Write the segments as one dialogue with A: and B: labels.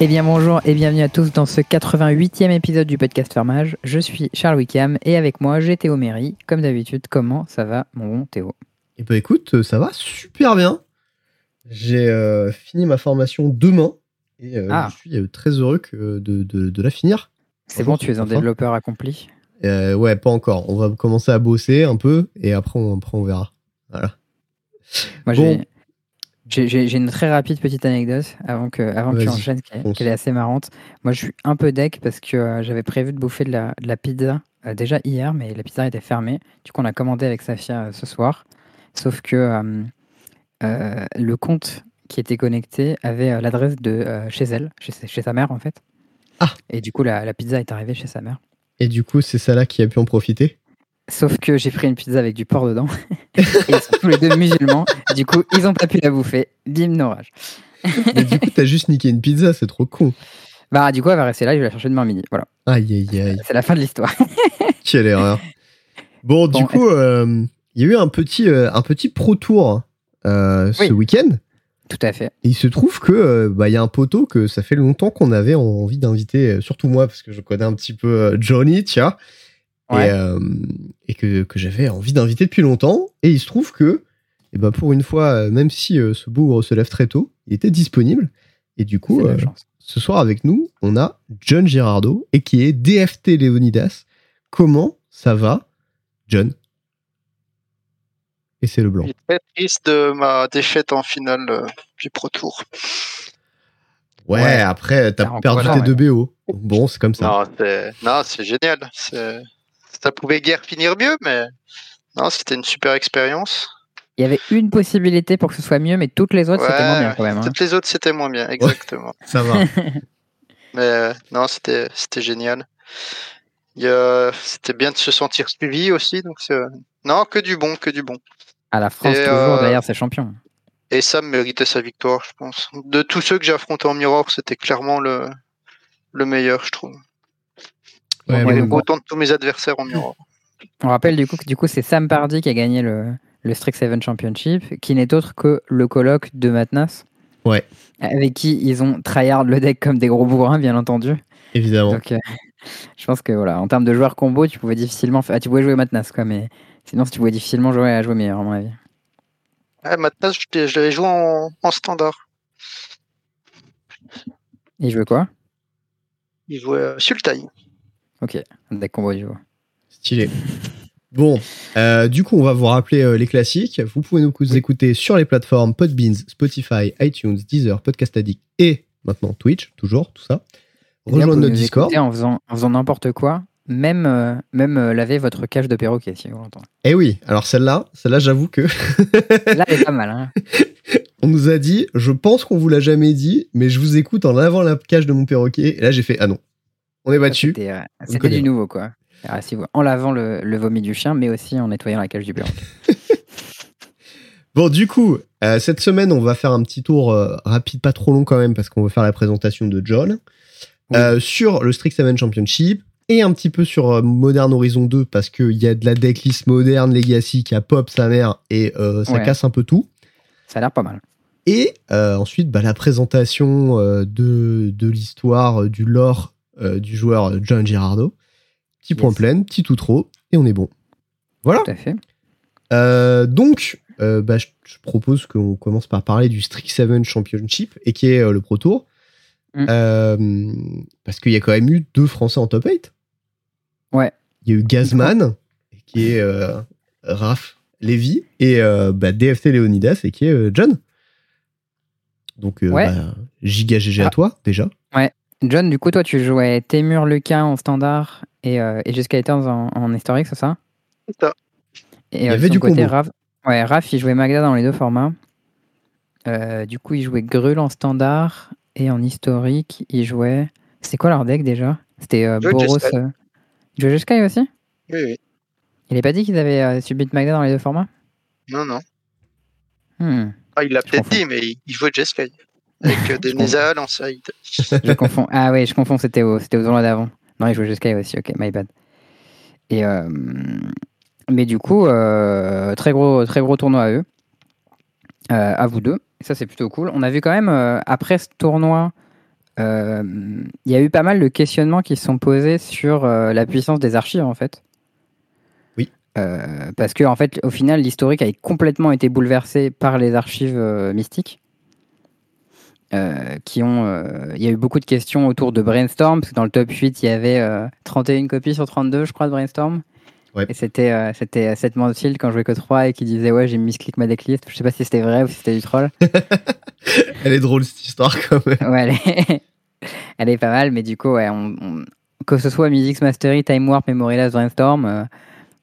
A: Eh bien bonjour et bienvenue à tous dans ce 88e épisode du podcast Fermage. Je suis Charles Wickham et avec moi j'ai Théo Méry. Comme d'habitude, comment ça va mon bon Théo
B: Et bah écoute, ça va super bien. J'ai euh, fini ma formation demain et euh,
A: Ah.
B: je suis euh, très heureux que, de, de- de la finir.
A: C'est
B: Bonjour,
A: bon, tu es un
B: enfin.
A: développeur accompli
B: Euh, ouais, pas encore. On va commencer à bosser un peu et après on, après, on verra. Voilà.
A: Moi
B: Bon.
A: j'ai- j'ai- j'ai j'ai une très rapide petite anecdote avant que, avant que tu
B: Vas-y,
A: enchaînes, qui est,
B: fonce.
A: qu'elle est assez marrante. Moi je suis un peu deck parce que euh, j'avais prévu de bouffer de la, de la pizza euh, déjà hier, mais la pizza était fermée. Du coup on a commandé avec Safia euh, ce soir. Sauf que euh, euh, le compte qui était connecté avait euh, l'adresse de euh, chez elle, chez, sa- chez sa mère en fait.
B: Ah.
A: Et du coup la, la pizza est arrivée chez sa mère.
B: Et du coup, c'est ça là qui a pu en profiter.
A: Sauf que j'ai pris une pizza avec du porc dedans. et ils sont tous les deux musulmans. Du coup, ils n'ont pas pu la bouffer. Bim, naufrage.
B: Mais du coup, t'as juste niqué une pizza, c'est trop con.
A: Bah, du coup, elle va rester là. Je vais la chercher demain midi. Voilà.
B: Aïe aïe aïe.
A: C'est la fin de l'histoire.
B: Quelle erreur. Bon,
A: Bon,
B: du coup, euh, il y a eu un petit, euh, un petit pro tour euh, ce
A: Oui.
B: week-end.
A: Tout à fait.
B: Et il se trouve que euh, bah, il y a un poteau que ça fait longtemps qu'on avait envie d'inviter, euh, surtout moi parce que je connais un petit peu euh, Johnny, tiens,
A: Ouais.
B: et, euh, et que, que j'avais envie d'inviter depuis longtemps. Et il se trouve que, eh ben pour une fois, euh, même si euh, ce bougre se lève très tôt, il était disponible. Et du
A: C'est
B: coup,
A: de la
B: euh,
A: chance.
B: ce soir avec nous, on a John Girardeau et qui est DFT Léonidas. Comment ça va, John Et c'est le blanc.
C: Je suis très triste de ma défaite en finale euh, du Pro Tour.
B: Ouais,
A: Ouais.
B: après, t'as
A: Ah,
B: perdu
A: voilà,
B: tes deux BO. Bon, c'est comme ça.
C: Non, c'est non, c'est génial. C'est- Ça pouvait guère finir mieux, mais non, c'était une super expérience.
A: Il y avait une possibilité pour que ce soit mieux, mais toutes les autres, c'était moins
C: Ouais,
A: bien quand même. hein.
C: Toutes les autres, c'était moins bien, exactement.
B: Ça va.
C: Mais euh, non, c'était c'était génial. Il y a- C'était bien de se sentir suivi aussi. Donc c'est- non, que du bon, que du bon.
A: À la France,
C: Et,
A: toujours
C: euh,
A: derrière ses champions.
C: Et Sam méritait sa victoire, je pense. De tous ceux que j'ai affrontés en miroir, c'était clairement le le meilleur, je trouve.
B: Ouais,
A: Ouais,
C: Il
B: mais
C: est
A: donc,
B: bon.
C: autant de tous mes adversaires en miroir.
A: On rappelle du coup que du coup, c'est Sam Pardy qui a gagné le, le Strict Seven Championship, qui n'est autre que le colloque de Matnas.
B: Ouais.
A: Avec qui ils ont tryhard le deck comme des gros bourrins, bien entendu.
B: évidemment.
A: Donc, euh, je pense que voilà, en termes de joueurs combo, tu pouvais difficilement. fa- Ah, tu pouvais jouer Matnas, quoi, mais sinon, si tu pouvais difficilement jouer à jouer meilleur, à mon avis.
C: Ouais, maintenant, je, l'ai- je l'avais joué en, en standard.
A: Il jouait quoi
C: Il jouait euh, Sultai.
A: Un Deck combo du coup.
B: Stylé. Bon, euh, du coup, on va vous rappeler euh, les classiques. Vous pouvez nous écouter sur les plateformes Podbeans, Spotify, iTunes, Deezer, Podcast Addict et maintenant Twitch, toujours, tout ça.
A: D'ailleurs,
B: Rejoindre
A: vous
B: notre
A: nous
B: Discord.
A: écoutez En faisant en faisant n'importe quoi, même, euh, même euh, laver votre cage de perroquet, si vous l'entendez.
B: Eh oui, alors celle-là, celle-là, j'avoue que
A: Là, elle est pas mal, hein.
B: on nous a dit, je pense qu'on vous l'a jamais dit, mais je vous écoute en lavant la cage de mon perroquet. Et là, j'ai fait, ah non, on est battu.
A: C'était euh, c'était
B: connaît.
A: du nouveau, quoi. Ah, si vous- En lavant le, le vomi du chien, mais aussi en nettoyant la cage du perroquet.
B: Bon, du coup, euh, cette semaine, on va faire un petit tour euh, rapide, pas trop long quand même, parce qu'on va faire la présentation de John
A: Oui.
B: Euh, sur le Strict Seven Championship et un petit peu sur euh, Modern Horizon 2, parce qu'il y a de la decklist moderne, Legacy qui a pop sa mère et euh, ça
A: Ouais.
B: casse un peu tout.
A: Ça a l'air pas mal.
B: Et euh, ensuite, bah, la présentation euh, de, de l'histoire, euh, du lore euh, du joueur euh, John Girardo. Petit point
A: Yes.
B: plein, petit tout trop, et on est bon. Voilà.
A: Tout à fait.
B: Euh, donc, euh, bah, je je propose qu'on commence par parler du Strict Seven Championship et qui est euh, le Pro Tour.
A: Mm.
B: Euh, parce qu'il y a quand même eu deux Français en top 8.
A: Ouais.
B: Il y a eu Gazman, qui est euh, Raph Lévy, et euh, bah, DFT Léonidas, et qui est euh, John. Donc, euh,
A: Ouais.
B: bah, giga GG à
A: Ah.
B: toi, déjà.
A: John, du coup, toi, tu jouais Témur Lucas en standard et, euh, et Jessica Haters en, en historique, c'est ça
C: C'est ça.
A: Et, il
B: y avait du
A: côté,
B: combo.
A: Raph, ouais, Raph, il jouait Magda dans les deux formats. Euh, du coup, il jouait Grul en standard et en historique, il jouait. C'est quoi leur deck déjà C'était euh,
C: Joe
A: Boros.
C: Jeskai.
A: euh, Joe Jeskai aussi
C: Oui, oui.
A: Il est pas dit qu'ils avaient euh, subi de Magda dans les deux formats
C: Non, non.
A: Hmm,
C: Ah, il l'a
A: Je
C: peut-être
A: comprends.
C: dit, mais il, il jouait Jeskai. Avec euh, des
A: comprends.
C: Nezahal en side.
A: Je confonds. Ah oui, je confonds, c'était au, c'était au tournoi d'avant. Non, il jouait Jeskai aussi, ok, my bad. Et euh, mais du coup, euh, très, gros, très gros tournoi à eux, euh, à vous deux. Et ça, c'est plutôt cool. On a vu quand même, euh, après ce tournoi, euh, il y a eu pas mal de questionnements qui se sont posés sur euh, la puissance des archives, en fait.
B: Oui.
A: Euh, parce que, en fait, au final, l'historique a complètement été bouleversé par les archives euh, mystiques. euh, qui ont, euh, il y a eu beaucoup de questions autour de Brainstorm, parce que dans le top 8, il y avait euh, 31 copies sur 32, je crois, de Brainstorm.
B: Ouais.
A: Et c'était euh, c'était Seth Mansfield quand je jouais que 3 et qui disait Ouais, j'ai misclick ma decklist. Je sais pas si c'était vrai ou si c'était du troll.
B: Elle est drôle cette histoire quand même.
A: Ouais, elle est... elle est pas mal, mais du coup, ouais, on- on- que ce soit Music's Mastery, Time Warp, Memory Lapse, Brainstorm, euh,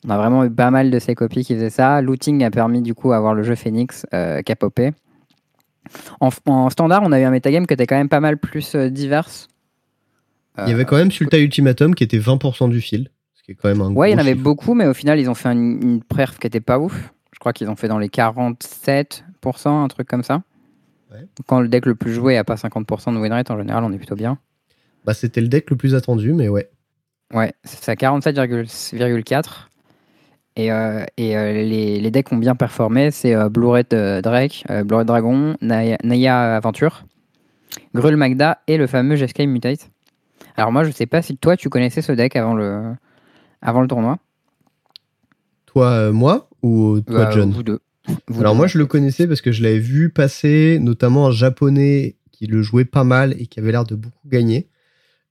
A: on a vraiment eu pas mal de ces copies qui faisaient ça. Looting a permis du coup avoir le jeu Phoenix euh, qui a popé. En, f- en standard, on a eu un metagame qui était quand même pas mal plus euh, divers.
B: Il y avait quand même Sultai Ultimatum qui était 20% du fil. Ce qui est quand même un gros
A: Ouais, il y en avait
B: chiffre.
A: beaucoup, mais au final, ils ont fait une, une perf qui était pas ouf. Je crois qu'ils ont fait dans les 47%, un truc comme ça.
B: Ouais.
A: Quand le deck le plus joué a pas 50% de win rate, en général, on est plutôt bien.
B: Bah, c'était le deck le plus attendu, mais ouais.
A: Ouais, c'est à 47,4. Et, euh, et euh, les, les decks ont bien performé, c'est euh, Blue Red euh, Drake, euh, Blue Red Dragon, Naya, Naya Aventure, Grul Magda et le fameux Jeskai Mutate. Alors moi, je sais pas si toi, tu connaissais ce deck avant le, avant le tournoi.
B: Toi, euh, moi ou toi,
A: Bah,
B: John
A: Vous deux. Vous
B: Alors
A: deux.
B: moi, je le connaissais parce que je l'avais vu passer, notamment un japonais qui le jouait pas mal et qui avait l'air de beaucoup gagner.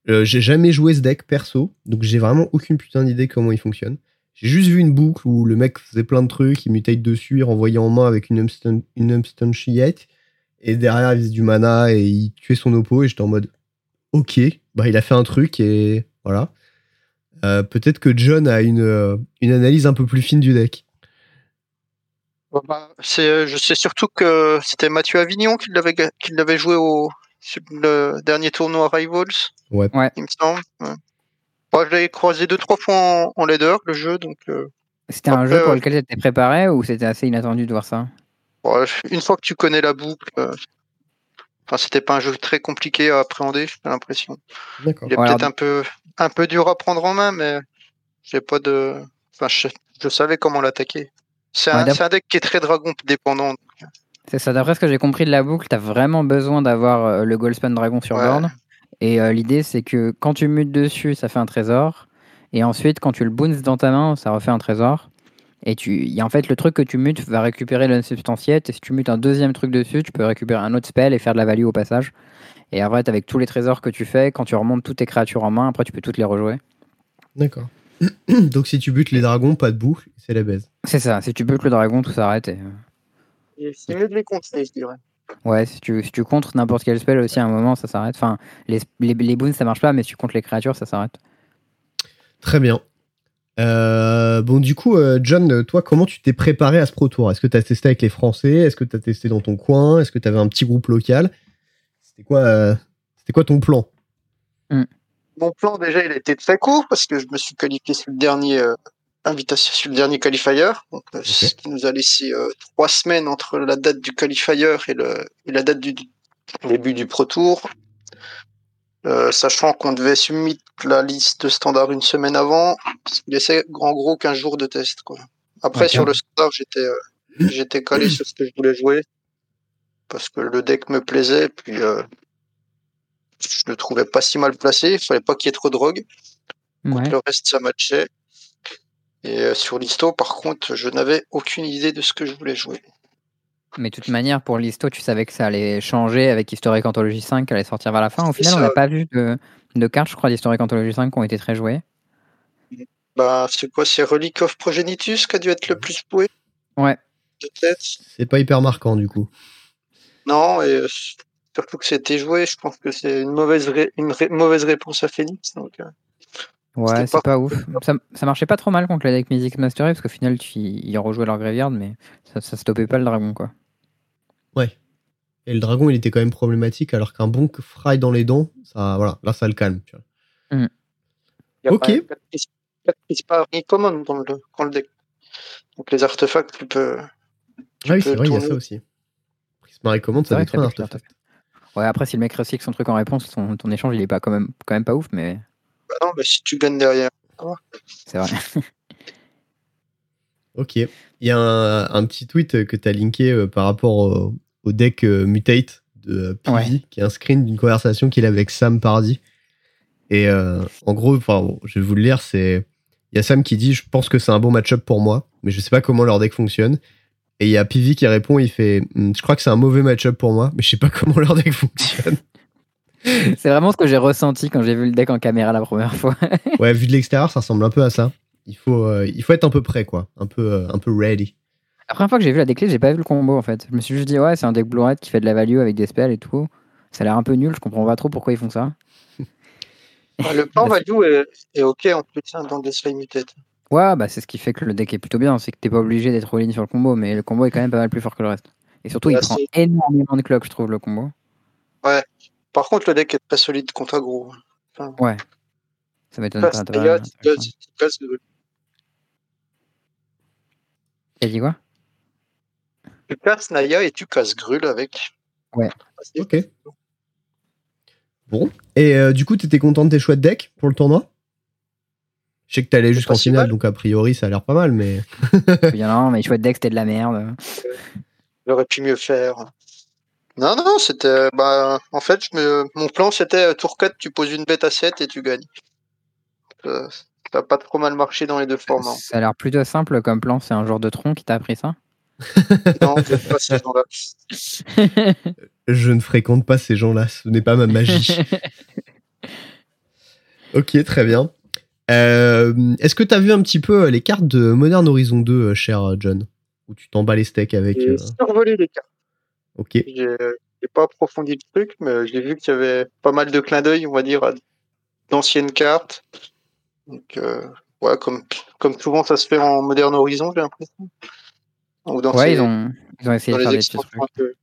B: Euh, j'ai jamais joué ce deck perso, donc j'ai vraiment aucune putain d'idée comment il fonctionne. J'ai juste vu une boucle où le mec faisait plein de trucs, il mutate dessus, il renvoyait en main avec une Umstun- une Umstunchiate, et derrière il faisait du mana et il tuait son oppo, et j'étais en mode ok, bah il a fait un truc et voilà. Euh, Peut-être que John a une, euh, une analyse un peu plus fine du deck.
C: Bon, bah, c'est, euh, je sais surtout que c'était Mathieu Avignon qui l'avait, ga- qui l'avait joué au sur le dernier tournoi Rivals.
B: Ouais.
A: Ouais.
C: Il me semble. Ouais. Moi, je l'ai croisé deux, trois fois en, en leader, le jeu, donc euh,
A: C'était un
C: Après,
A: jeu pour
C: euh,
A: lequel t'étais préparé ou c'était assez inattendu de voir ça
C: bon, bah, une fois que tu connais la boucle, euh, enfin, c'était pas un jeu très compliqué à appréhender, j'ai l'impression.
B: D'accord.
C: Il est
A: Ouais,
C: peut-être
A: alors-
C: un peu, un peu dur à prendre en main, mais j'ai pas de. Enfin, je, je savais comment l'attaquer. C'est
A: Ouais,
C: un,
A: d'ab-
C: c'est un deck qui est très dragon dépendant.
A: C'est ça, d'après ce que j'ai compris de la boucle, t'as vraiment besoin d'avoir euh, le Goldspan Dragon sur
C: Ouais.
A: board. Et euh, l'idée, c'est que quand tu mutes dessus, ça fait un trésor. Et ensuite, quand tu le boons dans ta main, ça refait un trésor. Et tu, y a- en fait, le truc que tu mutes va récupérer l'insubstantiate. Et si tu mutes un deuxième truc dessus, tu peux récupérer un autre spell et faire de la value au passage. Et après, avec tous les trésors que tu fais, quand tu remontes toutes tes créatures en main, après, tu peux toutes les rejouer.
B: D'accord. Donc si tu butes les dragons, pas de boucle, c'est la baise.
A: C'est ça, si tu butes le dragon, tout s'arrête. et, euh,
C: C'est mieux de les contrer, je dirais.
A: Ouais, si tu, si tu comptes n'importe quel spell aussi à un moment, ça s'arrête. Enfin, les, les, les boons, ça marche pas, mais si tu comptes les créatures, ça s'arrête.
B: Très bien. Euh, bon, du coup, euh, John, toi, comment tu t'es préparé à ce Pro Tour Est-ce que tu as testé avec les Français Est-ce que tu as testé dans ton coin Est-ce que tu avais un petit groupe local C'était quoi, euh, c'était quoi ton plan
C: Mon plan, déjà, il était très court parce que je me suis qualifié sur le dernier euh, invitation, sur le dernier qualifier. Donc, euh, Ce qui nous a laissé euh, trois semaines entre la date du qualifier et, le, et la date du du début du Pro Tour. Euh, sachant qu'on devait submit la liste standard une semaine avant, ce qui laissait en gros 15 jours de test. Quoi. Après,
B: Ouais,
C: sur le standard, j'étais euh, j'étais calé sur ce que je voulais jouer parce que le deck me plaisait, puis euh, je le trouvais pas si mal placé, il fallait pas qu'il y ait trop de rogue,
A: Ouais.
C: le reste ça matchait. Et euh, sur l'histo, par contre, je n'avais aucune idée de ce que je voulais jouer.
A: Mais de toute manière, pour l'histo, tu savais que ça allait changer avec Historic Anthology 5 qui allait sortir vers la fin. Au
C: C'est
A: final, on n'a
C: ça.
A: pas vu de, de cartes, je crois, d'Historic Anthology 5 qui ont été très jouées.
C: Bah, c'est quoi, c'est Relic of Progenitus qui a dû être le plus joué
A: Ouais.
C: Peut-être
B: C'est pas hyper marquant, du coup.
C: Non, et euh, surtout que c'était joué, je pense que c'est une mauvaise, ré- une ré- mauvaise réponse à Phoenix. Donc, euh,
A: Ouais,
C: C'était
A: c'est
C: pas-
A: pas ouf. Ça, ça marchait pas trop mal contre les decks Music Mastery parce qu'au final, tu, ils rejouaient leur graveyard, mais ça, ça stoppait pas le dragon, quoi.
B: Ouais. Et le dragon, il était quand même problématique, alors qu'un bon fry dans les dents, ça, voilà, là, ça le calme. tu vois.
C: Il y a
B: Ok.
C: pas- quatre pris- quatre pris par uncommon dans le, dans le deck. Donc les artefacts, tu peux.
B: Ah oui,
C: peux
B: c'est vrai, il y a
C: tourner.
B: ça aussi. Prisma commande,
A: C'est
B: ça
A: vrai que
B: détruit un
A: ça peut
B: artefact.
A: Ouais, après, si le mec recycle son truc en réponse, son, ton échange, il est pas quand même, quand même pas ouf, mais
C: Bah non, mais si tu gagnes derrière.
A: c'est vrai.
B: Ok. Il y a un, un petit tweet que tu as linké euh, par rapport au, au deck euh, Mutate de Pivi, qui est un screen d'une conversation qu'il a avec Sam Pardy. Et euh, en gros, enfin, bon, je vais vous le lire, c'est. Il y a Sam qui dit Je pense que c'est un bon match-up pour moi, mais je sais pas comment leur deck fonctionne. Et il y a Pivi qui répond Il fait Hum, Je crois que c'est un mauvais match-up pour moi, mais je sais pas comment leur deck fonctionne.
A: C'est vraiment ce que j'ai ressenti quand j'ai vu le deck en caméra la première fois.
B: ouais, vu de l'extérieur, ça ressemble un peu à ça. Il faut, euh, il faut être un peu prêt, quoi. Un peu, euh, un peu ready.
A: La première fois que j'ai vu la déclé, j'ai pas vu le combo en fait. Je me suis juste dit, ouais, c'est un deck blue-red qui fait de la value avec des spells et tout. Ça a l'air un peu nul, je comprends pas trop pourquoi ils font ça.
C: Enfin, Bah, le plan value est, est ok en plus hein, dans des Muted.
A: Ouais, bah c'est ce qui fait que le deck est plutôt bien, c'est que t'es pas obligé d'être all-in sur le combo, mais le combo est quand même pas mal plus fort que le reste. Et surtout, il
C: Bah,
A: prend
C: c'est-
A: énormément de cloques, je trouve, le combo.
C: Par contre, le deck est très solide contre aggro.
A: Ça m'étonne pas.
C: Face
A: t'as pas-
C: Riot, il
A: t'as
C: does- il does the-
A: dit quoi
C: Tu casses Naya et tu casses Grul avec. Ah,
A: Ouais.
B: Ok. Bon. Et euh, du coup, t'étais content de tes choix de deck pour le tournoi Je sais que t'allais jusqu'en
C: pas si
B: finale,
C: mal.
B: donc a priori, ça a l'air pas mal, mais.
A: Il dit, Non, mais chouette deck, c'était de la merde.
C: J'aurais pu mieux faire. Non, non, non, c'était. Bah, en fait, je me... mon plan c'était euh, tour 4, tu poses une bête à 7 et tu gagnes. Euh, Ça n'a pas trop mal marché dans les deux hein. formats.
A: Ça a l'air plutôt simple comme plan, c'est un genre de tronc qui t'a appris ça.
C: non, on fait pas ces gens-là.
B: Je ne fréquente pas ces gens-là, ce n'est pas ma magie. ok, très bien. Euh, Est-ce que tu as vu un petit peu euh, les cartes de Modern Horizon 2, euh, cher euh, John Où tu t'en bats les steaks avec.
C: J'ai
B: euh,
C: survolé les cartes.
B: Ok,
C: J'ai j'ai pas approfondi le truc, mais j'ai vu qu'il y avait pas mal de clins d'œil, on va dire, à d'anciennes cartes. Donc, euh, ouais, comme, comme souvent ça se fait en Modern Horizon, j'ai l'impression. Ou dans
A: Ouais,
C: ces-
A: ils ont, ils ont essayé
C: dans
A: de faire
C: les
A: des petits
C: extensions
A: trucs.
C: de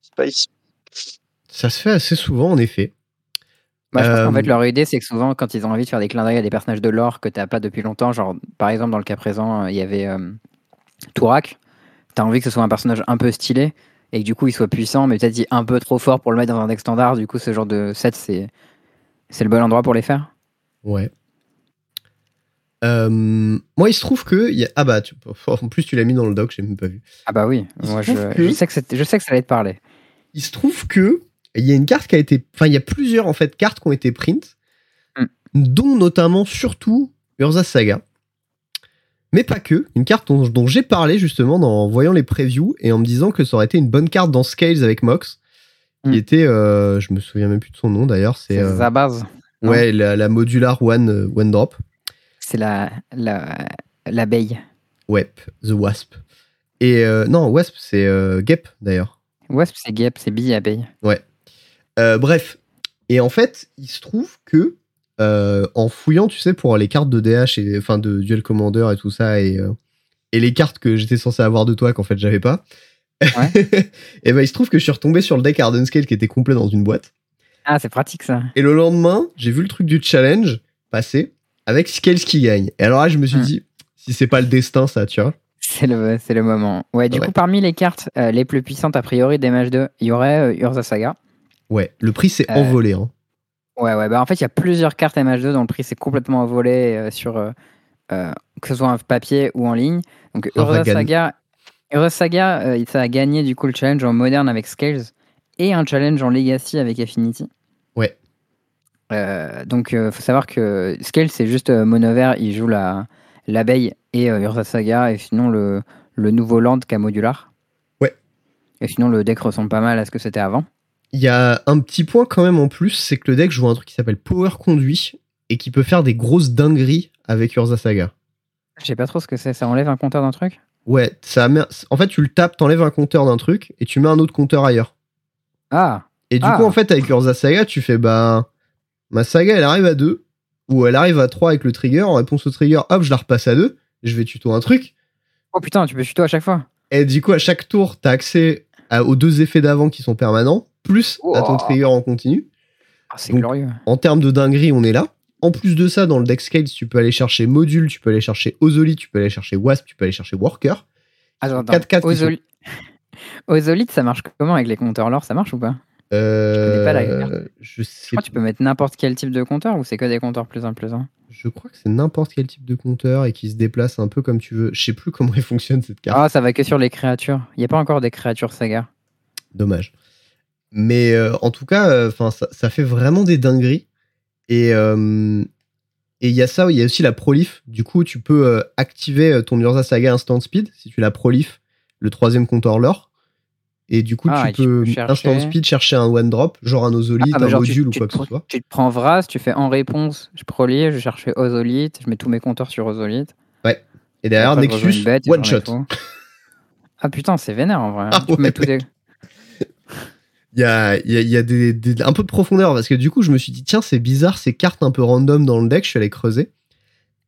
C: Space.
B: ça se fait assez souvent en effet.
A: Moi, je pense qu'en
B: Euh,
A: fait, leur idée, c'est que souvent, quand ils ont envie de faire des clins d'œil à des personnages de lore que t'as pas depuis longtemps, genre, par exemple, dans le cas présent, euh, il y avait euh, Tourak, t'as envie que ce soit un personnage un peu stylé et que du coup, il soit puissant, mais peut-être il est un peu trop fort pour le mettre dans un deck standard. Du coup, ce genre de set, c'est c'est le bon endroit pour les faire.
B: Ouais. Euh, moi, il se trouve que. il y a- Ah bah, tu- en plus, tu l'as mis dans le doc, j'ai même pas vu.
A: Ah bah oui,
B: Il se
A: moi, je,
B: trouve que-
A: je, sais que c'était- je sais que ça allait te parler.
B: Il se trouve que il y a une carte qui a été, enfin il y a plusieurs en fait cartes qui ont été print,
A: Mm.
B: dont notamment surtout Urza Saga, mais pas que. Une carte dont, dont j'ai parlé justement en voyant les previews et en me disant que ça aurait été une bonne carte dans Scales avec Mox.
A: Mm.
B: Qui était, euh, je me souviens même plus de son nom d'ailleurs, c'est
A: C'est
B: euh,
A: sa base. non
B: ouais la, la modular one euh, one drop.
A: C'est la la- l'abeille.
B: Ouais, the wasp. Et euh, non, wasp c'est euh, guêpe d'ailleurs.
A: Wasp, c'est guêpe, c'est bille, abeille.
B: Euh, bref. Et en fait, il se trouve que euh, en fouillant, tu sais, pour les cartes de DH et enfin de Duel Commander et tout ça, et, euh, et les cartes que j'étais censé avoir de toi qu'en fait j'avais pas, et ben il se trouve que je suis retombé sur le deck Arden Scale qui était complet dans une boîte.
A: Ah, c'est pratique ça.
B: Et le lendemain, j'ai vu le truc du challenge passer avec Scales qui gagne. Et alors là, je me suis
A: Hmm.
B: dit, si c'est pas le destin, ça, tu vois.
A: C'est le, c'est le moment. Ouais, du
B: Ouais.
A: coup, parmi les cartes euh, les plus puissantes a priori des matchs 2, il y aurait euh, Urza Saga.
B: Ouais, le prix s'est
A: Euh,
B: envolé. Hein.
A: Ouais, ouais, bah en fait, il y a plusieurs cartes MH2 dont le prix s'est complètement envolé euh, sur euh, euh, que ce soit en papier ou en ligne. Donc,
B: Un
A: Urza
B: Ragan.
A: Saga, Urza Saga euh, ça a gagné du coup le challenge en moderne avec Scales et un challenge en Legacy avec Affinity.
B: Ouais.
A: Euh, donc, euh, faut savoir que Scales, c'est juste euh, monovert, il joue la, l'abeille et euh, Urza Saga, et sinon le, le nouveau land qu'a modular.
B: Ouais.
A: Et sinon, le deck ressemble pas mal à ce que c'était avant.
B: Il y a un petit point quand même en plus, c'est que le deck joue un truc qui s'appelle Power Conduit et qui peut faire des grosses dingueries avec Urza Saga.
A: Je sais pas trop ce que c'est, ça enlève un compteur d'un truc
B: Ouais, ça met- en fait tu le tapes, t'enlèves un compteur d'un truc et tu mets un autre compteur ailleurs.
A: Ah
B: Et du
A: Ah.
B: coup en fait avec Urza Saga tu fais bah ma saga elle arrive à 2 ou elle arrive à 3 avec le trigger, en réponse au trigger hop je la repasse à 2, je vais tuto un truc
A: Oh putain, tu peux tuto à chaque fois.
B: et du coup à chaque tour t'as accès à- aux deux effets d'avant qui sont permanents plus à ton
A: Wow.
B: trigger en continu.
A: Ah, c'est
B: Donc-
A: glorieux.
B: En termes de dinguerie, on est là. En plus de ça, dans le deck scale, tu peux aller chercher Module, tu peux aller chercher Ozoli, tu peux aller chercher Wasp, tu peux aller chercher Worker.
A: Attends, attends.
B: 4-4 qui
A: Ozoli- Ozolite, ça marche comment avec les compteurs lore Ça marche ou pas
B: Euh,
A: connais pas la carte. Je
B: je sais
A: crois que tu peux mettre n'importe quel type de compteur ou c'est que des compteurs plus un plus un
B: Je crois que c'est n'importe quel type de compteur et qui se déplace un peu comme tu veux. Je sais plus comment elle fonctionne cette carte.
A: Ah, ça va que sur les créatures. Il n'y a pas encore des créatures saga.
B: Dommage. Mais euh, en tout cas, enfin, ça, ça fait vraiment des dingueries. Et euh, et il y a ça, il y a aussi la prolif. Du coup, tu peux euh, activer euh, ton Urza Saga Instant Speed si tu la prolif, le troisième compteur lore. Et du coup,
A: Ah, et
B: tu
A: tu
B: peux,
A: peux chercher-
B: Instant Speed chercher un one drop, genre un Ozolite,
A: Ah, bah,
B: un
A: genre, tu-
B: module ou
A: tu
B: quoi
A: te
B: que ce
A: prends-
B: soit.
A: Tu te prends Vras, tu fais en réponse, je prolie, je cherche Ozolite, je mets tous mes compteurs sur Ozolite.
B: Et derrière,
A: Après, je rejoins
B: Nexus,
A: une bête et
B: one
A: j'en ai
B: shot.
A: tout. Ah putain, c'est vénère en vrai.
B: Ah
A: Tu peux
B: ouais.
A: mettre tous des-
B: Il y a, il y a- il y a des, des- un peu de profondeur parce que du coup, je me suis dit, tiens, c'est bizarre ces cartes un peu random dans le deck, je suis allé creuser.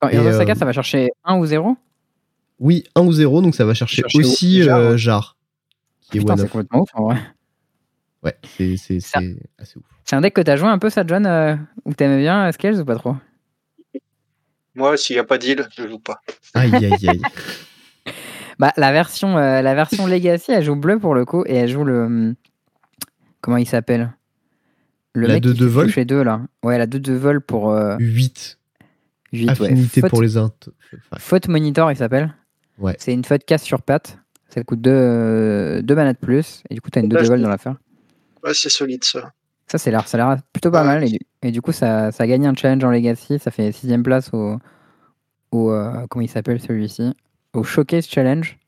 A: Quand
B: Et,
A: Urza Saga,
B: euh,
A: ça va chercher 1 ou 0
B: Oui, 1 ou 0, donc ça va chercher
A: Chercher
B: aussi
A: au- Jar. Ah,
B: euh, Jar, qui est
A: Putain,
B: one
A: c'est
B: of.
A: complètement ouf en vrai.
B: Ouais, c'est c'est-
A: Ça-
B: c'est assez ouf.
A: C'est un deck que t'as joué un peu ça, John, euh, ou t'aimais bien euh, Scales ou pas trop
C: Moi, s'il n'y a pas d'île, je joue pas.
B: Aïe, aïe, aïe.
A: Bah, la version, euh, la version Legacy, elle joue bleu pour le coup, et elle joue le. hum, Comment il s'appelle Le
B: La
A: mec qui
B: 2-2
A: fait
B: vol
A: toucher deux, là. Ouais, la 2-2 vol pour
B: 8.
A: 8.
B: Affinité
A: faute,
B: pour les int. Enfin,
A: Faute Monitor, il s'appelle.
B: Ouais.
A: C'est une faute casse sur patte. Ça coûte 2 euh, deux manas de plus, et du coup, t'as une
C: Là,
A: 2-2
C: je
A: vol
C: trouve.
A: dans l'affaire.
C: Ouais, c'est solide ça.
A: Ça, c'est l'air, ça a l'air plutôt pas
C: Ouais.
A: mal. Et du, et du coup, ça, ça a gagné un challenge en Legacy. Ça fait sixième place au. au euh, comment il s'appelle celui-ci Au Showcase Challenge.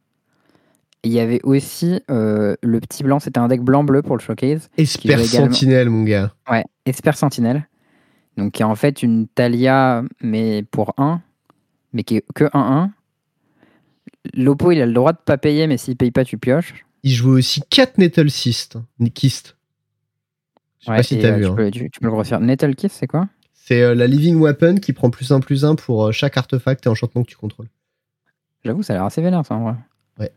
A: Et Il y avait aussi euh, le petit blanc, c'était un deck blanc-bleu pour le Showcase.
B: Esper
A: qui joue également-
B: Sentinelle, mon gars.
A: Ouais, Esper Sentinelle. Donc, qui est en fait une Talia, mais pour 1, mais qui est que 1-1. L'Oppo, il a le droit de pas payer, mais s'il paye pas, tu pioches.
B: Il jouait aussi 4 Nettle Cyst. Kist. Je sais
A: Ouais,
B: pas si
A: et,
B: t'as
A: euh,
B: vu.
A: Tu
B: hein.
A: peux, tu- tu peux le grossir. Nettle Kiss, c'est quoi
B: C'est euh, la Living Weapon qui prend plus 1 plus 1 pour euh, chaque artefact et enchantement que tu contrôles.
A: J'avoue, ça a l'air assez vénère, ça, en vrai.
B: Ouais.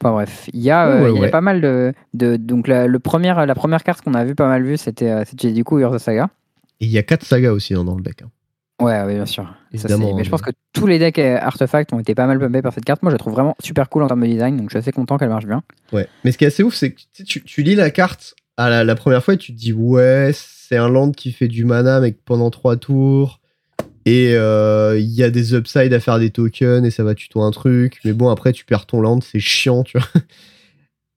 A: Enfin bref, il y a,
B: Ouais,
A: euh,
B: ouais,
A: il y a
B: ouais.
A: pas mal de... de donc la, le première, la première carte qu'on a vue, pas mal vue, c'était euh, c'était du coup Urza Saga.
B: Et il y a 4 sagas aussi hein, dans le deck. hein.
A: Ouais, oui, bien sûr. Ça,
B: Évidemment,
A: c'est- mais
B: hein,
A: je pense que tous les decks euh, artefacts ont été pas mal pumpés par cette carte. Moi, je la trouve vraiment super cool en termes de design, donc je suis assez content qu'elle marche bien.
B: Ouais. Mais ce qui est assez ouf, c'est que tu, sais, tu- tu lis la carte à la, la première fois et tu te dis ouais, c'est un land qui fait du mana mais que pendant 3 tours. Et euh, il y a des upsides à faire des tokens et ça va tuto un truc. Mais bon, après, tu perds ton land, c'est chiant, tu vois.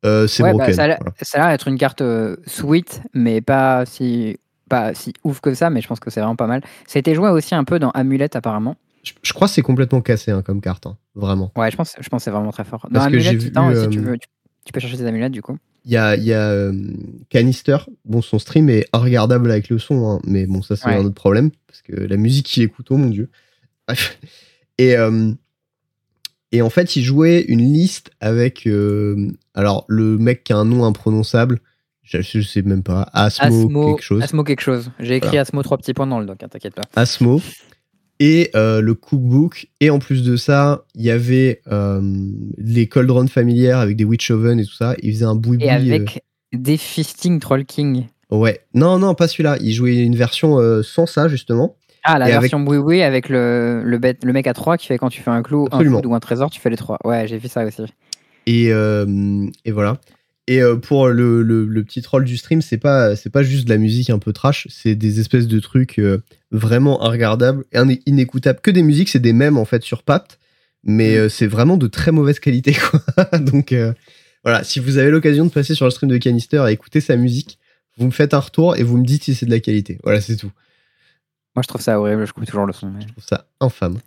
B: Euh, c'est
A: Ouais, bah,
B: broken.
A: ça a l'air
B: voilà.
A: ça a l'air d'être une carte euh, sweet, mais pas si, pas si ouf que ça, mais je pense que c'est vraiment pas mal. C'était joué aussi un peu dans Amulette, apparemment.
B: Je, je crois que c'est complètement cassé hein, comme carte, hein, vraiment.
A: Ouais, je pense, je pense que c'est vraiment très fort. Dans
B: Parce que j'ai
A: Amulette,
B: vu,
A: Titan aussi, tu,
B: euh,
A: veux- tu- tu peux chercher tes amulettes du coup.
B: Il y a, il y a euh, Canister. Bon, son stream est regardable avec le son, hein, mais bon, ça c'est
A: Ouais.
B: un autre problème parce que la musique qu'il écoute, oh mon dieu. Bref. Et euh, et en fait, il jouait une liste avec euh, alors le mec qui a un nom imprononçable. Je, je sais même pas. Asmo,
A: Asmo
B: quelque chose.
A: Asmo quelque chose. J'ai écrit
B: Voilà.
A: Asmo trois petits points dans le doc, hein, t'inquiète pas.
B: Asmo et euh, le cookbook. Et en plus de ça, il y avait euh, les cauldrons familières avec des witch oven et tout ça. Il faisait un euh, boui
A: Et avec des fisting Troll King.
B: Ouais. Non, non, pas celui-là. Il jouait une version euh, sans ça, justement.
A: Ah, la
B: et
A: version boui boui avec le, le, bête- le mec à 3 qui fait quand tu fais un clou, un
B: Absolument.
A: food ou un trésor, tu fais les 3. Ouais, j'ai vu ça aussi.
B: Et, euh, et voilà. Et euh, pour le, le- le petit troll du stream, c'est pas, c'est pas juste de la musique un peu trash, c'est des espèces de trucs euh, vraiment inregardables et iné- inécoutables. Que des musiques, c'est des mèmes en fait sur Papt, mais euh, c'est vraiment de très mauvaise qualité. Quoi. Donc euh, voilà, si vous avez l'occasion de passer sur le stream de Canister et écouter sa musique, vous me faites un retour et vous me dites si c'est de la qualité. Voilà, c'est tout.
A: Moi, je trouve ça horrible, je coupe toujours le son. Mais,
B: Je trouve ça infâme.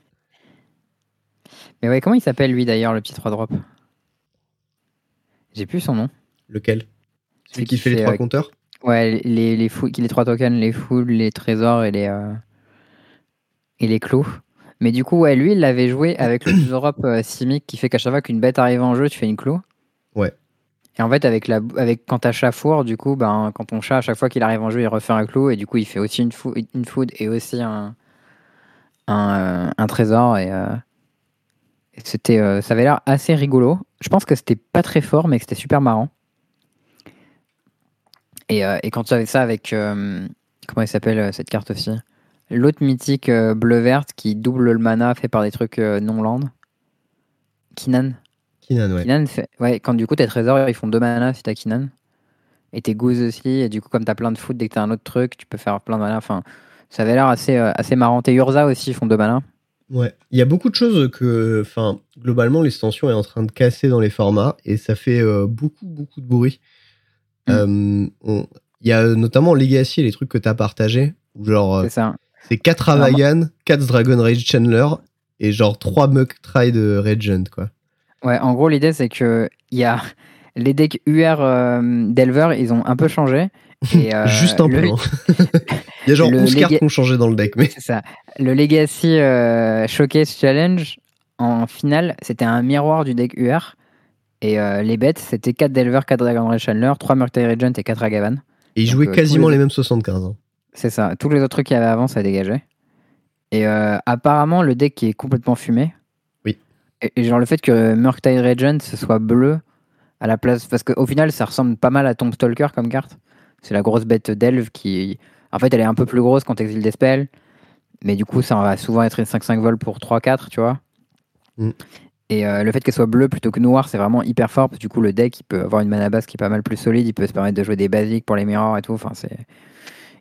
A: mais ouais, comment il s'appelle lui d'ailleurs, le petit 3 drop J'ai plus son nom.
B: Lequel Celui
A: Celui
B: qui
A: qui
B: fait les
A: fait,
B: trois
A: euh,
B: compteurs
A: Ouais, les, les, fou- les trois tokens, les foules, les trésors et les, euh, et les clous. Mais du coup, ouais, lui, il l'avait joué avec le plus Europe euh, Simic qui fait qu'à chaque fois qu'une bête arrive en jeu, tu fais une clou.
B: Ouais.
A: Et en fait, avec la, avec, quand t'as chafour, du coup, ben, quand ton chat, à chaque fois qu'il arrive en jeu, il refait un clou et du coup, il fait aussi une, fou, une food et aussi un, un, euh, un trésor. Et, euh, et c'était, euh, ça avait l'air assez rigolo. Je pense que c'était pas très fort, mais que c'était super marrant. Et, euh, et quand tu avais ça avec. euh, comment elle s'appelle euh, cette carte aussi L'autre mythique euh, bleu-verte qui double le mana fait par des trucs euh, non-land. Kinan.
B: Kinan, ouais.
A: Kinan fait- Ouais, quand du coup tes trésors ils font deux mana si t'as Kinan. Et tes goose aussi. Et du coup, comme t'as plein de foot, dès que t'as un autre truc, tu peux faire plein de mana. Enfin, ça avait l'air assez, euh, assez marrant. Tes Urza aussi ils font deux mana.
B: Ouais. Il y a beaucoup de choses que, enfin, globalement, l'extension est en train de casser dans les formats et ça fait euh, beaucoup, beaucoup de bruit.
A: Mm.
B: Euh, on- Il y a euh, notamment Legacy et les trucs que t'as partagé. où Genre, euh,
A: C'est ça.
B: c'est 4 Ravagan, 4 Dragon Rage Chandler et genre 3 Muck Try de Regent, quoi.
A: Ouais, en gros, l'idée, c'est que il y a les decks UR euh, d'Elver, ils ont un peu changé. Et, euh,
B: Juste un
A: le-
B: peu. hein. Il y a genre
A: le
B: 11 cartes
A: Lega-
B: qui ont changé dans le deck, mais.
A: C'est ça. Le Legacy euh, Showcase Challenge, en finale, c'était un miroir du deck UR. Et euh, les bêtes, c'était 4 Delver, 4 Dragon Ray Chandler, 3 Murktide Regent et 4 Agavan.
B: Et ils
A: Donc,
B: jouaient
A: euh, tous
B: quasiment
A: les-
B: les mêmes 75. hein.
A: C'est ça. Tous les autres trucs qu'il y avait avant, ça dégageait. Et euh, apparemment, le deck qui est complètement fumé.
B: Oui.
A: Et, et genre le fait que Murktide Regent ce soit bleu à la place. Parce qu'au final, ça ressemble pas mal à Tombstalker comme carte. C'est la grosse bête d'elfe qui. En fait, elle est un peu plus grosse quand t'exiles des spells. Mais du coup, ça va souvent être une 5-5 vol pour 3-4, tu vois.
B: Mm.
A: Et euh, le fait qu'elle soit bleue plutôt que noire, c'est vraiment hyper fort. Du coup, le deck, il peut avoir une mana base qui est pas mal plus solide. Il peut se permettre de jouer des basiques pour les mirrors et tout. Enfin, c'est.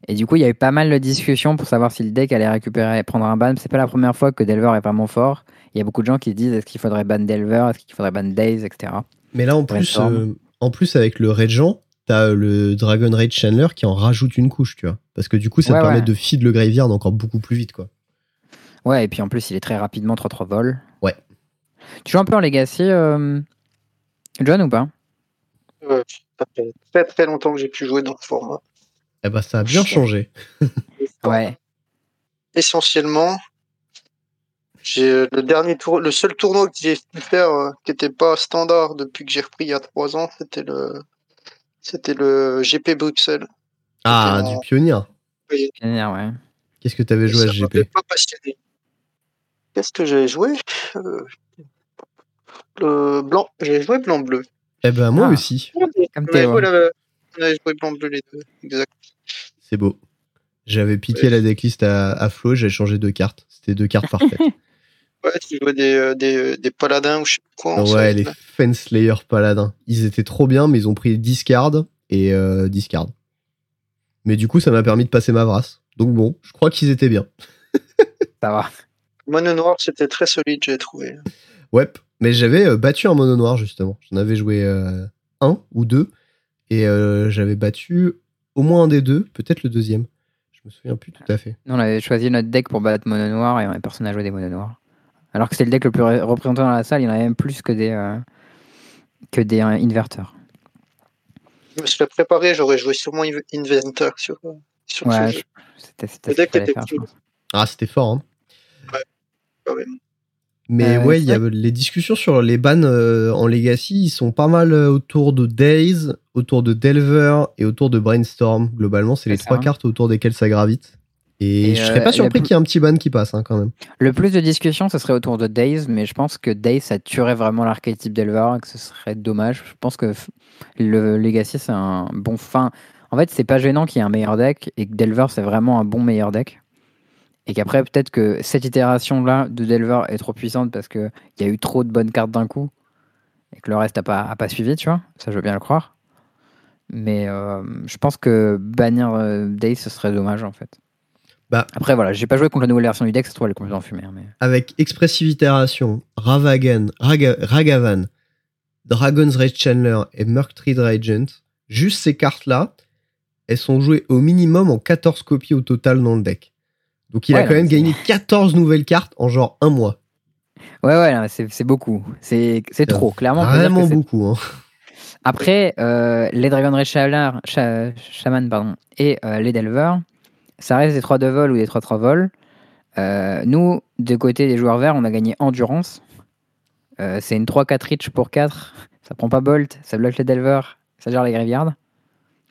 A: Et du coup, il y a eu pas mal de discussions pour savoir si le deck allait récupérer, prendre un ban. C'est pas la première fois que Delver est vraiment fort. Il y a beaucoup de gens qui se disent est-ce qu'il faudrait ban Delver, est-ce qu'il faudrait ban Days, etc.
B: Mais là, en plus,
A: Brainstorm.
B: euh, en plus avec le Regent, t'as euh, le Dragon Rage Chandler qui en rajoute une couche, tu vois. Parce que du coup, ça
A: Ouais,
B: te permet
A: ouais.
B: de feed le graveyard encore beaucoup plus vite, quoi.
A: Ouais, et puis en plus, il est très rapidement 3-3 vol.
B: Ouais.
A: Tu joues un peu en Legacy, euh, John, ou pas
C: Euh, ça fait très très longtemps que j'ai pu jouer dans le format.
B: Eh bah, ça a bien
C: Ouais.
B: changé.
A: Ouais.
C: Essentiellement, j'ai euh, le dernier tour, le seul tournoi que j'ai pu faire euh, qui n'était pas standard depuis que j'ai repris il y a trois ans, c'était le c'était le GP Bruxelles.
B: Ah,
C: C'était
B: du
C: en-
B: pionnier.
A: Pionnier, ouais.
B: Qu'est-ce que t'avais joué à
C: Ça
B: ce
C: m'avait
B: GP
C: pas passionné. Qu'est-ce que j'ai joué Euh, Le blanc, j'ai joué blanc bleu.
B: Eh ben, moi
A: Ah.
B: aussi.
A: Comme
C: On avait
A: Théo. hein.
C: joué, la- on avait joué blanc bleu les deux, exact.
B: C'est beau. J'avais piqué
C: Ouais.
B: la decklist à, à Flo et j'ai changé deux cartes. C'était deux cartes parfaites.
C: Ouais, tu jouais des, euh, des, euh, des paladins ou je sais pas quoi. en
B: ouais,
C: solide,
B: les
C: là.
B: Fenslayer Paladin. Ils étaient trop bien, mais ils ont pris 10 cards et euh, 10 cards. Mais du coup, ça m'a permis de passer ma vrasse. Donc bon, je crois qu'ils étaient bien.
A: Ça va.
C: Mono noir, c'était très solide, j'ai trouvé.
B: Ouais, mais j'avais euh, battu un mono noir justement. J'en avais joué euh, un ou deux et euh, j'avais battu au moins un des deux, peut-être le deuxième. Je me souviens plus tout à fait.
A: Nous, on avait choisi notre deck pour battre Mono Noir et on- personne n'a joué des Mono Noirs. Alors que c'est le deck le plus ré- représenté dans la salle, il y en a même plus que des, euh, que des euh, inverteurs.
C: Je me serais préparé, j'aurais joué sûrement Inv- Inventor sur, euh, sur
A: Ouais,
C: ce jeu.
A: je- c'était c'était ce qu'il
C: Le deck
A: fallait
C: était
A: faire, je
C: cool.
A: pense.
B: Ah, c'était fort. hein.
C: quand même.
B: Mais
A: Euh,
B: ouais,
A: c'est
B: il y a les discussions sur les bans euh, en Legacy, ils sont pas mal euh, autour de Days, autour de Delver et autour de Brainstorm. Globalement, c'est les
A: C'est ça,
B: trois
A: hein.
B: cartes autour desquelles ça gravite. Et,
A: Et,
B: je serais
A: euh,
B: pas
A: la
B: surpris
A: plus-
B: qu'il y ait un petit ban qui passe hein, quand même.
A: Le plus de discussion, ce serait autour de Days, mais je pense que Days, ça tuerait vraiment l'archétype d'Elvar, et que ce serait dommage. Je pense que f- le Legacy, c'est un bon fin. En fait, c'est pas gênant qu'il y ait un meilleur deck, et que Delver, c'est vraiment un bon meilleur deck. Et qu'après, peut-être que cette itération-là de Delver est trop puissante parce qu'il y a eu trop de bonnes cartes d'un coup, et que le reste n'a pas, a pas suivi, tu vois. Ça, je veux bien le croire. Mais euh, je pense que bannir euh, Days, ce serait dommage, en fait.
B: Bah.
A: Après, voilà, j'ai pas joué contre la nouvelle version du deck, ça se trouve, elle est complètement fumée. hein, mais...
B: avec Expressive Iteration, Ravagan, Raga- Ragavan, Dragon's Rage Chandler et Murktree Regent, juste ces cartes-là, elles sont jouées au minimum en 14 copies au total dans le deck. Donc il a
A: Ouais,
B: quand
A: non,
B: même
A: c'est-
B: gagné 14 nouvelles cartes en genre un mois.
A: Ouais, ouais, non, c'est c'est beaucoup. C'est c'est trop, clairement. Ah, on peut dire que
B: Vraiment
A: c'est-
B: beaucoup. hein.
A: Après, euh, les Dragon Ray Shalar- Sha- Shaman pardon, et euh, les Delver, ça reste des 3 de vol ou des 3-3 vol. Euh, nous, de côté des joueurs verts, on a gagné Endurance. Euh, c'est une 3-4 reach pour 4. Ça prend pas Bolt, ça bloque les Delver, ça gère les Graveyards.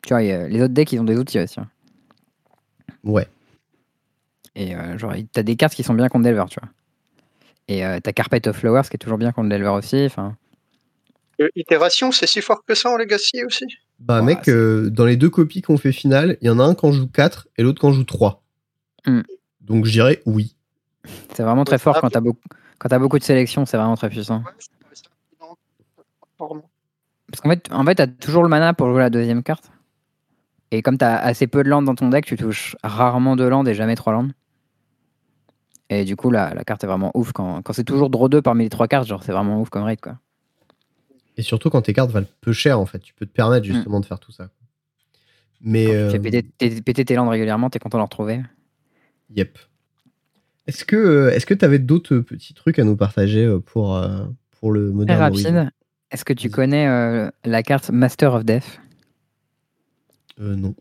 A: Tu vois, il y a- les autres decks, ils ont des outils aussi. hein.
B: Ouais.
A: Et euh, genre, il- t'as des cartes qui sont bien contre Delver, tu vois. Et euh, t'as Carpet of Flowers qui est toujours bien contre Delver aussi. Enfin,
C: Euh, Itération, c'est si fort que ça en Legacy aussi
B: Bah
A: Ouah,
B: mec,
A: c'est-
B: euh, dans les deux copies qu'on fait finale, il y en a un quand je joue 4 et l'autre quand je joue 3.
A: Hmm.
B: Donc je dirais oui.
A: C'est vraiment très
C: Ouais,
A: fort
C: ah,
A: quand
C: puis-
A: t'as beaucoup, quand t'as beaucoup de sélections, c'est vraiment très puissant.
C: Ouais, je trouvais ça énorme. Pardon.
A: Parce qu'en fait, en fait, t'as toujours le mana pour jouer la deuxième carte. Et comme t'as assez peu de landes dans ton deck, tu touches rarement deux landes et jamais trois landes. Et du coup, la, la carte est vraiment ouf. Quand, quand c'est toujours draw 2 parmi les trois cartes, genre c'est vraiment ouf comme raid. Quoi.
B: Et surtout quand tes cartes valent peu cher, en fait. Tu peux te permettre justement de faire tout ça. Mais.
A: Hmm. Quand
B: euh,
A: tu fais péter- t'es- péter tes landes régulièrement, t'es content de le retrouver.
B: Yep. Est-ce que euh, est-ce que tu avais d'autres petits trucs à nous partager euh, pour, euh, pour le
A: Très
B: moderne Horizon
A: rapide. Est-ce que tu
B: Vas-y.
A: connais euh, la carte Master of Death
B: Euh, Non.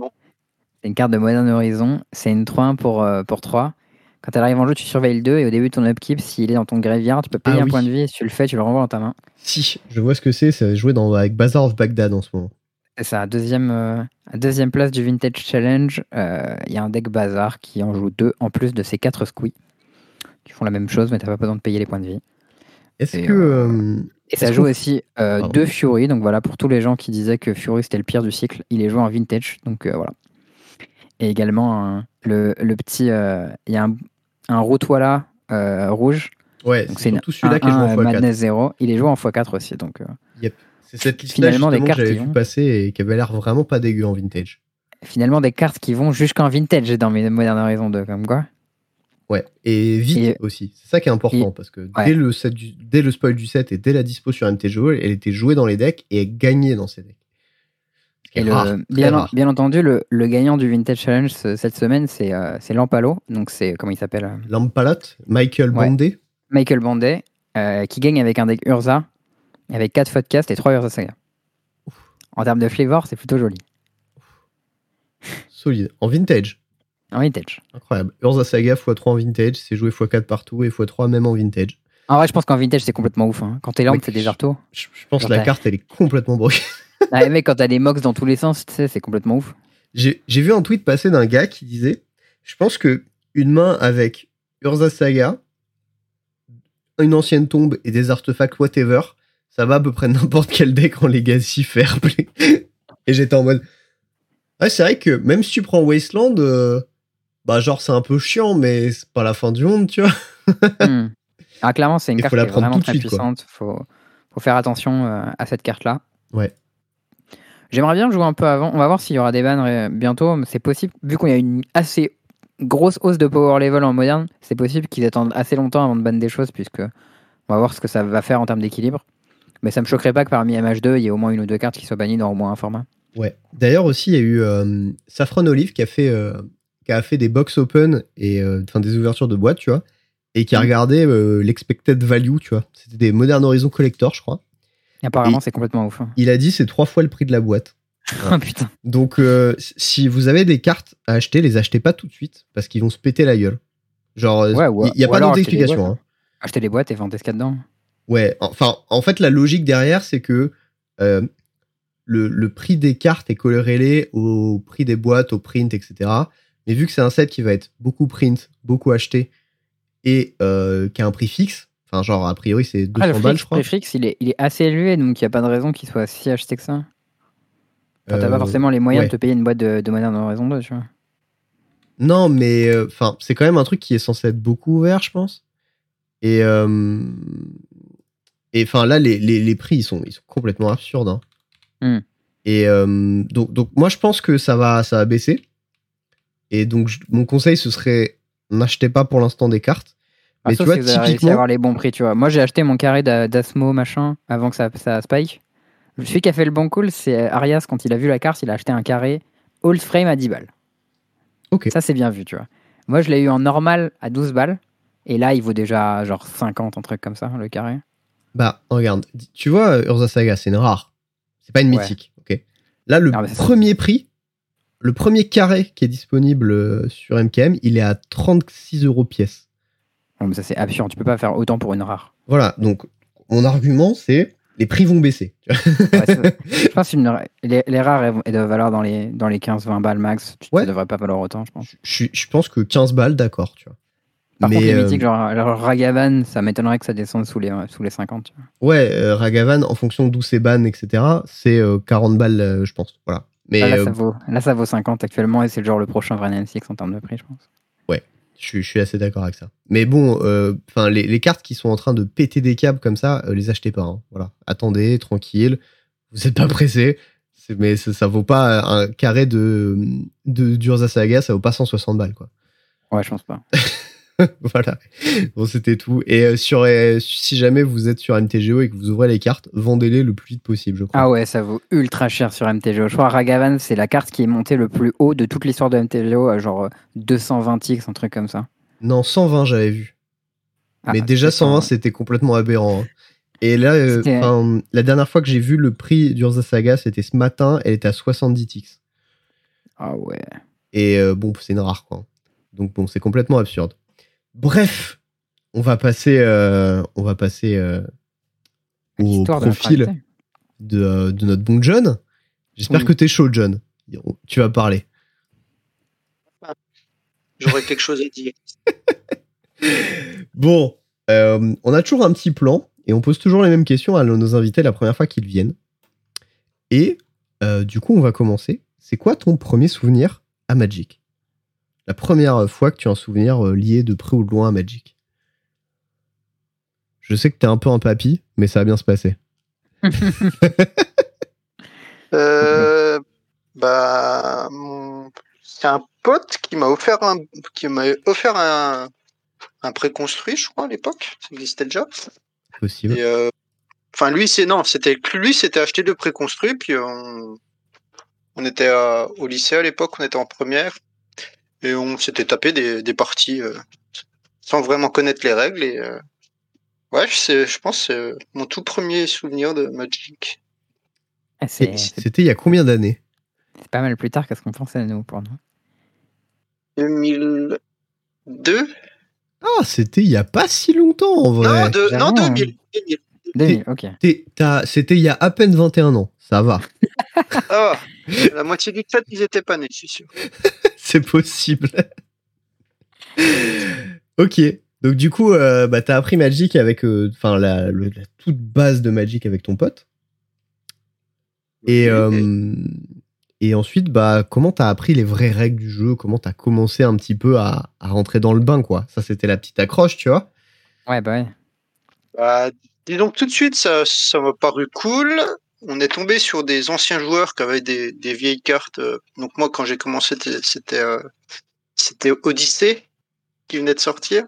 A: C'est une carte de Modern Horizon. C'est une 3-1 pour, euh, pour 3. Quand elle arrive en jeu, tu surveilles le 2 et au début de ton upkeep, s'il est dans ton graveyard, tu peux payer
B: Ah
A: un
B: oui.
A: point de vie. Et si tu le fais, tu le renvoies dans ta main.
B: Si, je vois ce que c'est. Ça va jouer dans, avec Bazaar of Baghdad en ce moment.
A: C'est ça, deuxième, euh, deuxième place du Vintage Challenge. euh, Il y a un deck bazar qui en joue 2 en plus de ses 4 squeeze qui font la même chose, mais t'as pas besoin de payer les points de vie.
B: Est-ce
A: Et,
B: que.
A: euh,
B: euh,
A: Et ça
B: Est-ce
A: joue
B: qu'on-
A: aussi euh,
B: Pardon.
A: deux Fury. Donc voilà, pour tous les gens qui disaient que Fury c'était le pire du cycle, il est joué en vintage. Donc euh, voilà. Et également, un- le, le petit. euh, Il y a un, un Rotoila euh, rouge.
B: ouais,
A: Donc
B: c'est
A: c'est une-
B: surtout celui-là
A: un-
B: qui est joué
A: un,
B: en
A: euh,
B: x4.
A: Madness 0. Il est joué en x4 aussi. Donc euh,
B: C'est cette liste-là
A: finalement, des
B: justement, que
A: cartes hein.
B: j'avais
A: qui
B: vu
A: vont.
B: passer et qui avait l'air vraiment pas dégueu en vintage.
A: finalement, des cartes qui vont jusqu'en vintage dans mes Modern Horizon 2, comme quoi.
B: Ouais, et vite
A: Et-
B: aussi. C'est ça qui est important parce que dès,
A: Ouais.
B: le set du- dès le spoil du set et dès la dispo sur MTGO, elle était jouée dans les decks et gagnée dans ces decks. Ce qui
A: Et
B: est
A: le-
B: rare, très
A: bien,
B: rare.
A: bien entendu, le, le gagnant du Vintage Challenge ce- cette semaine, c'est euh, c'est Lampalo. Donc c'est, comment il s'appelle euh,
B: Lampalote, Michael
A: Ouais.
B: Bondé.
A: Michael Bandet, euh, qui gagne avec un deck Urza, avec 4 podcasts et 3 Urza Saga. En termes de flavor, c'est plutôt joli.
B: Solide. En vintage.
A: En vintage.
B: Incroyable. Urza Saga x3 en vintage. C'est joué x4 partout et x3 même en vintage.
A: En vrai, je pense qu'en vintage, c'est complètement ouf. hein. Quand t'es
B: Oui.
A: lampe, c'est déjà retour.
B: Je, je pense que
A: Ouais.
B: la carte, elle est complètement broquée.
A: Ah, mec, quand t'as des mox dans tous les sens, tu sais, c'est complètement ouf.
B: J'ai j'ai vu un tweet passer d'un gars qui disait Je pense que une main avec Urza Saga, une ancienne tombe et des artefacts, whatever, ça va à peu près n'importe quel deck en Legacy Fair Play. Et j'étais en mode Ah, c'est vrai que même si tu prends Wasteland, euh, bah, genre, c'est un peu chiant, mais c'est pas la fin du monde, tu vois.
A: Hmm. Ah, clairement, c'est une
B: Il
A: carte
B: faut la
A: qui est
B: prendre
A: vraiment
B: tout de
A: très
B: suite, quoi.
A: puissante. Faut, faut faire attention euh, à cette carte-là.
B: Ouais.
A: J'aimerais bien jouer un peu avant. On va voir s'il y aura des bans euh, bientôt. mais C'est possible, vu qu'on a une assez grosse hausse de power level en moderne, c'est possible qu'ils attendent assez longtemps avant de ban des choses, puisque on va voir ce que ça va faire en termes d'équilibre. Mais ça me choquerait pas que parmi MH2, il y ait au moins une ou deux cartes qui soient bannies dans au moins un format.
B: Ouais. D'ailleurs aussi, il y a eu euh, Safran Olive qui a fait euh, qui a fait des box open et euh, enfin des ouvertures de boîtes, tu vois, et qui a
A: Mhm.
B: regardé euh, l'expected value, tu vois. C'était des Modern Horizon Collector, je crois.
A: Et apparemment,
B: Et-
A: c'est complètement ouf. hein.
B: Il a dit c'est trois fois le prix de la boîte.
A: Ah, putain.
B: Donc euh, si vous avez des cartes à acheter, les achetez pas tout de suite parce qu'ils vont se péter la gueule. Genre, euh, il
A: Ouais, ou-
B: y a
A: ou
B: pas
A: alors
B: d'autre
A: achetez des
B: explication.
A: boîtes.
B: hein.
A: Acheter les boîtes et vendre ce qu'il y a dedans.
B: Ouais, enfin, en fait, la logique derrière, c'est que euh, le, le prix des cartes est corrélé au prix des boîtes, au print, etc. Mais vu que c'est un set qui va être beaucoup print, beaucoup acheté, et euh, qui a un prix fixe, enfin, genre, a priori, c'est 200
A: Ah, le
B: balles,
A: Frix,
B: je crois.
A: le Frix, il est, il est assez élevé, donc il n'y a pas de raison qu'il soit si acheté que ça. Enfin, t'as
B: Euh,
A: pas forcément les moyens
B: ouais.
A: de te payer une boîte de, de Modern Horizon 2, tu vois.
B: Non, mais euh, enfin, c'est quand même un truc qui est censé être beaucoup ouvert, je pense. Et euh, et enfin là, les, les, les prix ils sont ils sont complètement absurdes. hein.
A: Hmm.
B: Et euh, donc donc moi je pense que ça va ça va baisser. Et donc je- mon conseil ce serait n'achetez pas pour l'instant des cartes.
A: Ah,
B: Mais
A: sauf si
B: tu vois,
A: vous avez réussi
B: typiquement-
A: à avoir les bons prix, tu vois. Moi, j'ai acheté mon carré d'A- d'Asmo, machin, avant que ça, ça spike. Celui qui a fait le bon cool, c'est Arias. Quand il a vu la carte, il a acheté un carré old frame à 10 balles.
B: Ok.
A: Ça, c'est bien vu, tu vois. Moi, je l'ai eu en normal à 12 balles. Et là, il vaut déjà genre 50, un truc comme ça, le carré.
B: Bah regarde, tu vois Urza Saga c'est une rare, c'est pas une
A: Ouais.
B: mythique. Ok. Là le
A: Ah, mais c'est ça.
B: premier prix, le premier carré qui est disponible euh, sur MKM, il est à 36 euros pièce.
A: Bon, mais ça, c'est absurde. Tu peux pas faire autant pour une rare.
B: Voilà, donc mon argument c'est les prix vont baisser. tu vois.
A: Ouais, c'est- je pense que les, les rares, elles, vont- elles doivent valoir dans les, dans les 15-20 balles max. Tu,
B: Ouais.
A: Ça devrait pas valoir autant, je pense.
B: Je, suis- je pense que 15 balles, d'accord, tu vois.
A: Par
B: Mais,
A: contre, les
B: euh,
A: mythiques, genre, genre Ragavan, ça m'étonnerait que ça descende sous les, euh, sous les 50. tu vois.
B: ouais, euh, Ragavan, en fonction d'où c'est ban, etc., c'est euh, 40 balles, euh, je pense. Voilà. Mais
A: Là, Ah, là,
B: euh,
A: ça vaut, là, ça vaut 50 actuellement et c'est genre le prochain vrai NSX en termes de prix, je pense.
B: je, suis- je suis assez d'accord avec ça. Mais bon, euh, enfin, les, les cartes qui sont en train de péter des câbles comme ça, euh, les achetez pas. hein. Voilà, attendez, tranquille. Vous êtes pas pressé. Mais ça, ça vaut pas un carré de, de d'Urza Saga, ça vaut pas 160 balles, quoi.
A: Ouais, je pense pas.
B: voilà. Bon, c'était tout. Et euh, sur, euh, si jamais vous êtes sur MTGO et que vous ouvrez les cartes, vendez-les le plus vite possible, je crois.
A: Ah ouais, ça vaut ultra cher sur MTGO. Je crois Ragavan, c'est la carte qui est montée le plus haut de toute l'histoire de MTGO, à genre euh, 220x, un truc comme ça.
B: Non, 120, j'avais vu.
A: Ah,
B: Mais déjà,
A: c'est ça,
B: 120,
A: ouais.
B: c'était complètement aberrant. hein. Et là, euh,
A: C'était-
B: enfin, la dernière fois que j'ai vu le prix d'Urza Saga, c'était ce matin, elle était à 70x.
A: Ah ouais.
B: Et euh, bon, c'est une rare, quoi. Donc bon, c'est complètement absurde. Bref, on va passer, euh, on va passer euh, au
A: L'histoire de la
B: profil
A: fractale.
B: de, euh, de notre bon John. J'espère
A: Oui.
B: que t'es chaud, John. Tu vas parler.
C: J'aurais quelque chose à dire.
B: Bon, euh, on a toujours un petit plan et on pose toujours les mêmes questions à nos invités la première fois qu'ils viennent. Et euh, du coup, on va commencer. C'est quoi ton premier souvenir à Magic La première fois que tu as un souvenir euh, lié de près ou de loin à Magic Je sais que t'es un peu un papy, mais ça va bien se passer.
C: Euh, bah, mon- c'est un pote qui m'a offert un, qui m'a offert un, un préconstruit, je crois, à l'époque. Ça existait déjà.
B: Possible.
C: Et, euh, Enfin, lui, c'est non, c'était lui, c'était acheté de préconstruit. Puis on, on était à- au lycée à l'époque, on était en première et on s'était tapé des, des parties euh, sans vraiment connaître les règles. Et euh, ouais, c'est, je pense, que c'est mon tout premier souvenir de Magic.
A: Ah, C'est
B: Et
A: c'est-
B: C'était il y a combien d'années
A: c'est pas mal plus tard que ce qu'on pensait à nous pour nous.
C: 2002
B: Ah, c'était il y a pas si longtemps en vrai.
A: Ah
C: Non, de- non,
B: hein.
A: Vraiment.
C: 2000. 2000.
A: 2000, ok.
B: T'es- t'as- C'était il y a à peine 21 ans. Ça va.
C: Ah, la moitié du chat, ils étaient pas nés, je suis sûr.
B: C'est possible. ok. Donc du coup, euh, bah, t'as appris Magic avec, euh, enfin la, le- la toute base de Magic avec ton pote. Et euh, et ensuite, bah comment t'as appris les vraies règles du jeu Comment t'as commencé un petit peu à, à rentrer dans le bain, quoi Ça, c'était la petite accroche, tu vois
A: Ouais, bah ouais.
C: Bah, dis donc tout de suite, ça, ça m'a paru cool. On est tombé sur des anciens joueurs qui avaient des, des vieilles cartes. euh, Donc moi, quand j'ai commencé, c'était- c'était euh, c'était Odyssée qui venait de sortir.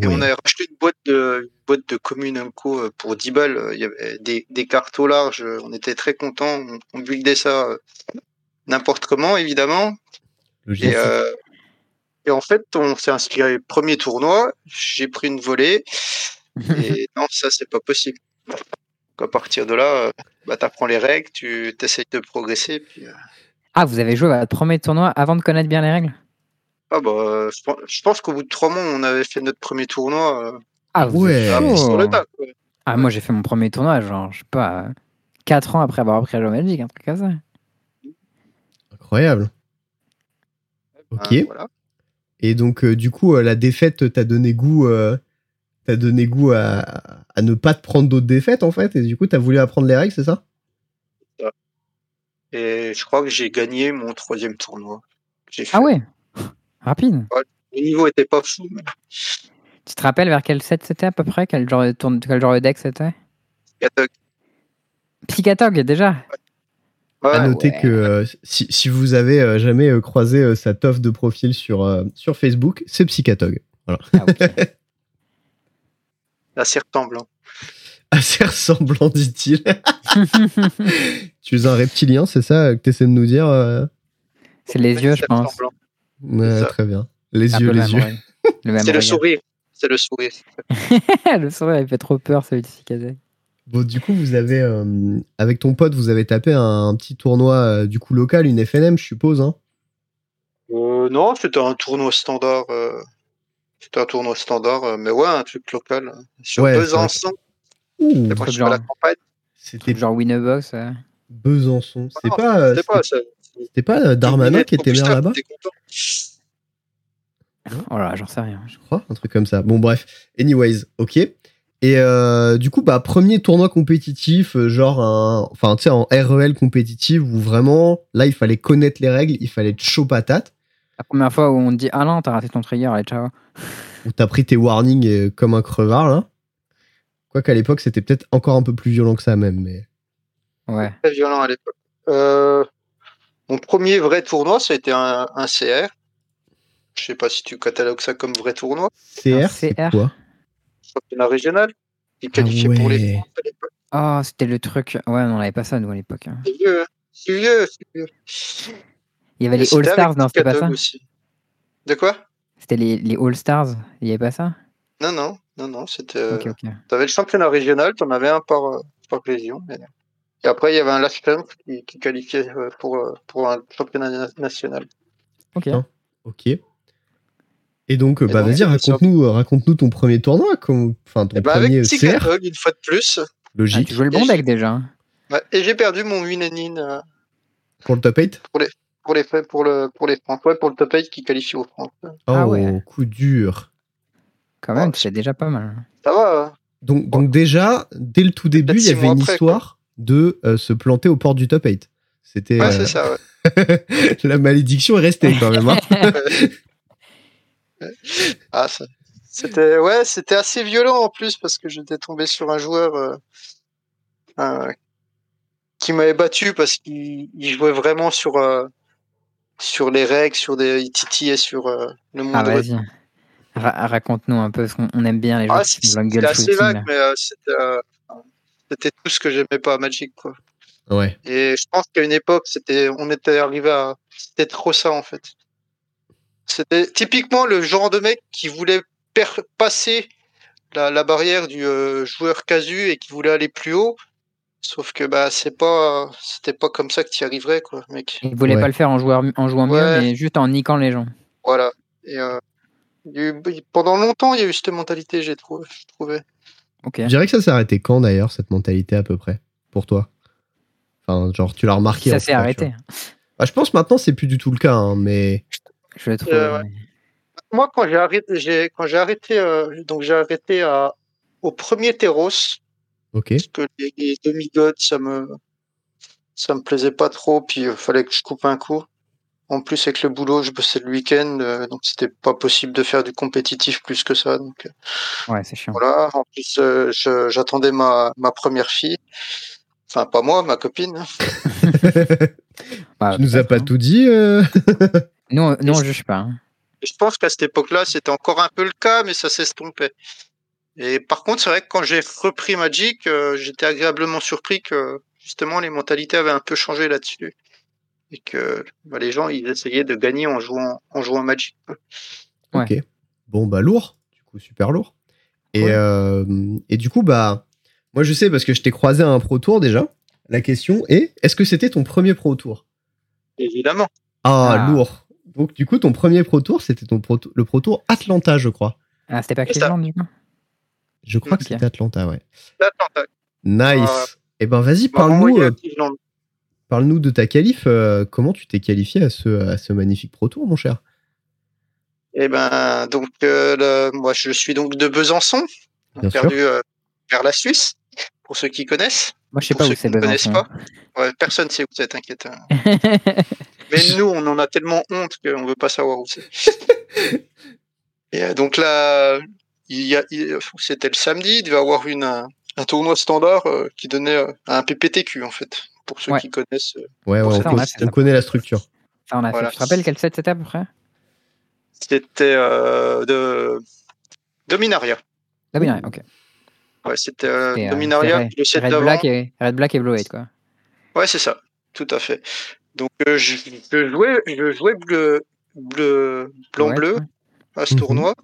C: Et on avait racheté une boîte de une boîte de commune Unco euh, pour 10 balles. Euh, Il y avait des, des cartes au large. Euh, On était très contents. On, on buildait ça euh, n'importe comment, évidemment.
B: Logique.
C: Et, euh, et en fait, on s'est inscrit au premier tournoi. J'ai pris une volée. Et non, ça, c'est pas possible. Donc, à partir de là, euh, bah, tu apprends les règles, tu essayes de progresser. Puis, euh,
A: ah, vous avez joué à votre premier tournoi avant de connaître bien les règles
C: ah, bah, euh, je pense, je pense qu'au bout de trois mois, on avait fait notre premier tournoi euh,
A: Ah, vous
B: Ouais.
A: êtes
C: ah, mais
A: chaud.
C: sur le tas. quoi.
A: Ah, moi j'ai fait mon premier tournoi, genre, je sais pas, 4 ans après avoir appris le Magic, un truc comme ça.
B: Incroyable.
C: Hein,
B: Ok.
C: voilà.
B: Et donc, euh, du coup, euh, la défaite t'a donné goût, euh, t'a donné goût à, à ne pas te prendre d'autres défaites, en fait. Et du coup, t'as voulu apprendre les règles, c'est ça
C: Et je crois que j'ai gagné mon troisième tournoi. J'ai fait.
A: Ah ouais Rapide.
C: Le niveau était pas fou. mais
A: Tu te rappelles vers quel set c'était à peu près Quel genre de, tourne- quel genre de deck c'était
C: Gatok.
A: Psychatog déjà
C: Ouais,
B: à noter
A: ouais.
B: que euh, si, si vous avez euh, jamais euh, croisé euh, sa teuf de profil sur, euh, sur Facebook, c'est Psychatog.
A: Ah, ok.
C: assez ressemblant.
B: Assez ressemblant, dit-il. tu es un reptilien, c'est ça euh, que tu essaies de nous dire euh
A: C'est les yeux, je
C: Assez
A: pense.
C: ressemblant.
B: Ouais,
C: ça.
B: Très bien. Les
A: Un
B: yeux,
A: peu
B: les
A: le
B: yeux.
A: même regard. Le même
C: C'est le
A: regard.
C: sourire. C'est le sourire.
A: le sourire, il fait trop peur celui de Psychatog.
B: Bon, du coup, vous avez, euh, avec ton pote, vous avez tapé un, un petit tournoi, euh, du coup, local, une FNM, je suppose, hein
C: Euh, non, c'était un tournoi standard. euh, C'était un tournoi standard, euh, mais ouais, un truc local. euh, Sur
B: Ouais, c'est
C: deux
B: vrai.
C: ensembles,
B: Ouh,
C: moi, je suis
A: genre.
C: à la campagne.
B: c'était
A: Truc genre Winnobox. euh.
B: Besançon. C'est
C: Non,
B: pas, euh,
C: C'était pas, ça.
B: c'était pas euh, Darmanin
C: Minette,
B: qui était
C: en plus,
B: maire
C: t'as-
B: là-bas,
C: t'es content.
A: Oh là, là, j'en sais rien.
B: je crois, un truc comme ça. Bon, bref. Anyways, ok. Et euh, du coup, bah, premier tournoi compétitif, euh, genre un, enfin, tu sais, en REL compétitif, où vraiment, là, il fallait connaître les règles, il fallait être chaud patate,
A: La première fois où on te dit Ah non, t'as raté ton trigger, allez, ciao.
B: où t'as pris tes warnings euh, comme un crevard, là. Quoiqu'à l'époque, c'était peut-être encore un peu plus violent que ça, même, mais.
A: Ouais.
C: Très violent à l'époque. Euh, mon premier vrai tournoi, ça a été un, un CR. Je sais pas si tu catalogues ça comme vrai tournoi.
A: Un
B: CR, c'est
A: CR.
B: quoi
C: Championnat régional. Il
B: Ah
C: qualifié pour
B: ouais.
C: les France à l'époque.
A: Oh, c'était le truc. Ouais, on n'avait pas ça, nous, à l'époque. hein.
C: C'est vieux, hein. c'est vieux, c'est vieux.
A: Il y avait
C: Et
A: les
C: Ah, c'était avec
A: All-Stars, non, c'était pas
C: Catalogue
A: ça
C: aussi. De quoi
A: C'était les, les All-Stars, il n'y avait pas ça
C: Non, non, non, non, c'était. euh,
A: Ok, ok.
C: T'avais le championnat régional, t'en avais un par, euh, par région. Et, et après, il y avait un last camp qui, qui qualifiait euh, pour, euh, pour un championnat na- national.
A: Ok.
B: Putain. Ok. Et donc, euh,
C: Et
B: bah
C: donc,
B: vas-y,
C: Eh ben, c'est
B: raconte-nous raconte ton premier tournoi, comme- enfin ton
C: Et bah,
B: premier
C: avec Petit
B: CR,
C: Catalogue, une fois de plus.
A: Ah,
B: logique,
A: tu jouais le bon deck déjà. hein.
C: Ouais, Et j'ai perdu mon Winanine euh,
B: pour le top 8.
C: pour les, pour le, pour les Francs. Ouais, pour le top 8 qui qualifie aux Francs.
B: Oh,
A: Ah ouais.
B: coup dur.
A: Quand même,
C: Ouais.
A: c'est déjà pas mal.
C: Ça va, hein.
B: Donc, donc déjà, dès le tout début, il y
C: six
B: avait
C: mois
B: une
C: après,
B: histoire de euh, se planter aux portes du top 8. C'était
C: Ouais,
B: euh,
C: c'est ça, ouais.
B: la malédiction est restée quand même. hein.
C: Ah, ça- C'était ouais, c'était assez violent en plus parce que j'étais tombé sur un joueur euh, un- qui m'avait battu parce qu'il il jouait vraiment sur euh, sur les règles, sur des il titillait sur euh, le monde.
A: Ah, vas-y. Ra- Raconte-nous un peu, parce qu'on on aime bien les gens
C: Ah,
A: qui
C: c'est-
A: font de
C: c'était
A: l'angle
C: assez
A: shooting.
C: vague,
A: là.
C: mais euh, c'était euh, c'était tout ce que j'aimais pas à Magic quoi.
B: Ouais.
C: Et je pense qu'à une époque, c'était, on était arrivé à, c'était trop ça en fait. C'était typiquement le genre de mec qui voulait per- passer la, la barrière du euh, joueur casu et qui voulait aller plus haut. Sauf que bah c'est pas, c'était pas comme ça que tu arriverais quoi, mec.
A: Ils voulaient
B: Ouais.
A: pas le faire en, joueur, en jouant mieux,
C: Ouais.
A: mais juste en niquant les gens.
C: Voilà. Et euh, il y a eu- bah, pendant longtemps, il y a eu cette mentalité, j'ai trouvé, je trouvais.
A: Ok.
B: Je dirais que ça s'est arrêté quand d'ailleurs, cette mentalité à peu près, pour toi Enfin, genre, tu l'as remarqué. en
A: Ça
B: tout
A: s'est
B: cas, tu
A: arrêté.
B: vois. Ah, je pense maintenant, c'est plus du tout le cas, hein, mais.
A: Je le trouve.
C: Euh, moi quand j'ai arrêté j'ai quand j'ai arrêté euh, donc j'ai arrêté à au premier Terros
B: Ok.
C: parce que les, les demi gods ça me ça me plaisait pas trop puis il fallait que je coupe un coup en plus avec le boulot je bossais le week-end euh, donc c'était pas possible de faire du compétitif plus que ça donc euh,
A: Ouais, c'est chiant.
C: voilà en plus euh, je- j'attendais ma ma première fille enfin pas moi ma copine hein.
A: Bah,
B: tu nous as
A: peut-être,
B: pas
A: hein.
B: tout dit. euh.
A: Nous, on- nous, on juge pas. hein.
C: Et je pense qu'à cette époque-là c'était encore un peu le cas mais ça s'estompait Et par contre, c'est vrai que quand j'ai repris Magic, euh, j'étais agréablement surpris que justement les mentalités avaient un peu changé là-dessus et que bah, les gens ils essayaient de gagner en jouant en jouant à Magic.
A: Ouais.
B: Ok. Bon, bah, lourd. Du coup, super lourd. Et,
A: Ouais.
B: euh, et du coup, bah, moi, je sais parce que je t'ai croisé à un pro tour déjà. La question est est-ce que c'était ton premier pro tour
C: Évidemment.
B: ah,
A: Ah.
B: lourd. Donc, du coup, ton premier pro tour, c'était ton pro le pro tour Atlanta, je crois.
A: Ah, c'était pas
C: C'est
A: Cleveland, du coup
B: Je crois que
A: Ok.
B: c'était Atlanta, ouais.
C: Là, bah, attends, attends,
B: Nice.
C: Ah.
B: Eh ben, vas-y,
C: on m'a
B: parle-nous
C: envoyé
B: euh,
C: un petit Finlande.
B: Parle-nous de ta qualif. euh, comment tu t'es qualifié à ce, à ce magnifique Pro Tour, mon cher
C: Eh ben donc euh, le- moi je suis donc de Besançon,
B: Bien sûr.
C: perdu euh, vers la Suisse pour ceux qui connaissent.
A: Moi, je sais
C: Pour
A: pas
C: ceux
A: où
C: qui
A: c'est
C: ne connaissent
A: Besançon.
C: Ouais, personne sait où c'est, t'inquiète. hein. Mais nous, on en a tellement honte qu'on veut pas savoir où c'est. Et euh, donc là, il y a, il- c'était le samedi, il devait avoir une, euh, un tournoi standard euh, qui donnait euh, à un PPTQ en fait, pour ceux
A: Ouais.
C: qui connaissent. euh.
B: Ouais, ouais,
A: Pour
B: on,
A: ça, on a
B: conna-
A: fait
B: on
A: ça.
B: connaît la structure.
A: Ça, on a
C: Voilà.
A: fait. Tu te rappelles quel set c'était à peu près
C: C'était euh, de Dominaria.
A: Ah oui, non, ok.
C: Ouais, c'était euh,
A: C'était, euh,
C: Dominaria,
A: c'était
C: puis le set
A: Red
C: d'avant.
A: Black, et, Red Black et Blue Eight, quoi.
C: Ouais, c'est ça, tout à fait. Donc euh, je, je jouais, je jouais bleu, bleu, blanc
A: Ouais,
C: bleu
A: ouais.
C: à ce
B: Mhm.
C: tournoi.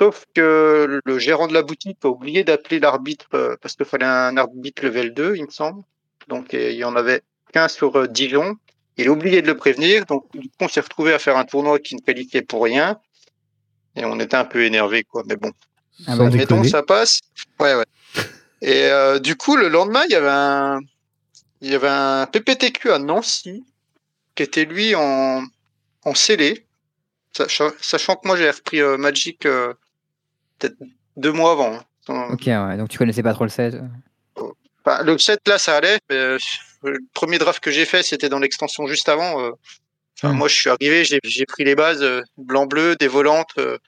C: Sauf que le gérant de la boutique a oublié d'appeler l'arbitre euh, parce qu'il fallait un arbitre level 2, il me semble. Donc et il y en avait qu'un sur euh, Dijon. Il a oublié de le prévenir. Donc du coup, on s'est retrouvé à faire un tournoi qui ne qualifiait pour rien. Et on était un peu énervé, quoi. Mais bon.
A: Ah bah,
B: Sans déconner.
C: Mettons, ça passe. Ouais, ouais. Et euh, du coup, le lendemain, il y avait un, il y avait un PPTQ à Nancy qui était lui en, en scellé, sachant, sachant que moi j'ai repris euh, Magic euh, peut-être deux mois avant. hein. Donc,
A: Ok, ouais, donc tu connaissais pas trop le set.
C: enfin, le 7 là, ça allait. Mais, euh, le premier draft que j'ai fait, c'était dans l'extension juste avant. euh. Enfin,
A: Hmm.
C: Moi, je suis arrivé, j'ai- j'ai pris les bases euh, blanc-bleu, des volantes. euh.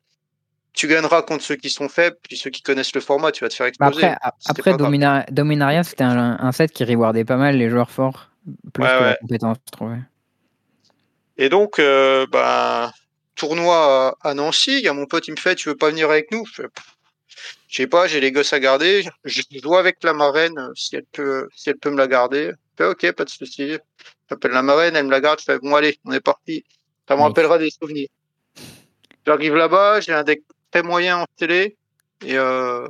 C: tu gagneras contre ceux qui sont faibles, puis ceux qui connaissent le format, tu vas te faire
A: Bah,
C: exploser.
A: après, a-
C: C'était
A: après
C: pas grave.
A: Domina- Dominaria, c'était un, un set qui rewardait pas mal les joueurs forts, plus
C: Ouais,
A: que la
C: ouais.
A: compétence, je trouvais.
C: Et donc, euh, bah, tournoi à, à Nancy. Il y a mon pote, il me fait, tu veux pas venir avec nous Je fais, Pff, je sais pas, j'ai les gosses à garder. Je dois avec la marraine euh, si elle peut, si elle peut me la garder. Je fais, ok, pas de souci. J'appelle la marraine, elle me la garde. Je fais, bon, allez, on est parti. Ça me
B: Oui.
C: rappellera des souvenirs. J'arrive là-bas, j'ai un deck très moyen en télé. Et, euh,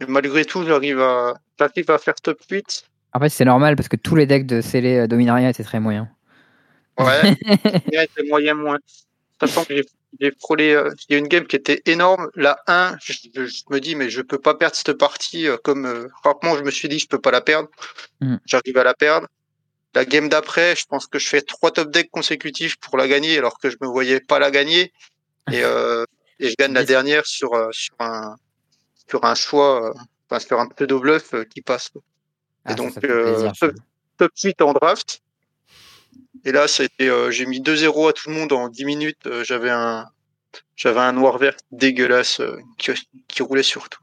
C: et malgré tout, j'arrive à, j'arrive à faire top 8.
A: Après, c'est normal parce que tous les decks de scellé euh, Dominaria étaient très moyens.
C: Ouais, Ouais, c'est moyen moins. Sachant que j'ai- j'ai frôlé, euh, il y a une game qui était énorme. La 1, je, je- je me dis, mais je peux pas perdre cette partie. euh, comme euh, rapidement, je me suis dit, je peux pas la perdre.
A: Mm.
C: J'arrive à la perdre. La game d'après, je pense que je fais trois top decks consécutifs pour la gagner, alors que je me voyais pas la gagner. Et, euh, et je gagne la
A: Yes.
C: dernière sur, euh, sur, un, sur un choix, euh, enfin, sur un pseudo bluff euh, qui passe.
A: Ah, ça,
C: donc,
A: ça fait
C: euh,
A: plaisir,
C: ça-
A: ça.
C: top 8 en draft. Et là, ça a été, euh, j'ai mis 2-0 à tout le monde en 10 minutes. Euh, j'avais un, j'avais un noir vert dégueulasse euh, qui, qui roulait sur tout.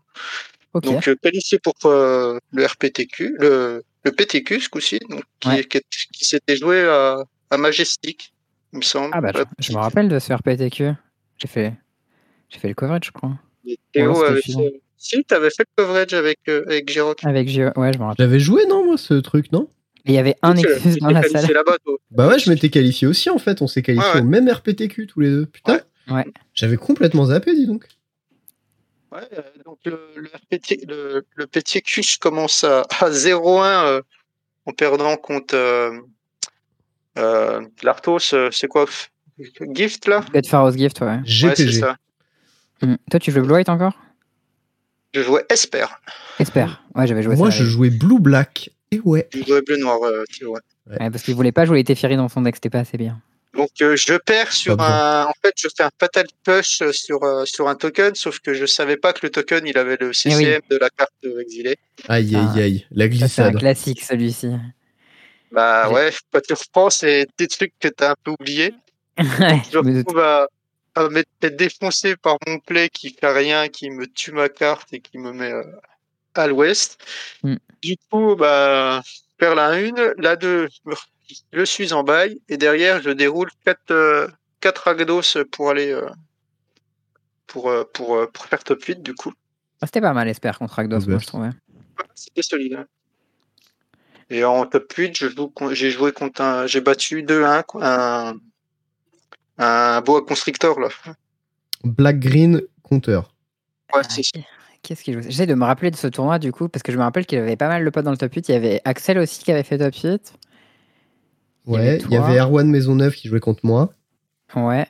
A: Ok.
C: Donc euh, qualifié pour euh, le RPTQ, le, le PTQ ce coup-ci, donc qui,
A: Ouais.
C: qui, est- qui s'était joué à, à Majestic, il me semble.
A: ah bah, je-
C: Ouais.
A: je me rappelle de ce RPTQ. J'ai fait, j'ai fait le coverage, je crois.
C: Et Théo
A: Ouais, c'était
C: avait
A: fini.
C: fait- Si, t'avais fait le coverage avec euh, avec Jérôme.
A: Avec Gio. Ouais, je me rappelle.
B: J'avais joué, non, moi, ce truc, non
A: Et il y avait un excuse dans la salle.
C: là-bas, toi.
B: Bah ouais, je m'étais qualifié aussi, en fait. On s'est qualifié
C: Ouais, ouais.
B: au même RPTQ tous les deux. Putain.
A: Ouais.
B: J'avais complètement zappé, dis donc.
C: Ouais, euh, donc le, le, RPT, le, le PTQ, je commence à, à 0-1 euh, en perdant contre euh, euh, l'Arthos, euh, c'est quoi f- Gift là
A: Dead Pharaoh's Gift, ouais.
C: Ouais, c'est
B: GPG.
C: ça.
A: Hmm. Toi, tu jouais Blue White encore
C: Je jouais Esper.
A: Esper. Ouais, j'avais joué
B: moi,
A: ça.
B: je jouais Blue Black. Et ouais.
C: Je jouais bleu-noir, euh, Théo, ouais.
A: Ouais, parce qu'il voulait pas jouer les Teferi dans son deck, c'était pas assez bien.
C: Donc euh, je perds sur
B: Pas
C: un. En fait, je fais un fatal push euh, sur, euh, sur un token, sauf que je savais pas que le token il avait le CCM de la carte euh, exilée.
B: Aïe,
A: Ah.
B: aïe, aïe. La
A: Ça, C'est un
B: glissade.
A: classique, celui-ci.
C: Bah
A: J'ai-
C: ouais, quand tu reprends, c'est des trucs que t'as un peu oublié.
A: Ouais,
C: je
A: je me doute.
C: retrouve à, à m'être fait défoncer par mon play qui fait rien, qui me tue ma carte et qui me met euh, à l'ouest.
A: Mm.
C: Du coup, bah, je perds la 1, la 2, je, me re- je suis en bail et derrière, je déroule 4, Ragdos pour aller euh, pour, euh, pour, euh, pour faire top 8 du coup.
A: Ah, C'était pas mal, Esper, contre Rakdos,
B: Ouais.
A: moi, je trouvais.
C: C'était solide. hein. Et en top 8, je joue con- j'ai joué contre un, j'ai battu 2-1 quoi, un, un boa constrictor là.
B: Black Green Counter.
C: Ouais,
A: Ah,
C: c'est
A: qui- Qu'est-ce qu'il joue J'essaie de me rappeler de ce tournoi du coup, parce que je me rappelle qu'il avait pas mal de potes dans le top 8. Il y avait Axel aussi qui avait fait top 8. Il y avait
B: Ouais, il y
A: toi.
B: avait Erwan Maisonneuve qui jouait contre moi.
A: Ouais.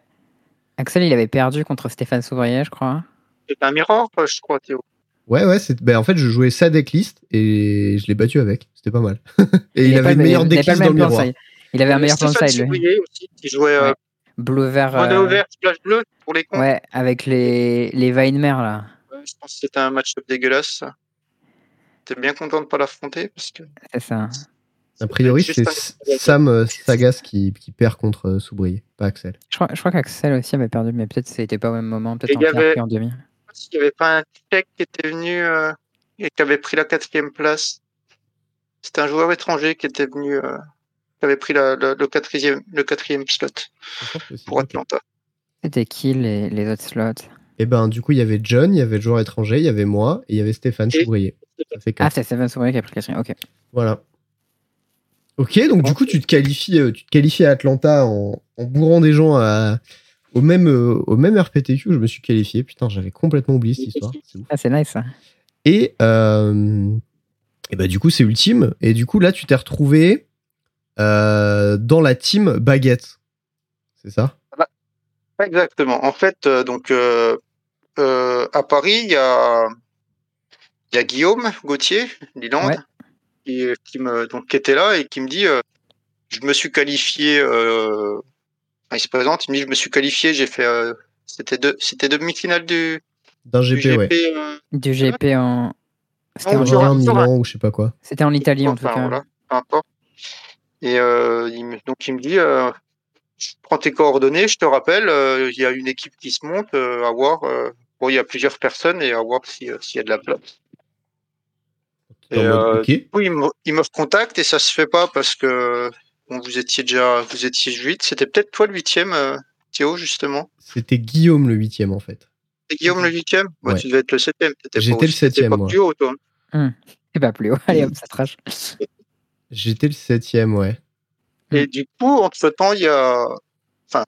A: Axel, il avait perdu contre Stéphane Souvrier, je crois.
C: c'est un miroir, euh, je crois, Théo.
B: Ouais, ouais, c'est... Ben, en fait, je jouais sa decklist et je l'ai battu avec. C'était pas mal. et il,
A: est
B: avait
A: pas-
B: le meilleur
A: il avait pas
B: decklist
A: même
B: dans le
A: plan
B: miroir.
A: side. Il avait un meilleur plan
C: Stéphane
A: side, lui.
C: Soubrier aussi, qui jouait euh,
A: Ouais. Bleu vert.
C: Mono
A: euh,
C: vert, flash bleu pour les cons.
A: Ouais, avec les, les Weinmer, là.
C: Ouais, Je pense que c'était un match-up dégueulasse. ça. T'es bien content de pas l'affronter parce que.
A: C'est ça.
B: A priori,
C: Juste
B: c'est
C: un-
B: S- Sam euh, Sagas qui, qui perd contre euh, Soubrier, pas Axel.
A: Je crois, je crois qu'Axel aussi avait perdu, mais peut-être c'était pas au même moment.
C: Et
A: Peut-être en
C: il y
A: quart
C: avait-
A: puis en demi.
C: S'il n'y avait pas un Tchèque qui était venu euh, et qui avait pris la quatrième place. C'était un joueur étranger qui était venu, euh, qui avait pris la- la- le, quatrième, le quatrième slot pour Atlanta.
A: C'était qui les, les autres slots
B: Et ben, du coup, il y avait John, il y avait le joueur étranger, il y avait moi et il y avait Stéphane
C: Et-
B: Soubrier. Ça fait
A: Ah,
B: quatre.
A: c'est Stéphane Souvrier qui a pris Catherine. Ok.
B: Voilà. Ok, donc du coup, tu te qualifies, euh, tu te qualifies à Atlanta en, en bourrant des gens à, au, même, euh, au même RPTQ où je me suis qualifié. Putain, j'avais complètement oublié cette histoire. C'est ouf.
A: Ah, c'est nice, ça.
B: Et, euh, et bah, du coup, c'est ultime. Et du coup, là, tu t'es retrouvé euh, dans la team Baguette. C'est ça
C: Pas exactement. En fait, euh, donc euh, euh, à Paris, il y a, il y a Guillaume Gauthier, Liland,
A: Ouais.
C: qui, qui me donc qui était là et qui me dit, euh, je me suis qualifié. euh, enfin, il se présente, il me dit, je me suis qualifié, j'ai fait. euh, c'était deux, c'était demi-finale du,
B: D'un
C: du
B: GP,
C: GP.
B: ouais.
C: euh,
A: Du GP en. C'était
C: Non,
A: en,
C: du Turin,
B: Turin,
C: Turin.
B: Milan ou je sais pas quoi.
A: c'était en Italie, en tout
C: Enfin,
A: cas.
C: voilà, peu importe. Et euh, il me- donc il me dit, euh, je prends tes coordonnées, je te rappelle, euh, il y a une équipe qui se monte, euh, à voir. euh, bon, il y a plusieurs personnes et à voir si, euh, s'il y a de la place. Et,
B: En mode,
C: euh,
B: ok.
C: Du coup, il me, il me recontacte et ça se fait pas parce que bon, vous étiez déjà, vous étiez 8, c'était peut-être toi le huitième, euh, Théo, justement
B: C'était Guillaume le huitième en fait.
C: Et Guillaume le huitième Bah,
B: Mhm. Ouais.
C: Tu devais être le septième. T'étais pas
B: J'étais
C: au-
B: le
C: t'étais
B: septième,
C: pas
B: moi.
C: plus haut, toi.
A: Et bah, plus haut. Allez, hop, ça trash.
B: J'étais le septième, ouais.
C: Et du coup, entre temps, il y a. Enfin,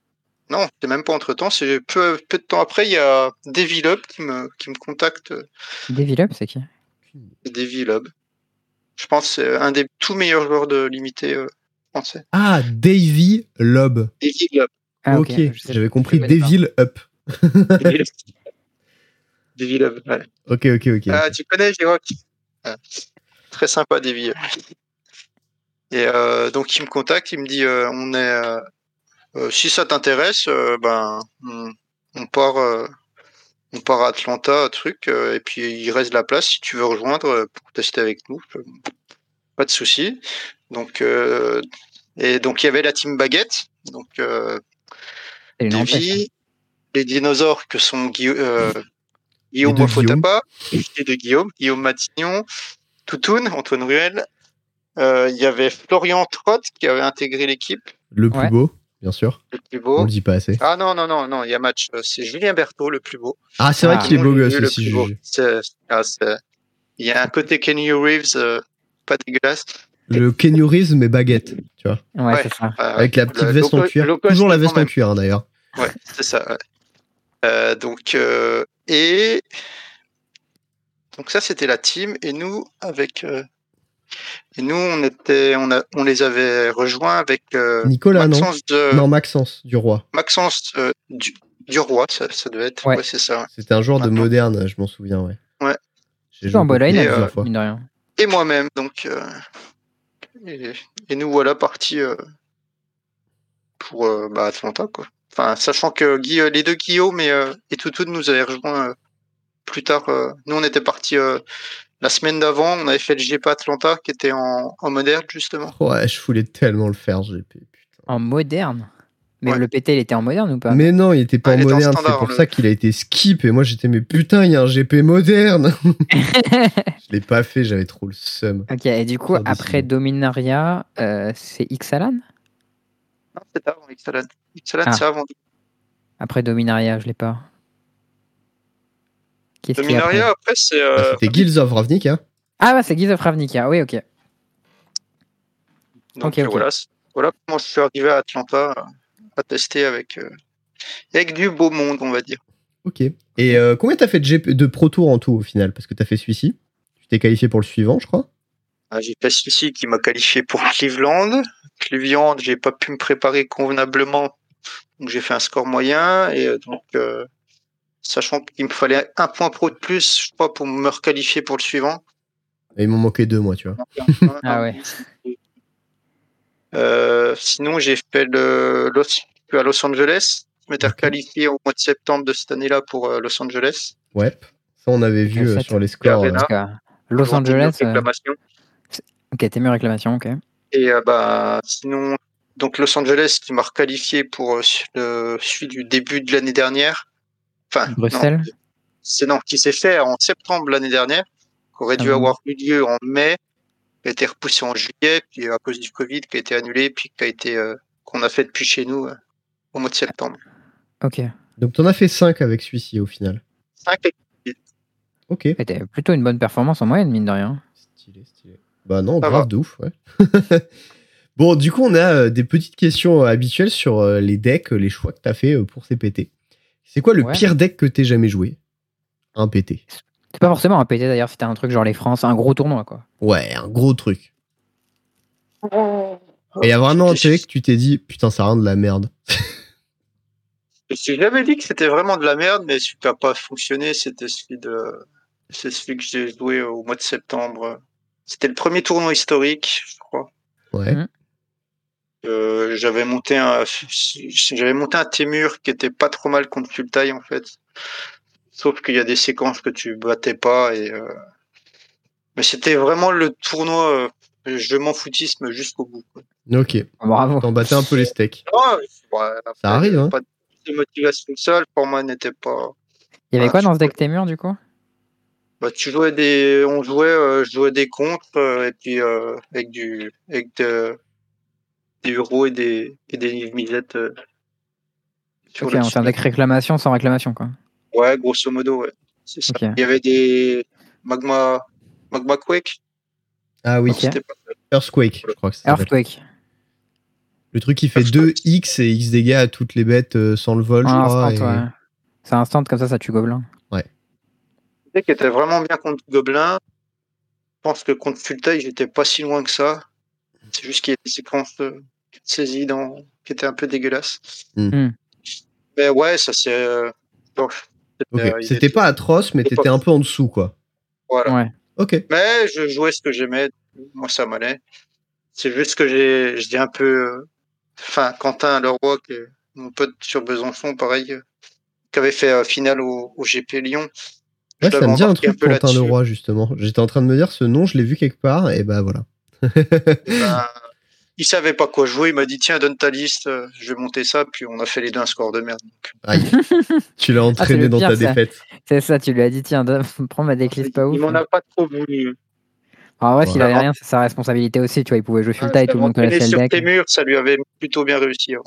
C: non, c'est même pas entre temps, c'est peu, peu de temps après, il y a Devilub qui me, qui me contacte.
A: Devilop, c'est qui
C: Devilub. Je pense que c'est un des tout meilleurs joueurs de limité euh, français.
B: Ah, Davy Lob.
C: Devilub.
A: Ah,
B: ok,
A: je sais-
B: j'avais
A: je
B: compris
A: connais pas.
B: Devil Up.
C: Devilub, ouais.
B: Ok, ok, ok.
C: Ah, tu connais Jiroc Ouais. Très sympa, Devilub. Et euh, donc, il me contacte, il me dit euh, on est. euh, euh, si ça t'intéresse, euh, ben, on, on part. euh, on part à Atlanta, truc, euh, et puis il reste de la place si tu veux rejoindre euh, pour tester avec nous. Je- Pas de souci. Donc, euh, et donc il y avait la team Baguette, donc euh,
A: C'est une
C: des
A: empêche,
C: vies,
B: hein.
C: les dinosaures que sont Guilla- euh, Guillaume
B: deux
C: Wafotaba, et de Guillaume, Guillaume Matignon, Toutoun, Antoine Ruel. Euh, Il y avait Florian Trott qui avait intégré l'équipe,
B: Le plus
A: Ouais.
B: beau, bien sûr.
C: le plus
B: On
C: beau.
B: le dit pas assez.
C: Ah non, non, non, non, il y a match. Euh, C'est Julien Berthaud, le plus beau.
B: Ah, c'est vrai
A: Ah.
B: qu'il est beau
C: Sinon,
B: gosse
C: j'ai vu le
B: aussi,
C: plus beau.
B: Juju.
C: C'est- ah, c'est- Il y a un côté Kenny Reeves, euh, pas dégueulasse.
B: Le kenyorisme mais baguette, tu vois.
A: hein. Ouais,
C: ouais.
A: c'est ça.
C: Euh,
B: Avec la petite
C: le-
B: veste en
C: le-
B: cuir.
C: le- le-
B: Toujours la
C: quand
B: veste en
C: même.
B: cuir, hein, d'ailleurs.
C: Ouais, c'est ça. ouais. Euh, donc, euh, et. Donc, ça, c'était la team. Et nous, avec. euh, Et nous, on, était, on, a, on les avait rejoints avec euh,
B: Nicolas, non
C: Maxence, euh, de,
B: Non, Maxence, du roi.
C: Maxence euh, du, du Roi, ça, ça devait être.
A: Ouais.
C: Ouais, c'est ça. ouais.
B: C'était un joueur de
C: Maintenant.
B: moderne, je m'en souviens, ouais.
C: Ouais.
B: J'ai
A: Toujours en
B: contre lui
A: Bologne,
C: Et,
B: plusieurs
C: euh,
B: fois.
A: mine de rien.
C: Et moi-même. Donc, euh, et, et nous voilà partis euh, pour euh, bah, Atlanta. Quoi. Enfin, sachant que Guy, euh, les deux Guillaume et, euh, et Toutou nous avaient rejoints euh, plus tard. euh, nous, on était partis euh, la semaine d'avant. On avait fait le GP Atlanta qui était en, en moderne, justement.
B: Ouais, je voulais tellement le faire, GP. putain.
A: En moderne. Mais
C: Ouais.
A: le PT, il était en moderne ou pas
B: Mais non, il était pas
C: Ah, il
B: en
C: était en
B: moderne, c'est
C: standard,
B: pour
C: le-
B: ça qu'il a été skip. Et moi, j'étais, mais putain, il y a un GP moderne. je l'ai pas fait, j'avais trop le seum.
A: Ok, et du coup,
B: Sans
A: après
B: décision.
A: Dominaria, euh, c'est Xalan
C: Non, c'était avant Xalan. Xalan,
A: Ah.
C: c'est avant.
A: Après Dominaria, je l'ai pas. Qu'est-ce qu'il y a après
C: Dominaria, après, c'est. euh,
B: Ah, C'était Guilds of Ravnik, hein.
A: Ah, bah, c'est Guise of Ravnica, oui, ok.
C: donc,
A: Ok,
C: euh,
A: ok.
C: Voilà, c'est- voilà comment je suis arrivé à Atlanta euh, à tester avec, euh, avec du beau monde, on va dire.
B: Ok. Et euh, combien t'as fait de, GP de Pro Tour en tout au final Parce que t'as fait celui-ci. Tu t'es qualifié pour le suivant, je crois.
C: Ah, J'ai pas celui qui m'a qualifié pour Cleveland. Cleveland, j'ai pas pu me préparer convenablement, donc j'ai fait un score moyen. Et euh, donc, euh, sachant qu'il me fallait un point pro de plus, je crois, pour me requalifier pour le suivant.
B: Et il m'en manquait deux, moi, tu vois.
A: Ah ouais.
C: Euh, sinon, j'ai fait le Los, à Los Angeles. Je m'étais
B: Ok.
C: requalifié au mois de septembre de cette année-là pour euh, Los Angeles.
B: Ouais. Ça, on avait vu
A: Et
B: euh,
A: ça,
B: sur les scores.
C: Arena.
B: euh,
A: Parce que, euh, Los
C: Toujours
A: Angeles.
C: une
A: euh,
C: réclamation.
A: Ok, t'es mieux réclamation, ok.
C: Et euh, bah, sinon, donc Los Angeles qui m'a requalifié pour euh, su- le- celui du début de l'année dernière. Enfin, non,
A: Bruxelles
C: c'est non, qui s'est fait en septembre l'année dernière, qui aurait dû
A: Ah bon.
C: avoir eu lieu en mai, qui a été repoussé en juillet, puis à cause du Covid, qui a été annulé, puis qui a été euh, qu'on a fait depuis chez nous euh, au mois de septembre.
A: Ok.
B: Donc t'en as fait cinq avec celui-ci au final.
C: Cinq
B: Ok.
A: Et t'as plutôt une bonne performance en moyenne, mine de rien.
B: Stylé, stylé. Bah non,
C: Ça
B: grave
C: va.
B: de ouf, ouais. bon, du coup, on a euh, des petites questions euh, habituelles sur euh, les decks, euh, les choix que t'as fait euh, pour ces PT. C'est quoi le
A: Ouais.
B: pire deck que t'aies jamais joué Un PT.
A: C'est pas forcément un PT d'ailleurs, c'était un truc genre les France, un gros tournoi quoi.
B: Ouais, un gros truc.
C: Oh,
B: Et il y a vraiment un
C: Je-
B: deck que tu t'es dit, putain, ça rend de la merde.
C: Je me suis jamais dit que c'était vraiment de la merde, mais celui qui n'a pas fonctionné, c'était celui de, c'est celui que j'ai joué au mois de septembre. C'était le premier tournoi historique, je crois.
B: Ouais.
C: Euh, j'avais monté un, j'avais monté un Témur qui était pas trop mal contre Fultai, en fait. Sauf qu'il y a des séquences que tu battais pas et, euh, mais c'était vraiment le tournoi, euh, je m'en foutisme jusqu'au bout. quoi.
B: Ok.
A: Bravo.
B: T'en battais un peu les steaks.
C: Ah, ouais, après,
B: arrive, hein.
C: Pas de motivation seule, pour moi, n'était pas.
A: Il y avait
C: Ah,
A: quoi dans
C: je-
A: ce deck Témur du coup
C: Bah, tu jouais des, on jouait, euh, je jouais des contres euh, et puis euh, avec du, avec de- des euros et des et des misettes. euh. sur
A: Ok,
C: le
A: en termes de réclamation sans réclamation, quoi.
C: Ouais, grosso modo, ouais. C'est ça.
A: Ok.
C: Il y avait des Magma, Magma Quake.
B: Ah oui,
A: Ok.
C: C'était pas-
B: Earthquake, je crois que ça s'appelle.
A: Earthquake.
B: Le truc qui fait
C: Earthquake.
B: 2x et x dégâts à toutes les bêtes euh, sans le vol, je
A: Un
B: crois.
A: instant,
B: et-
A: Ah, ouais. C'est un instant comme ça, ça tue Gobelin.
C: Tu sais, qui était vraiment bien contre Gobelin. Je pense que contre Fulteuil, j'étais pas si loin que ça. C'est juste qu'il y a des séquences de de saisies dans... qui étaient un peu dégueulasses.
B: Hmm.
A: Hmm.
C: Mais ouais, ça c'est. euh, bon,
B: Ok,
C: euh, il
B: C'était
C: était-
B: pas atroce, mais
C: il était
B: t'étais
C: pas-
B: un peu en dessous, quoi.
C: Voilà.
A: Ouais.
B: Ok.
C: Mais je jouais ce que j'aimais. Moi, ça m'allait. C'est juste que j'ai, je dis un peu, euh, enfin, Quentin Leroy, qui est mon pote sur Besançon, pareil, euh, qui avait fait euh, finale au, au GP Lyon.
B: Ouais,
C: Je
B: ça me
C: l'avais
B: dit un
C: embarqué
B: truc,
C: peu
B: Quentin
C: là-dessus.
B: Leroy, justement. J'étais en train de me dire ce nom, je l'ai vu quelque part, et bah voilà.
C: Ben, il savait pas quoi jouer. Il m'a dit, tiens, donne ta liste. euh, Je vais monter ça. Puis on a fait les deux un score de merde. Donc,
B: Aïe. tu l'as entraîné
A: le
B: dans
A: pire,
B: ta
A: Ah, ça.
B: défaite.
A: C'est ça, tu lui as dit, tiens, Dom, prends ma
C: il
A: déclise pas ouf.
C: m'en a pas trop voulu.
A: En vrai, s'il
B: Voilà.
A: avait rien, c'est sa responsabilité aussi, tu vois. Il pouvait jouer Fulta et tout le monde
C: Entraîné
A: connaissait le
C: sur
A: deck.
C: tes murs, ça lui avait plutôt bien réussi. hein.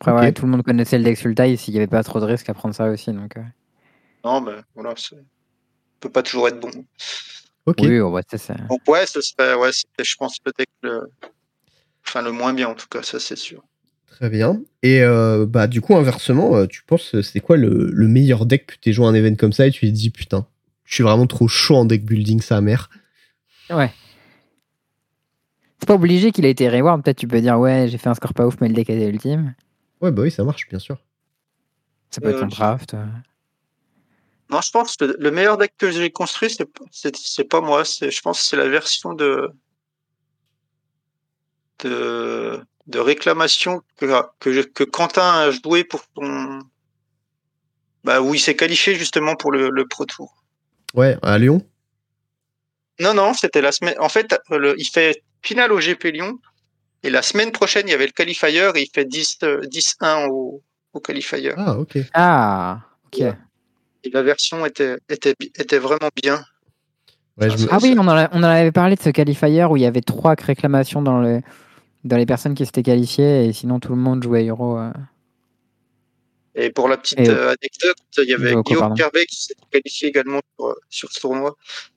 A: Après,
B: Ok.
A: ouais, tout le monde connaissait le deck Sultai, s'il n'y avait pas trop de risques à prendre ça aussi. Donc, euh,
C: Non, mais voilà, c'est- on peut pas toujours être bon.
B: Ok.
A: Oui, oh, bah, tu sais, c'est-
C: Donc ouais, ce serait, ouais, c'était, je pense peut-être le, enfin le moins bien en tout cas, ça c'est sûr.
B: Très bien. Et euh, bah du coup inversement, euh, tu penses euh, c'est quoi le, le meilleur deck que t'aies joué à un event comme ça et tu te dis putain, je suis vraiment trop chaud en deck building sa mère.
A: c'est pas obligé qu'il ait été reward. Peut-être tu peux dire, ouais, j'ai fait un score pas ouf, mais le deck était ultime.
B: Ouais bah oui ça marche bien sûr.
A: Ça peut être
C: Euh,
A: un draft. euh.
C: Non, je pense que le meilleur deck que j'ai construit, c'est, c'est, c'est pas moi, c'est, je pense que c'est la version de, de, de réclamation que, que, je- que Quentin a joué pour son, bah où il s'est qualifié justement pour le, le Pro Tour.
B: Ouais à Lyon.
C: Non, non, c'était la semaine. En fait, euh, le- il fait finale au GP Lyon. Et la semaine prochaine, il y avait le qualifier et il fait 10, euh, 10-1 au, au qualifier.
B: Ah ok.
A: Ah, ok.
C: Ouais. Et la version était, était, bi- était vraiment bien.
B: Ouais, je me-
A: Ah oui, on en, a- on en avait parlé de ce qualifier où il y avait trois réclamations dans, le, dans les personnes qui s'étaient qualifiées et sinon tout le monde jouait héros. euh.
C: Et pour la petite
A: Et-
C: euh, anecdote, il y avait
A: Yoko,
C: Guillaume
A: pardon.
C: Kervé qui s'est qualifié également sur, euh, sur ce tournoi.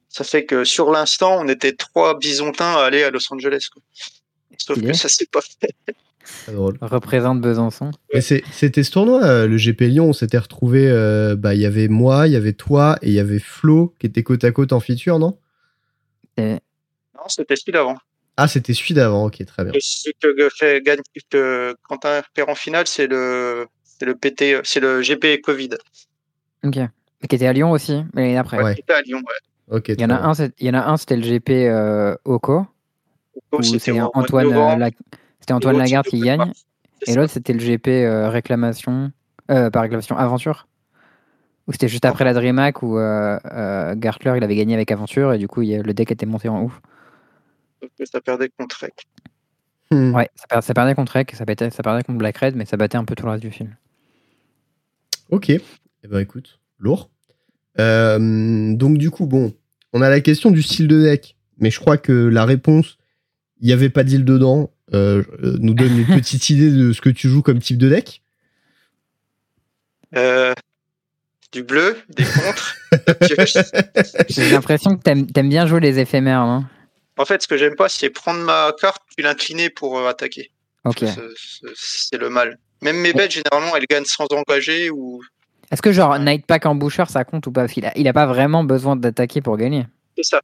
C: Ça fait que sur l'instant, on était trois bisontins à aller à Los Angeles. quoi. Sauf
A: Stylé.
C: que ça s'est pas fait.
B: Très drôle.
A: Représente Besançon.
B: Mais c'est- c'était ce tournoi euh, le GP Lyon, on s'était retrouvé bah il y avait moi, il y avait toi et il y avait Flo qui était côte à côte en feature, non
A: Et-
C: Non, c'était celui d'avant.
B: Ah, c'était celui d'avant. OK, très bien.
C: Et Ce que fait gagne que Quentin perd en finale, c'est le c'est le PT, c'est le GP Covid.
A: Ok. Mais Qui était à Lyon aussi, mais l'année d'après.
B: Ouais.
C: C'était à Lyon. ouais.
B: OK.
A: Il y en a un, c'est- il y en a un, c'était le GP euh, Oco. où
C: Donc,
A: c'est
C: au Oh, mois de
A: Antoine, euh,
C: novembre.
A: La- c'était Antoine
C: Et l'autre,
A: Lagarde
C: c'était
A: qui
C: au mois de
A: gagne.
C: mars. C'est
A: Et
C: ça.
A: l'autre, c'était le GP euh, réclamation, euh, pas réclamation, aventure. Ou c'était juste après la DreamHack où euh, euh, Gartler il avait gagné avec aventure et du coup il y a- le deck était monté en ouf.
C: Sauf que ça perdait contre Rec.
B: Hmm.
A: Ouais, ça, per- ça perdait contre Rec, ça, pétait- ça perdait contre Black Red, mais ça battait un peu tout le reste du film.
B: Ok. Eh ben écoute, lourd. Euh, donc du coup, bon, on a la question du style de deck, mais je crois que la réponse, il n'y avait pas d'île dedans, euh, euh, nous donne une petite idée de ce que tu joues comme type de deck.
C: Euh, du bleu, des contres. des pioches.
A: J'ai l'impression que t'aimes t'aimes bien jouer les éphémères, non
C: en fait, ce que j'aime pas, c'est prendre ma carte puis l'incliner pour euh, attaquer.
A: Ok.
C: Ce- ce- C'est le mal. Même mes bêtes, généralement, elles gagnent sans engager ou.
A: Est-ce que genre Night Pack en boucheur ça compte ou pas Parce qu'il a, il a pas vraiment besoin d'attaquer pour gagner.
C: C'est ça.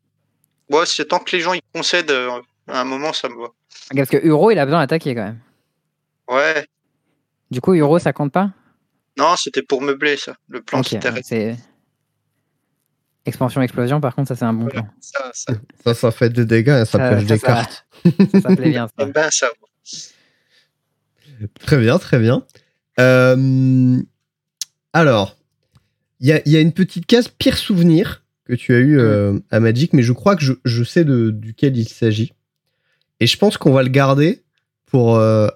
C: Moi, c'est tant que les gens ils concèdent, euh, à un moment, ça me va.
A: Parce que Uro il a besoin d'attaquer quand même.
C: Ouais.
A: Du coup Uro ça compte pas
C: Non, c'était pour meubler ça. Le plan,
A: Ok,
C: c'était
A: ouais, c'est expansion explosion. Par contre, ça c'est un bon
C: Voilà.
A: plan.
C: ça. ça.
B: Ça, ça fait des dégâts et ça,
A: Ça-
B: pêche
A: ça,
B: des
A: ça-
B: cartes.
A: Ça, ça plaît bien. Ça.
C: J'aime bien eh ben, ça.
B: Très bien, très bien. Euh, alors, il y a, il y a une petite case pire souvenir que tu as eu euh, à Magic, mais je crois que je, je sais de, duquel il s'agit. Et je pense qu'on va le garder pour euh,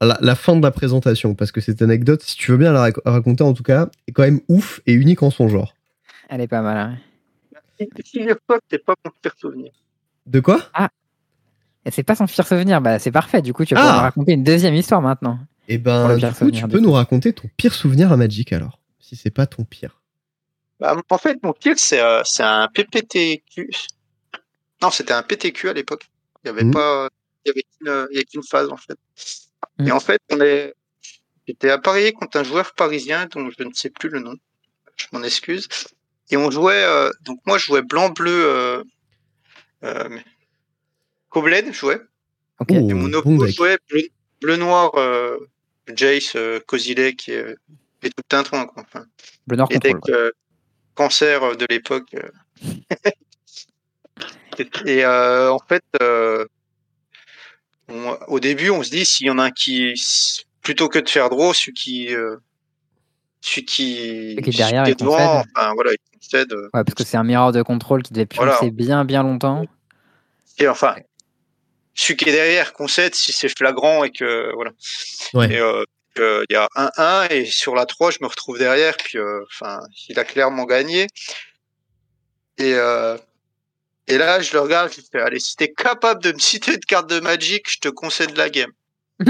B: la, la fin de la présentation, parce que cette anecdote, si tu veux bien la rac- raconter en tout cas, est quand même ouf et unique en son genre.
A: Elle est pas mal. hein.
C: Figure-toi que c'est pas mon pire souvenir.
B: De quoi
A: Et c'est pas son pire souvenir. Bah, c'est parfait. Du coup, tu vas
B: Ah
A: pouvoir raconter une deuxième histoire maintenant.
B: Et
A: Pour
B: ben,
A: le
B: du
A: pire
B: coup,
A: souvenir
B: tu
A: du
B: peux
A: coup.
B: nous raconter ton pire souvenir à Magic alors, si c'est pas ton pire.
C: Bah, en fait, mon pire, c'est euh, c'est un PPTQ. Non, c'était un PTQ à l'époque. Il n'y avait
B: Mhm.
C: pas. Il y avait qu'une- euh, il y avait qu'une phase, en fait.
A: Mhm.
C: Et en fait, on est. J'étais appareillé contre un joueur parisien dont je ne sais plus le nom. Je m'en excuse. Et on jouait. euh, donc, moi, je jouais blanc-bleu. Euh... Euh... mais- Koblen jouait.
A: Ok.
B: Oh,
C: Et mon
B: bon
C: oppo
B: deck.
C: jouait bleu- bleu-noir. euh, Jace, euh, Kozilek et, euh, et tout un tronc. quoi. Enfin,
A: Bleu Nord
C: et dès
A: contrôle.
C: que cancer euh, de l'époque. euh. et euh, en fait, euh, on- au début, on se dit s'il y en a un qui, plutôt que de faire draw, celui qui, euh, celui qui,
A: Celui qui est derrière,
C: celui
A: il
C: qui est devant,
A: concède.
C: enfin voilà, il concède. euh,
A: Ouais, parce que c'est un miroir de contrôle qui devait pioncer
C: Voilà.
A: bien, bien longtemps.
C: Et enfin, celui qui est derrière concède si c'est flagrant et que voilà.
B: Ouais.
C: Et euh, que il y a 1-1 et sur la 3, je me retrouve derrière. Puis euh, enfin, il a clairement gagné. Et euh, et là, je le regarde, je fais allez, si t'es capable de me citer une carte de Magic, je te concède la game. et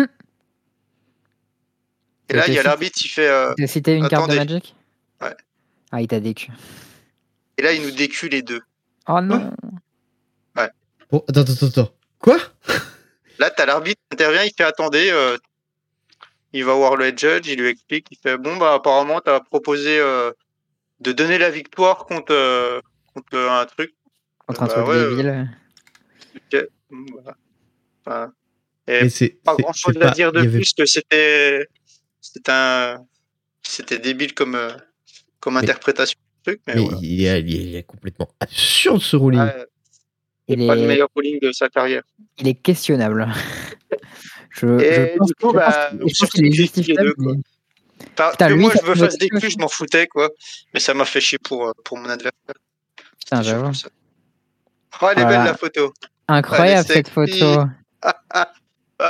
C: là, il y a l'arbitre, il fait. euh,
A: T'as cité une
C: Attendez.
A: carte de Magic
C: Ouais.
A: Ah, il t'a décu.
C: et là, il nous décule les deux.
A: Oh non
B: Bon, attends, attends, attends. Quoi
C: Là, t'as l'arbitre qui intervient, il fait attendez. euh, il va voir le head judge, il lui explique, il fait bon bah apparemment t'as proposé euh, de donner la victoire contre euh, contre euh, un truc.
A: Contre un
C: Bah
A: truc
C: ouais, euh,
A: débile. Mm,
C: Bon, voilà. Enfin, et
B: Mais c'est
C: pas
B: c'est-
C: grand chose
B: c'est
C: à
B: pas-
C: dire de
B: il y avait-
C: plus que c'était c'était un c'était débile comme euh, comme interprétation du truc, mais,
B: Mais
C: voilà.
B: il, est, il est- il est complètement absurde ce ruling.
C: Ouais,
A: Il
C: pas le
A: est,
C: meilleur bowling de sa carrière.
A: il est questionnable. je, je
C: Et
A: pense,
C: du coup,
A: je pense
C: bah,
A: qu'il-
C: on
A: je pense
C: se
A: qu'il est
C: justifie
A: justifiable.
C: de quoi.
A: mais-
C: Enfin,
A: Putain,
C: que
A: lui,
C: moi
A: ça
C: je me
A: me
C: fasse des
A: motive
C: culs,
A: aussi.
C: je m'en foutais quoi, mais ça m'a fait chier pour euh, pour mon adversaire.
A: Putain,
C: C'est sûr
A: j'avoue.
C: comme ça. Oh, elle est
A: Ah, bah Voilà.
C: belle la photo.
A: Incroyable
C: Allez,
A: cette
C: sexy.
A: photo.
C: Ah,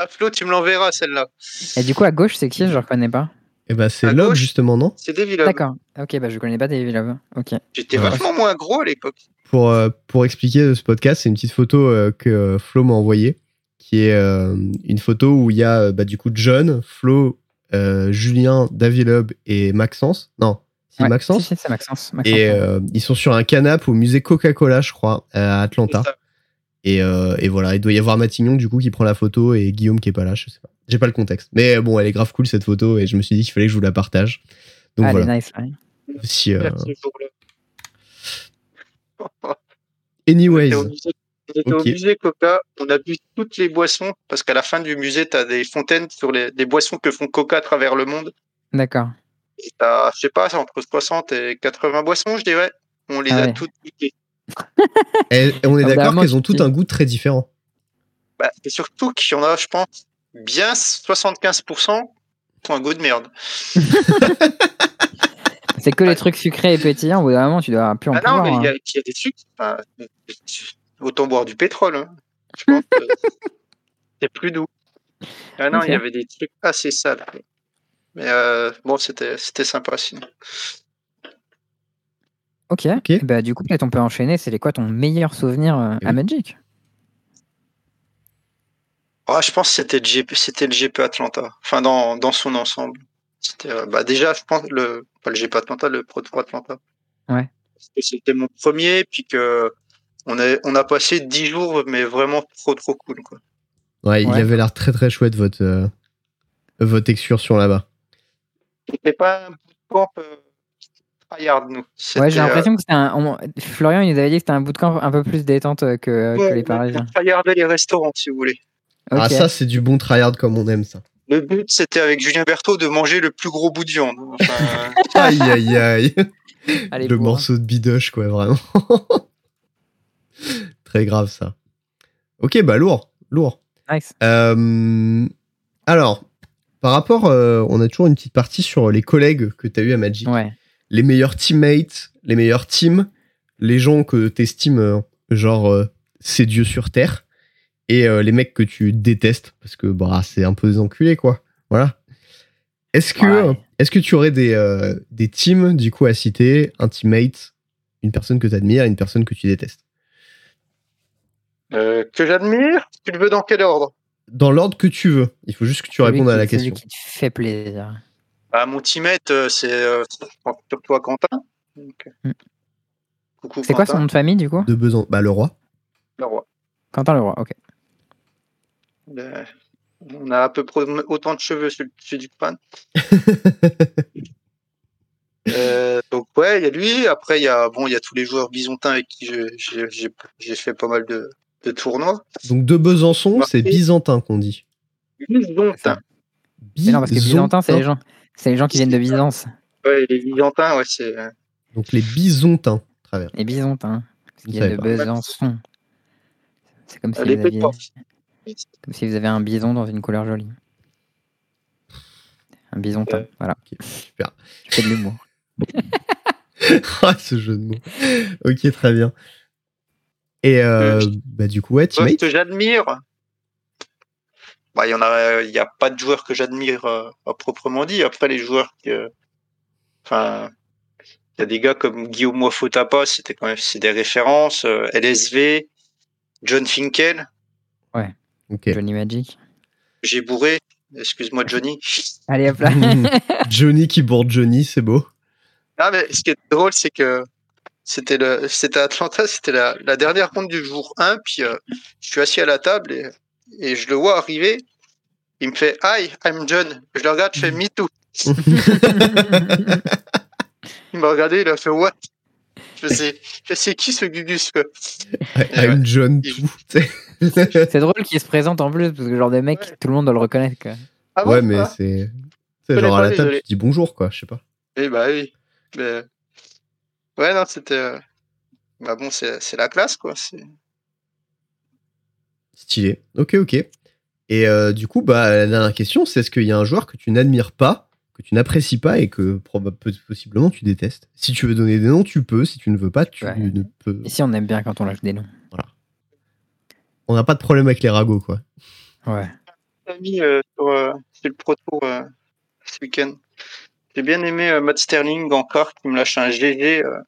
C: Flo, tu me l'enverras celle-là.
A: Et du coup, à gauche, c'est qui Je le reconnais pas.
B: Et bah c'est
C: À
B: Log
C: gauche.
B: justement, non
C: C'est Devil Love.
A: D'accord. Ok, bah je connais pas David Love. Ok.
C: J'étais
B: Ouais.
C: vachement moins gros à l'époque.
B: pour, euh, pour expliquer ce podcast, c'est une petite photo euh, que euh, Flo m'a envoyée, qui est euh, une photo où il y a euh, bah, du coup John, Flo, euh, Julien, David Hub et Maxence. Non, si
A: Ouais,
B: Maxence.
A: si, si, c'est Maxence. Maxence,
B: Et
A: ouais.
B: euh, ils sont sur un canapé au musée Coca-Cola, je crois, euh, à Atlanta.
C: C'est ça.
B: Et, euh, et voilà, il doit y avoir Matignon du coup qui prend la photo et Guillaume qui est pas là, je sais pas. J'ai pas le contexte. Mais euh, bon, elle est grave cool cette photo et je me suis dit qu'il fallait que je vous la partage. Donc
A: ah, elle est
B: voilà.
A: nice. ouais.
B: Si, euh,
C: Ce jour-là.
B: Anyways,
C: On était au musée- on était au
B: Ok.
C: musée Coca, on a bu toutes les boissons, parce qu'à la fin du musée, tu as des fontaines sur les, des boissons que font Coca à travers le monde.
A: D'accord.
C: Et t'as, je sais pas, c'est entre 60 et 80 boissons, je dirais. On les
A: Ah
C: a
A: ouais.
C: toutes goûtées.
B: elles- on est
A: Ah, bah,
B: d'accord
A: moi,
B: qu'elles ont
A: je
B: toutes
A: dis-
B: un goût très différent.
C: Bah, et surtout qu'il y en a, je pense, bien 75% qui ont un goût de merde.
A: C'est que les trucs sucrés et pétillants. Au bout d'un moment, tu dois plus en
C: Ah non,
A: pouvoir.
C: mais il y,
A: hein.
C: a- il y a des sucres. enfin, autant boire du pétrole. hein. Je pense que c'est plus doux. Ah non, il
A: Ok.
C: y avait des trucs assez sales. quoi. Mais euh, bon, c'était c'était sympa sinon.
A: Ok. Bah du coup, peut-être on peut enchaîner. C'est quoi ton meilleur souvenir euh,
B: Eh
A: à
B: oui.
A: Magic
C: Ah, je pense que c'était le GP, c'était le GP Atlanta. Enfin, dans, dans son ensemble. C'était euh, bah déjà, je pense le pas le GP Atlanta, le Pro Tour Atlanta.
A: Ouais.
C: Parce que c'était mon premier, puis que on a on a passé 10 jours, mais vraiment trop trop cool quoi.
B: Ouais, il
A: Ouais.
B: avait l'air très très chouette votre, euh, votre excursion là-bas.
C: C'était pas un bootcamp euh, tryhard nous.
A: Ouais, j'ai
C: C'était, euh,
A: l'impression que c'était un. on- Florian, il nous avait dit que c'était un bootcamp un peu plus détente euh, que, euh, que
C: Ouais,
A: les
C: on-
A: Parisiens.
C: on tryhardait les restaurants, si vous voulez.
A: Ok.
B: Ah ça, c'est du bon tryhard comme on aime ça.
C: Le but, c'était avec Julien Berthaud de manger le plus gros bout de viande. Enfin,
B: Aïe aïe aïe.
A: Allez, hein.
B: le
A: bourrin.
B: morceau de bidoche, quoi, vraiment. Très grave, ça. Ok, bah lourd, lourd.
A: Nice.
B: Euh, alors, par rapport, euh, on a toujours une petite partie sur euh, les collègues que tu as eu à Magic.
A: Ouais.
B: Les meilleurs teammates, les meilleurs teams, les gens que t'estimes, euh, genre, euh, c'est Dieu sur Terre, et euh, les mecs que tu détestes, parce que bah, c'est un peu des enculés, quoi. Voilà. Est-ce que,
A: Ouais.
B: est-ce que tu aurais des, euh, des teams, du coup, à citer, un teammate, une personne que tu admires, une personne que tu détestes
C: euh, que j'admire, tu le veux dans quel ordre
B: dans l'ordre que tu veux. Il faut juste que tu
A: Celui
B: répondes à
A: qui-
B: la
A: celui
B: question.
A: qui te fait plaisir.
C: Bah, mon teammate, euh, c'est euh, surtout à Quentin. Donc, euh,
A: Mm.
C: Coucou
A: C'est quoi son nom de famille du coup
B: De besoin. Bah, le roi.
C: Le roi.
A: Quentin Leroy, ok.
C: Euh, on a à peu près autant de cheveux sur le dessus du crâne. Euh, donc ouais, il y a lui. Après, il y a bon, il y a tous les joueurs bisontins avec qui je- j'ai- j'ai j'ai fait pas mal de, de tournois.
B: Donc, de Besançon,
C: Marqué.
B: c'est byzantin qu'on dit.
C: Bisontin.
A: Mais non, parce que Byzantin, c'est les gens, c'est les gens qui viennent de Byzance.
C: Ouais, les bisontins, ouais, c'est euh,
B: Donc, les byzantins. Travers.
A: Les Byzantins. hein. Parce
B: Vous
A: qu'il y a
B: savez
A: de
B: pas.
A: Besançon. C'est comme si, vous
C: les
A: aviez,
C: pétors.
A: comme si vous avez un bison dans une couleur jolie. Un bisontin, voilà.
B: ok, super.
A: Tu fais de l'humour.
B: Ah, ce jeu de mots. ok, très bien. Et euh, bah, du coup, ouais,
C: Poste
B: teammate.
C: que j'admire. Bah, il y en a, il y a pas de joueurs que j'admire euh, à proprement dit. Après, les joueurs que, enfin, il y a des gars comme Guillaume Wafotapa, c'était quand même, c'est des références. euh, LSV, John Finkel,
B: Ok.
A: Johnny Magic.
C: j'ai bourré. Excuse-moi, Johnny.
A: Allez hop là.
B: Johnny qui bourre Johnny, c'est beau.
C: Ah, mais ce qui est drôle, c'est que c'était le, c'était à Atlanta, c'était la, la dernière ronde du jour 1. Puis euh, je suis assis à la table et, et je le vois arriver. Il me fait Hi, I'm John. Je le regarde, je fais Me too. Il m'a regardé, il a fait What Je sais, je sais qui ce Gugus quoi.
B: I'm John
C: Il-
B: tout. tu sais.
A: c'est drôle qu'il se présente en plus, parce que genre de mec,
C: Ouais.
A: tout le monde doit le reconnaître. Quoi.
C: Ah bon
B: ouais, mais
C: Ah,
B: c'est.
C: Je
B: c'est
C: l'ai
B: genre
C: pas
B: à la
C: vu,
B: table,
C: désolé.
B: tu dis bonjour, quoi, je sais pas.
C: Oui, bah oui. Mais- Ouais, non, c'était. euh, Bah bon, c'est c'est la classe quoi. c'est-
B: Stylé. Ok, ok. Et euh, du coup, bah, la dernière question, c'est est-ce qu'il y a un joueur que tu n'admires pas, que tu n'apprécies pas et que proba- peut- possiblement tu détestes Si tu veux donner des noms, tu peux. Si tu ne veux pas, tu
A: Ouais.
B: ne peux.
A: Ici, on aime bien quand on lâche des noms.
B: On n'a pas de problème avec les ragots, quoi.
A: Ouais.
C: T'as mis euh, sur, euh, sur le Pro Tour euh, ce week-end. J'ai bien aimé euh, Matt Sterling encore qui me lâche un GG euh,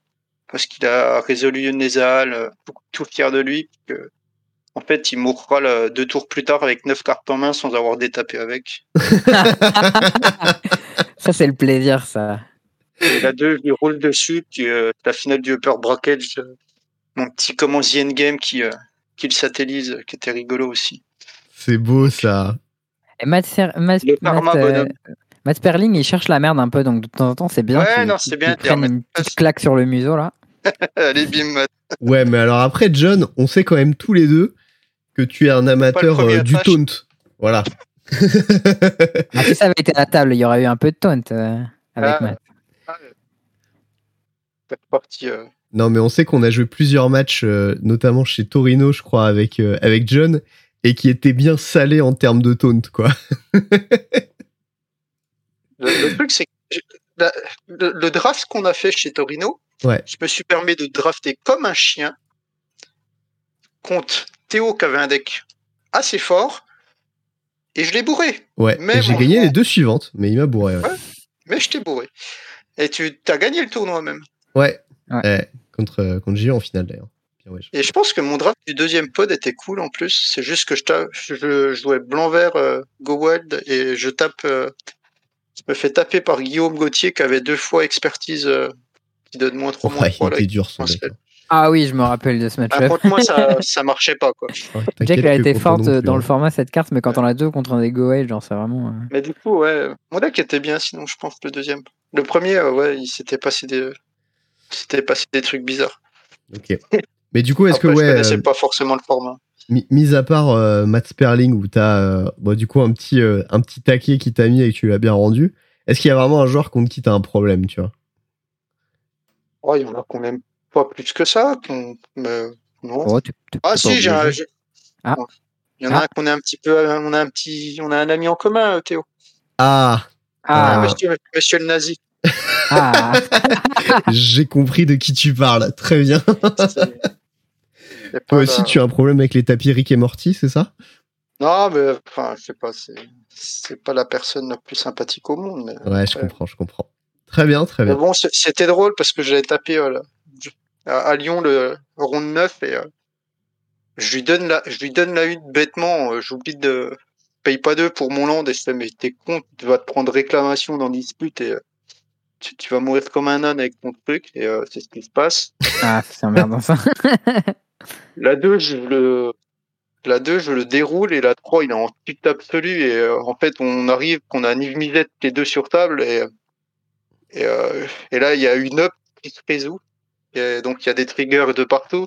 C: parce qu'il a résolu une nasale. euh, tout, tout fier de lui. parce que, en fait, il mourra là, deux tours plus tard avec neuf cartes en main sans avoir détapé avec.
A: Ça, c'est le plaisir, ça.
C: Et la 2, je lui roule dessus. Puis euh, la finale du Upper Brackage, euh, mon petit comment The Endgame qui, euh, qui le satellise, euh, qui était rigolo aussi.
B: C'est beau, ça.
A: Et Matt, Ser- Matt,
C: Le karma
A: Matt, euh,
C: bonhomme.
A: Matt Sperling, il cherche la merde un peu, donc de temps en temps, c'est bien.
C: Ouais,
A: qu'il-
C: non,
A: qu'il-
C: c'est bien
A: qu'il
C: de dire,
A: prenne
C: mais-
A: une petite claque sur le museau, là.
C: Allez, bim, Matt.
B: Ouais, mais alors après, John, on sait quand même tous les deux que tu es un amateur
C: premier
B: euh, du
C: attache.
B: taunt. Voilà.
A: Ah, si ça avait été à la table, il y aurait eu un peu de taunt euh, avec
C: Ah.
A: Matt.
C: C'est parti. euh,
B: Non, mais on sait qu'on a joué plusieurs matchs, euh, notamment chez Torino, je crois, avec, euh, avec John, et qui était bien salé en termes de taunt, quoi.
C: Le, le truc, c'est que j'ai- la- le, le draft qu'on a fait chez Torino,
B: Ouais.
C: je me suis permis de drafter comme un chien contre Théo qui avait un deck assez fort et je l'ai bourré.
B: Ouais.
C: Mais
B: et j'ai
C: bon.
B: gagné les deux suivantes, mais il m'a bourré. Ouais.
C: Ouais. Mais je t'ai bourré. Et tu as gagné le tournoi même.
B: Ouais.
A: Ouais.
B: Ouais. Contre, euh, contre Gilles en finale, d'ailleurs. Bien, ouais, je-
C: Et je pense que mon draft du deuxième pod était cool en plus. C'est juste que je, tape, je- je jouais blanc-vert euh, Go Wild et je tape. euh, je me fais taper par Guillaume Gauthier qui avait deux fois expertise euh, qui donne moins 3, moins
B: Oh, Ouais, il
C: 3 là,
B: était dur son
C: je
B: deck. hein.
A: Ah oui, je me rappelle de ce
C: Ah,
A: match-up.
C: contre moi, ça, ça marchait pas, quoi.
B: Ouais,
A: Jack,
B: t'inquiète
A: elle a
B: que
A: été
B: contre
A: forte
B: non
A: euh,
B: plus,
A: dans
B: hein.
A: le format cette carte, mais quand on a deux contre un des Goel, genre c'est vraiment. euh,
C: Mais du coup, ouais, euh, mon deck était bien, sinon, je pense, le deuxième. Le premier, euh, ouais, il s'était passé des... C'était passé des trucs bizarres.
B: hein. Ok. Mais du coup, est-ce que,
C: Après, je
B: ouais,
C: connaissais
B: euh,
C: pas forcément le format.
B: mi- mis à part euh, Matt Sperling, où t'as, euh, bon, du coup, un petit, euh, un petit taquet qui t'a mis et que tu l'as bien rendu, est-ce qu'il y a vraiment un joueur contre qui t'as un problème, tu vois
C: Oh, il y en a qu'on aime pas plus que ça. qu'on- mais non.
A: oh, t'es- t'es
C: ah,
A: pas
C: si,
A: obligé.
C: j'ai un. j'ai-
A: Ah.
C: Il y en a
A: Ah.
C: un qu'on a un petit peu. On a un petit. On a un ami en commun, euh, Théo.
B: Ah,
A: Ah,
C: Monsieur, monsieur le nazi.
A: ah,
B: J'ai compris de qui tu parles. Très bien.
C: Ah Toi
B: Toi aussi, tu as un problème avec les tapis Rick et Morty, c'est ça
C: Non, mais enfin, je sais pas, c'est, c'est pas la personne la plus sympathique au monde. Mais,
B: Ouais, je
C: Ouais.
B: comprends, je comprends. Très bien, très
C: mais
B: bien.
C: bon, c'est- c'était drôle parce que j'avais tapé euh, là, à, à Lyon le ronde 9 et euh, je lui donne la, je lui donne la une bêtement. euh, j'oublie de, paye pas deux pour mon land et je fais mais t'es con, tu vas te prendre réclamation dans le dispute et euh, tu, tu vas mourir comme un âne avec ton truc et euh, c'est ce qui se passe.
A: Ah, c'est emmerdant ça.
C: La 2, je le la 2, je le déroule et la 3, il est en chute absolue et euh, en fait, on arrive qu'on a Nive Misette les deux sur table et et, euh, et là, il y a une up qui se résout. Et donc, il y a des triggers de partout.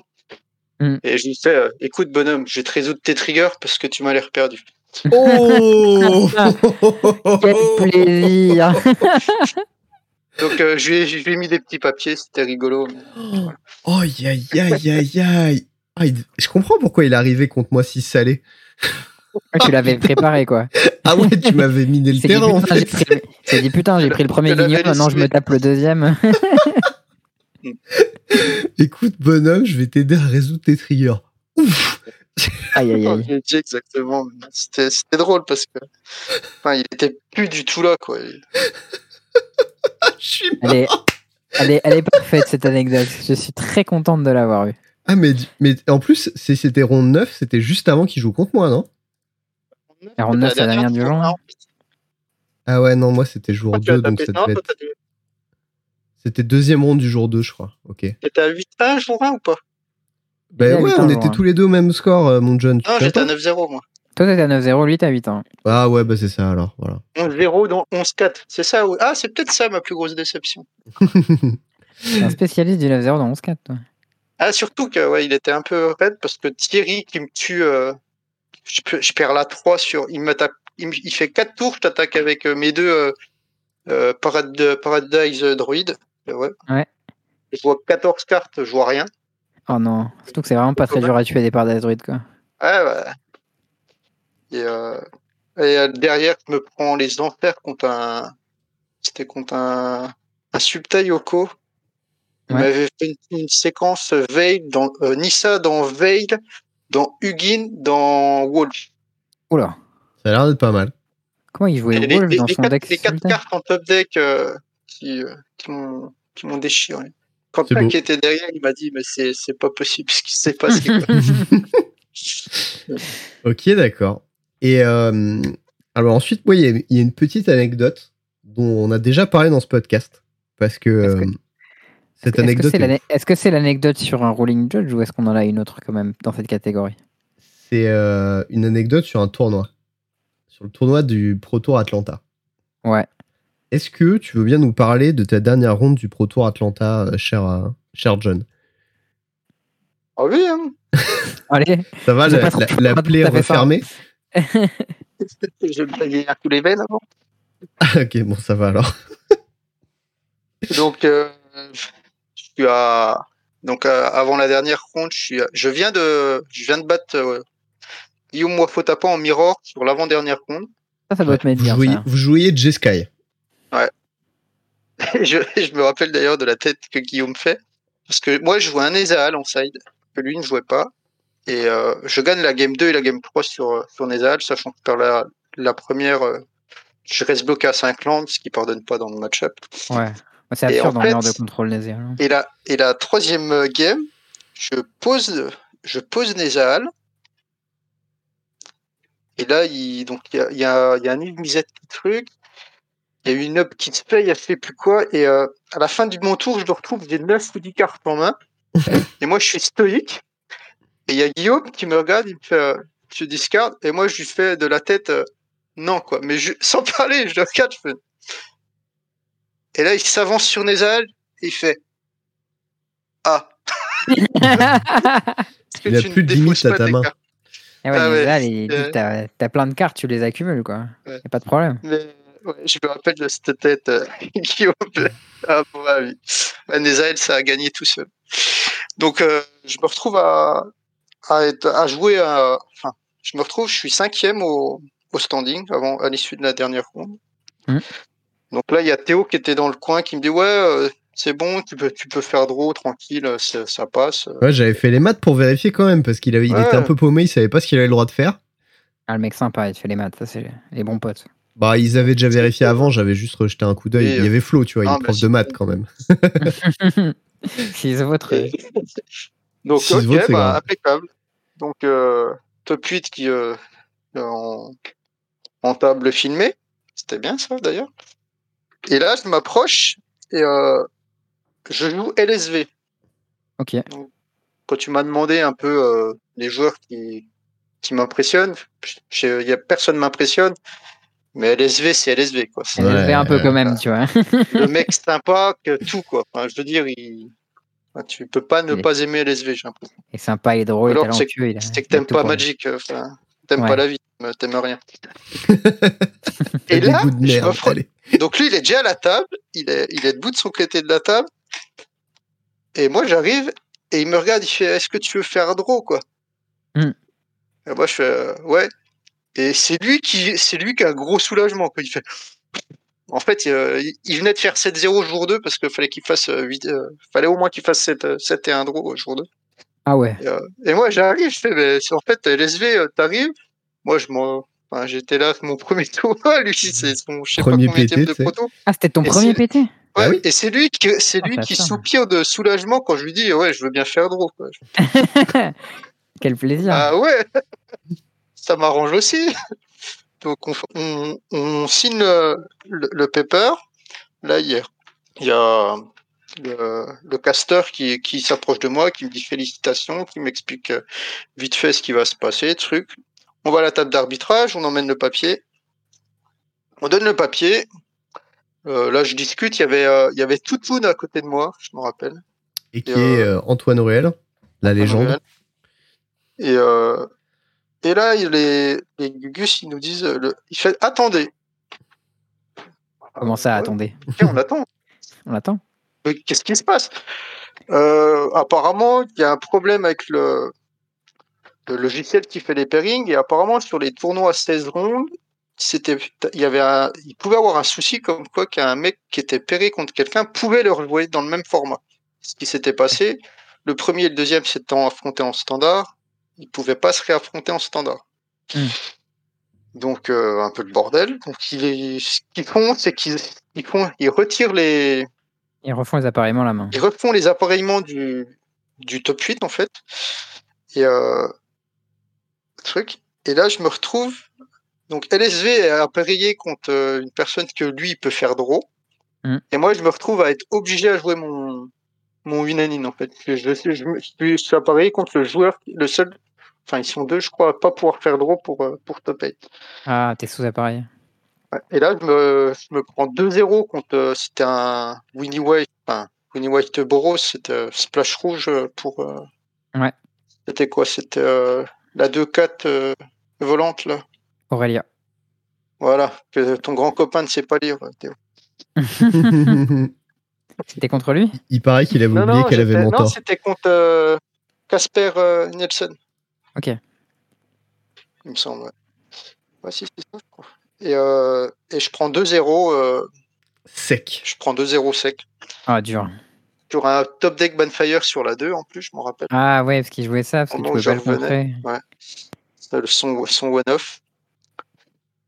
A: Mm.
C: Et je lui fais euh, écoute bonhomme, je vais te résoudre tes triggers parce que tu m'as l'air perdu.
B: Oh
A: Quel plaisir.
C: Donc euh, je, lui ai, je lui ai mis des petits papiers, c'était rigolo.
B: Oh, aïe, aïe, aïe, aïe, aïe. Ah, il- Je comprends pourquoi il est arrivé contre moi si salé.
A: tu l'avais préparé quoi.
B: Ah ouais, tu m'avais miné le
A: C'est dit,
B: terrain en
A: putain, j'ai
B: fait.
A: pris, le- c'est dit putain, j'ai pris le premier
C: Je l'avais
A: guignol, maintenant je me
C: laissé.
A: tape le deuxième.
B: Écoute, bonhomme, je vais t'aider à résoudre tes triggers. Ouf
A: Aïe aïe
C: Oh,
A: aïe.
C: je l'ai dit exactement. C'était c'était drôle parce que enfin, il était plus du tout là quoi.
B: Ah, je suis...
A: Elle est, elle est, elle est parfaite cette anecdote. Je suis très contente de l'avoir eue.
B: Ah, mais, du- mais en plus, c'est- c'était ronde 9, c'était juste avant qu'il joue contre moi, non
A: La ronde neuf, c'est la dernière du
C: tour,
A: round.
C: hein.
B: Ah ouais, non, moi c'était jour
C: Ah, tu as
B: 2, donc
C: tapé-
B: ça
C: non,
B: devait
C: toi,
B: être-
C: t'as dû-
B: C'était deuxième ronde du jour 2, je crois. Ok.
C: T'étais à 8 1 jour 1 ou pas
A: Il
B: Ben
A: a
B: ouais,
A: huit ans,
B: on
A: Laurent.
B: était tous les deux au même score, euh, mon John. tu
C: Non,
B: te
C: j'étais à
B: rappelles
C: 9-0 moi.
A: Toi t'étais à 9-0, lui t'as 8 ans.
B: Ah ouais, bah c'est ça alors, voilà.
C: 11-0 dans 11-4. C'est ça ou- Ah, c'est peut-être ça ma plus grosse déception.
A: T'es un spécialiste du 9-0 dans 11-4 toi.
C: Ah, surtout que ouais, il était un peu raide parce que Thierry qui me tue, euh, je, peux- je perds la 3 sur. Il m'attaque. Il, me- il fait 4 tours, je t'attaque avec euh, mes deux euh, euh, Parad- euh, Paradise Droid. Euh, ouais.
A: Ouais.
C: Je vois 14 cartes, je vois rien.
A: Oh non. Surtout que c'est vraiment pas très dur à tuer des parts d'Azdroid quoi.
C: Ouais, ouais. Et, euh, et, euh, derrière, je me prends les enfers contre un. C'était contre un, un Subta Yoko. Il
A: Ouais.
C: m'avait fait une, une séquence Veil dans euh, Nissa dans Veil, dans Hugin, dans Wolf.
A: Oula.
B: Ça a l'air d'être pas mal.
A: Comment il jouait
C: Et les,
A: Wolf
C: les-
A: dans
C: les
A: son
C: quatre,
A: deck
C: les quatre
A: Sultan
C: cartes en top deck euh, qui, euh, qui m'ont qui m'ont déchiré. Quand
B: C'est beau.
C: qui était derrière, il m'a dit mais c'est c'est pas possible ce qui s'est passé. quoi.
B: Ok, d'accord. Et euh, alors ensuite, moi, il y, a- il y a une petite anecdote dont on a déjà parlé dans ce podcast. Parce que,
A: Est-ce que-
B: euh, cette
A: Est-ce que
B: anecdote,
A: c'est l'ane- est-ce que c'est l'anecdote sur un Rolling Judge ou est-ce qu'on en a une autre quand même dans cette catégorie
B: c'est euh, une anecdote sur un tournoi. Sur le tournoi du Pro Tour Atlanta.
A: Ouais.
B: Est-ce que tu veux bien nous parler de ta dernière ronde du Pro Tour Atlanta, euh, cher, euh, cher John
C: Ah oui, hein.
A: Allez,
B: Ça va,
A: J'ai
B: la,
A: pas trop-
B: la-
A: pas
B: la
A: tout à
B: plaie est
A: fait ça.
B: refermée
C: je blaguais à tous les veines avant.
B: Ah, Ok, bon, ça va alors.
C: Donc, euh, je suis à. Donc, euh, avant la dernière ronde, je, suis à- je, viens, de... je viens de battre euh, Guillaume Wafotapan en mirror sur l'avant-dernière ronde.
A: ça, ça doit te mettre
B: vous,
A: bien.
B: jouiez,
A: hein, ça.
B: vous jouiez J-Sky.
C: Et je, je me rappelle d'ailleurs de la tête que Guillaume fait. Parce que moi, je jouais un Nezahal en side, que lui ne jouait pas. Et euh, je gagne la game 2 et la game 3 sur, euh, sur Nezahal, sachant que par la, la première, euh, je reste bloqué à 5 landes, ce qui pardonne pas dans le match-up.
A: Ouais. C'est
C: Et
A: absurde
C: en
A: en dehors
C: fait-
A: de contrôle nasé. hein.
C: Et la, et la troisième euh, game, je pose, je pose Nezahal. Et là, il donc, il y a, il y a, il y a un île misette qui truc. Il y a une up qui se paye, il y a je sais plus quoi. Et euh, à la fin de mon tour, je me retrouve, j'ai 9 ou 10 cartes en main. et moi, je suis stoïque. Et il y a Guillaume qui me regarde, il me fait euh, Tu discardes. Et moi, je lui fais de la tête euh, Non, quoi. Mais je, sans parler, je le regarde. je fais- Et là, il s'avance sur Nezahal et il fait Ah Est-ce que
B: Il a
C: tu ne
B: plus de
C: défausses
B: limite à
C: pas
B: ta
C: tes
B: main.
C: cartes
A: Ah ouais,
C: Ah
A: mais
C: ouais,
A: là, il dit
C: euh,
A: t'as t'as plein de cartes, tu les accumules quoi.
C: Ouais.
A: Y a pas de problème.
C: Mais ouais, je me rappelle de cette tête euh, Guillaume. Ah, pour ma vie. Ouais, Nezael, ça a gagné tout seul. Donc, euh, je me retrouve à, à, être- à jouer. à- Enfin, je me retrouve, je suis cinquième au, au standing avant, à l'issue de la dernière ronde.
A: Mhm.
C: Donc là, il y a Théo qui était dans le coin qui me dit Ouais, euh, c'est bon, tu peux, tu peux faire draw, tranquille, euh, ça, ça passe.
B: Ouais, j'avais fait les maths pour vérifier quand même, parce qu'il avait, il
C: Ouais.
B: était un peu paumé, il savait pas ce qu'il avait le droit de faire.
A: Ah, le mec sympa, il te fait les maths, ça c'est les bons potes.
B: Bah, ils avaient déjà vérifié avant, j'avais juste rejeté un coup d'œil.
C: Et,
B: Il y avait Flo, tu vois, il
C: ah,
B: est
C: bah,
B: prof
C: si.
B: de maths quand même.
A: S'ils se votre.
C: Et- Donc,
B: Six
C: ok,
B: votes, c'est
C: bah,
B: grave.
C: impeccable. Donc, euh, top 8 qui, euh, en, en table filmée. C'était bien ça d'ailleurs. Et là, je m'approche et euh, je joue LSV.
A: Ok.
C: Donc, quand tu m'as demandé un peu euh, les joueurs qui, qui m'impressionnent, il y a personne m'impressionne, mais LSV, c'est LSV quoi. C'est
A: Elle le fait un peu
B: Ouais.
A: quand même, tu vois.
C: le mec sympa que tout quoi. Enfin, je veux dire, il... enfin, tu peux pas ne
A: Il est-
C: pas aimer LSV. J'ai l'impression.
A: Et sympa, il est drôle, il est
C: Alors, c'est-
A: talentueux. il a-
C: C'est que
A: il a
C: t'aimes
A: tout
C: pas
A: pour lui.
C: Magic, euh, enfin, t'aimes
A: Ouais.
C: pas la vie, mais t'aimes rien.
B: T'as
C: Et
B: des
C: là,
B: goûts de
C: je
B: merde,
C: m'affronte-
B: allez.
C: donc lui, il est déjà à la table, il est, il est debout de son côté de la table. Et moi, j'arrive et il me regarde, il fait Est-ce que tu veux faire un draw, quoi
A: Hmm.
C: Et moi, je fais euh, Ouais. Et c'est lui qui c'est lui qui a un gros soulagement. Quoi. Il fait En fait, euh, il, il venait de faire 7-0 jour 2 parce qu'il fallait qu'il fasse euh, huit- euh, fallait au moins qu'il fasse 7, euh, 7 et 1 draw euh, jour 2.
A: Ah ouais,
C: Et, euh, et moi, j'arrive, je fais, mais c'est- en fait, LSV, euh, t'arrives. Moi, je m'en. enfin, j'étais là, mon premier tournoi, lui, c'est son, je sais
B: Premier
C: pas combien
B: PT,
C: de
B: tu sais.
C: proto.
A: ah c'était ton
C: Et
A: premier
C: c'est-
A: PT
B: Ah
C: Ouais,
B: oui.
C: Et c'est lui qui, c'est
A: Ah,
C: lui
A: ça
C: qui
A: sonne.
C: soupire de soulagement quand je lui dis, ouais, je veux bien faire draw. quoi.
A: Quel plaisir
C: Ah ouais, ça m'arrange aussi. Donc, on, on, on signe le, le- le paper. Là, hier, il y a le, le casteur qui, qui s'approche de moi, qui me dit félicitations, qui m'explique euh, vite fait ce qui va se passer, truc. On va à la table d'arbitrage, on emmène le papier. On donne le papier. Euh, là, je discute. Il y avait, euh, il y avait Toutoun à côté de moi, je m'en rappelle.
B: Et qui
C: Et,
B: est
C: euh,
B: euh, Antoine Ruel, la légende.
C: Et, euh, et là, il- les, les Gugus, ils nous disent euh, le- il fait, attendez.
A: Comment ça,
C: Ouais,
A: attendez
C: ok, On attend.
A: On attend
C: Mais Qu'est-ce qui se passe Euh, Apparemment, il y a un problème avec le, le logiciel qui fait les pairings. Et apparemment, sur les tournois à 16 rondes, c'était, il, y avait un- il pouvait avoir un souci comme quoi qu'un mec qui était pairé contre quelqu'un pouvait le rejouer dans le même format. Ce qui s'était passé, le premier et le deuxième s'étant affrontés en standard, ils ne pouvaient pas se réaffronter en standard.
A: Hmm.
C: Donc, euh, un peu de bordel. Donc, il est- ce qu'ils font, c'est qu'ils ils font, ils retirent les,
A: Ils refont les appareillements la main.
C: ils refont les appareillements du, du top 8 en fait. Et euh, truc. Et là, je me retrouve. Donc LSV est appareillé contre euh, une personne que lui il peut faire draw.
A: Mm.
C: Et moi, je me retrouve à être obligé à jouer mon mon Winanine en fait. Je, je, je, je me- je suis- je suis appareillé contre le joueur, le seul. Enfin, ils sont deux, je crois, à pas pouvoir faire draw pour euh, pour top 8.
A: Ah, t'es sous-appareil.
C: Ouais. Et là, je me, je me prends 2-0 contre. euh, C'était un Winnie White. Enfin, Winnie White Boros, c'était euh, Splash Rouge euh, pour. euh,
A: Ouais.
C: C'était quoi C'était euh, la 2-4 euh, volante, là.
A: Aurélia.
C: Voilà. Que ton grand copain ne sait pas lire, euh, Théo.
A: C'était contre lui
B: Il paraît qu'il avait
C: Non,
B: oublié
C: non,
B: qu'elle avait
C: j'étais- non,
B: mentor.
C: c'était contre euh, Casper euh, Nielsen.
A: Ok.
C: Il me semble. ouais. Ouais, si, c'est ça, je crois. Et, euh, et je prends 2-0. euh,
B: Sec.
C: je prends 2-0 sec.
A: Ah, dur.
C: Sur un top deck Banfire sur la 2, en plus, je m'en rappelle.
A: Ah ouais, parce qu'il jouait ça, parce
C: Au
A: qu'il
C: moment où
A: pouvait pas le
C: Oh je revenais.
A: contrer.
C: Ça, le son, son one-off.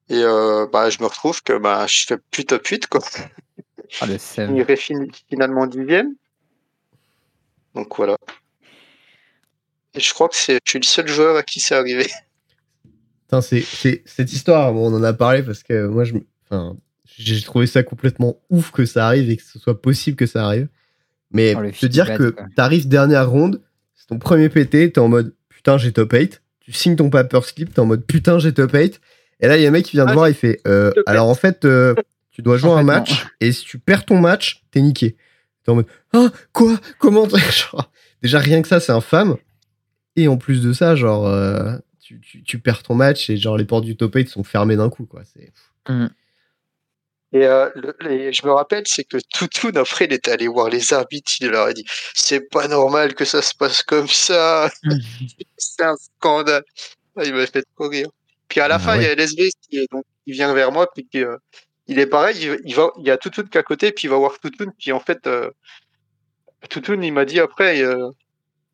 C: Et euh, bah, je me retrouve que bah, je fais plus top 8. Quoi.
A: Ah, le
C: Je
A: seum.
C: finirai fin- finalement dixième. Donc voilà. Et je crois que c'est, je suis le seul joueur à qui c'est arrivé.
B: Putain, c'est- c'est- cette histoire, bon, on en a parlé parce que moi, je, me- enfin, j'ai trouvé ça complètement ouf que ça arrive et que ce soit possible que ça arrive. Mais
A: Oh, le
B: te dire
A: feedback,
B: que
A: quoi.
B: t'arrives dernière ronde, c'est ton premier PT, t'es en mode putain, j'ai top 8. Tu signes ton paper slip, t'es en mode putain, j'ai top 8. Et là, il y a un mec qui vient te
C: Ah,
B: voir, il fait euh,
C: top eight.
B: alors en fait, euh, tu dois jouer
A: En fait,
B: un
A: non.
B: match et si tu perds ton match, t'es niqué. T'es en mode ah, quoi Comment Genre, Déjà, rien que ça, c'est infâme. Et en plus de ça, genre, euh, tu, tu- tu perds ton match et genre les portes du top 8 sont fermées d'un coup, quoi. C'est
C: Et euh, le- les- je me rappelle, c'est que Toutoun, après, il était allé voir les arbitres. Il leur a dit C'est pas normal que ça se passe comme ça.
A: Mhm.
C: c'est un scandale. Ah, Il m'a fait trop rire. Puis à la
B: Ah
C: fin, il y a LSV qui, est- donc, qui vient vers moi. Puis qui, euh, il est pareil. Il, il va, il y a Toutoun qui est à côté. Puis il va voir Toutoun. Puis en fait, euh, Toutoun, il m'a dit après euh,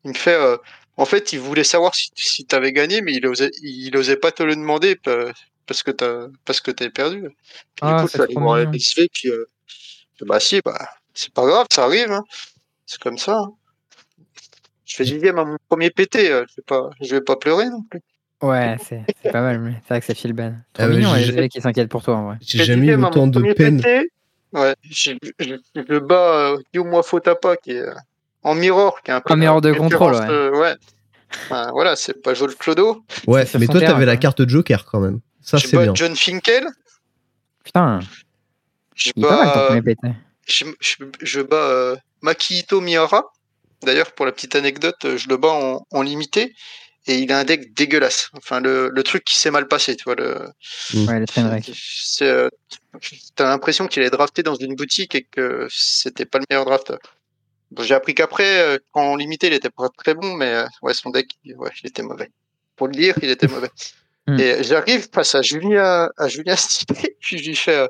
C: Il me fait. euh, en fait, il voulait savoir si, si t'avais gagné, mais il osait, il osait pas te le demander pa- parce que t'as, parce que t'avais perdu. Puis
A: Ah,
C: du coup,
A: c'est
C: je suis allé
A: trop
C: voir
A: mignon.
C: LSV, puis euh, je fais, bah si, bah, c'est pas grave, ça arrive, hein. c'est comme ça. hein. Je fais dixième à mon premier PT, euh, je vais pas, je vais pas pleurer non plus.
A: Ouais, c'est c'est pas mal. mais C'est vrai que c'est Phil Ben. Trop
B: Ah ouais,
A: mignon,
B: j'ai-
A: les élèves qui s'inquiètent pour toi en vrai.
B: J'ai jamais eu autant de peine.
C: Ouais, j'ai- je je bats euh, Guillaume Wafotapa qui est euh, en mirror, qui est un peu.
A: En mirror de contrôle,
C: référence, euh, ouais. Enfin, voilà, c'est pas Joel Clodo.
B: Ouais,
A: sur
B: mais
A: son
B: toi,
A: terrain,
B: t'avais la
A: quoi.
B: carte Joker quand même. Ça,
C: Je
B: c'est
C: bats
B: bien.
C: John Finkel.
A: Putain,
C: Je
A: il est pas mal ton
C: bats,
A: premier pété.
C: je, je- je bats euh, Makihito Miyara. D'ailleurs, pour la petite anecdote, euh, je le bats en, en limité et il a un deck dégueulasse. Enfin, le, le truc qui s'est mal passé, tu vois. Le,
A: Ouais, le train wreck.
C: c'est, euh, t'as l'impression qu'il est drafté dans une boutique et que c'était pas le meilleur draft. Bon, J'ai appris qu'après, euh, quand en limité, il était pas très bon, mais euh, ouais, son deck, il- ouais, il était mauvais. Pour le dire, il était mauvais.
A: Hmm.
C: Et j'arrive face à Julien, à Julien Stipe, puis je lui fais euh,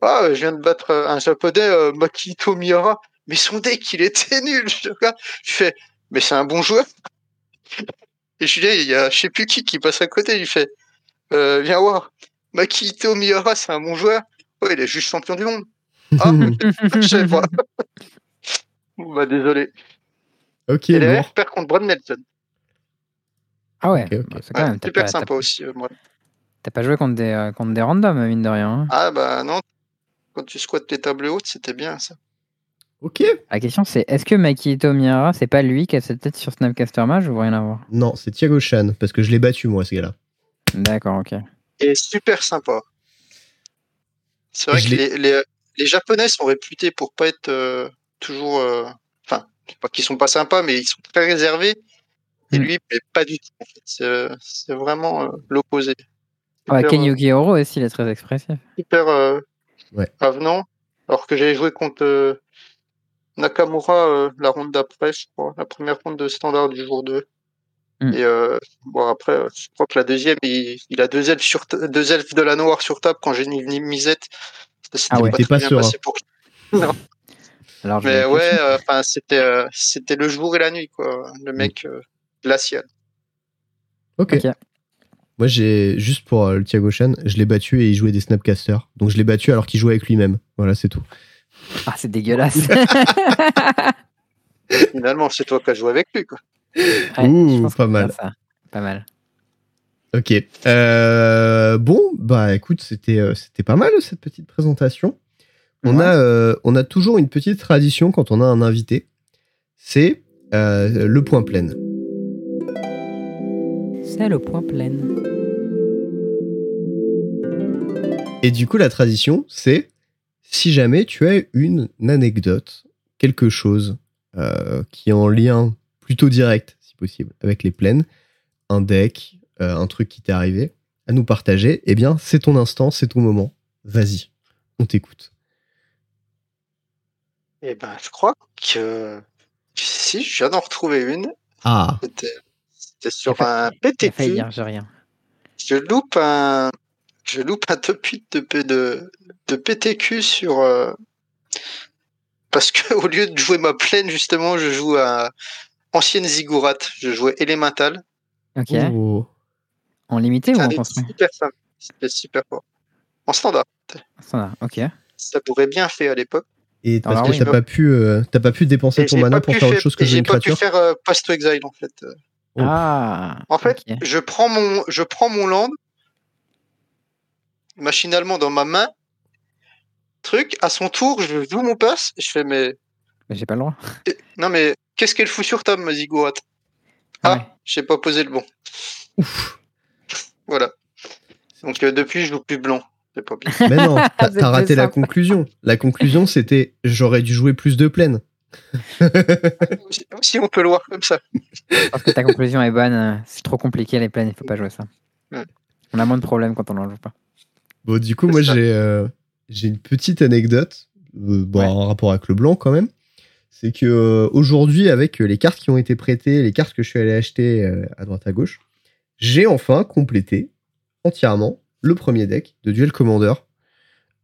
C: Ah, euh, je viens de battre euh, un japonais, euh, Makito Miura, mais son deck, il était nul. Je le regarde, je fais Mais c'est un bon joueur. Et Julien, il y a je sais plus qui qui passe à côté, il fait euh, Viens voir, Makito Miura, c'est un bon joueur. Ouais, il est juste champion du monde. Ah, je sais pas. Bon, bah, désolé.
B: ok,
C: Et derrière,
B: lourd.
C: je perds contre Brad Nelson.
A: Ah ouais,
B: Ok, ok.
A: bah, c'est
C: Ouais,
A: quand même. T'as
C: super
A: pas,
C: sympa
A: t'as-
C: aussi. euh, moi.
A: t'as pas joué contre des, euh, contre des randoms, mine de rien. hein.
C: Ah bah non, quand tu squattes les tables hautes, c'était bien ça.
B: Ok.
A: La question c'est est-ce que Makito Miura, c'est pas lui qui a cette tête sur Snapcaster Mage ou rien à voir
B: Non, c'est Thiago Chan, parce que je l'ai battu, moi, ce gars-là.
A: D'accord, ok. Ah
C: Et super sympa. C'est vrai
B: Je
C: que
B: l'ai-
C: les, les, les Japonais sont réputés pour pas être euh, toujours... euh, Enfin, c'est pas qu'ils sont pas sympas, mais ils sont très réservés. Et
A: Mm.
C: lui, mais pas du tout. en fait. C'est c'est vraiment euh, l'opposé.
A: Ouais,
C: Super,
A: Ken
C: euh,
A: Yukihiro aussi, il est très expressif.
C: hyper euh,
B: Ouais.
C: avenant. Alors que j'avais joué contre euh, Nakamura euh, la ronde d'après, je crois, la première ronde de standard du jour 2.
A: Mm.
C: Et euh, bon, après, euh, je crois que la deuxième, il, il a deux elfes, sur ta- deux elfes de la noire sur table quand j'ai mis une misette. C'était
A: Ah ouais.
C: pas
B: T'es
C: très
B: pas
C: bien
B: serein.
C: passé pour
A: Alors, Ah, je
C: Mais
A: l'ai-
C: ouais, euh, enfin, c'était euh, c'était le jour et la nuit, quoi. Le mec euh, glacial.
B: Ok.
A: Ok.
B: Moi, j'ai juste pour euh, le Thiago Chan, je l'ai battu et il jouait des Snapcasters. Donc, je l'ai battu alors qu'il jouait avec lui-même. Voilà, c'est tout.
A: Ah, c'est dégueulasse.
C: Finalement, c'est toi qui as joué avec lui, quoi.
A: Ouais,
B: Ouh,
A: je pense
B: pas
A: qu'on peut
B: mal.
A: faire ça. Pas mal.
B: Ok. Euh, bon, bah écoute, c'était euh, c'était pas mal cette petite présentation. On
A: Ouais.
B: a euh, on a toujours une petite tradition quand on a un invité, c'est euh, le point plein.
A: C'est le point plein.
B: Et du coup, la tradition, c'est si jamais tu as une anecdote, quelque chose euh, qui est en lien plutôt direct, si possible, avec les plaines, un deck, euh, un truc qui t'est arrivé, à nous partager, eh bien, c'est ton instant, c'est ton moment. Vas-y, on t'écoute.
C: Et ben, je crois que si, je viens d'en retrouver une.
B: Ah,
C: C'était euh, c'était sur
A: Il a
C: un
A: Il a failli
C: PTQ.
A: dire, j'ai rien.
C: Je loupe un, je loupe un top 8 de, P- de, de PTQ sur. euh, parce que au lieu de jouer ma plaine, justement, je joue à ancienne ziggurat. Je jouais Elemental.
A: Ok.
B: Oh.
A: En limité ou
C: C'est un
A: en
C: deck
A: construit
C: super simple. C'était super fort. En standard.
A: Standard, ok.
C: Ça pourrait bien fait à l'époque. Ah,
B: Et parce
A: Alors
B: que
A: oui.
B: t'as pas pu, euh, t'as pas pu dépenser
C: bah Et
B: ton
C: j'ai
B: mana
C: pas
B: pour
C: pu
B: faire autre
C: faire-
B: chose que
C: et
B: jouer
C: j'ai
B: une
C: pas pu
B: créature.
C: faire euh, Pass to Exile, en fait.
B: Oh.
A: Ah
C: En fait,
A: ok.
C: je prends mon, je prends mon land, machinalement dans ma main, truc, à son tour, je joue mon pass, je fais, mais,
A: Mais j'ai pas le droit.
C: eh, non mais, qu'est-ce qu'elle fout sur table, ma zigourat Ah,
A: Ouais.
C: j'ai pas posé le bon. Voilà. Donc euh, depuis, je joue plus blanc. C'est pas bien.
B: Mais non, t'as-
A: C'était
B: t'as raté la
A: sympa.
B: conclusion. La conclusion, c'était j'aurais dû jouer plus de plaines.
C: Si- si on peut le voir comme ça.
A: Je pense que ta conclusion est bonne. euh, C'est trop compliqué les plaines, il faut pas jouer ça.
C: Ouais.
A: On a moins de problèmes quand on en joue pas.
B: Bon, du coup,
C: C'est
B: moi,
C: ça.
B: j'ai euh, j'ai une petite anecdote, euh, bon,
A: Ouais.
B: en rapport avec le blanc quand même. C'est que euh, aujourd'hui, avec euh, les cartes qui ont été prêtées, les cartes que je suis allé acheter euh, à droite à gauche, j'ai enfin complété entièrement le premier deck de Duel Commander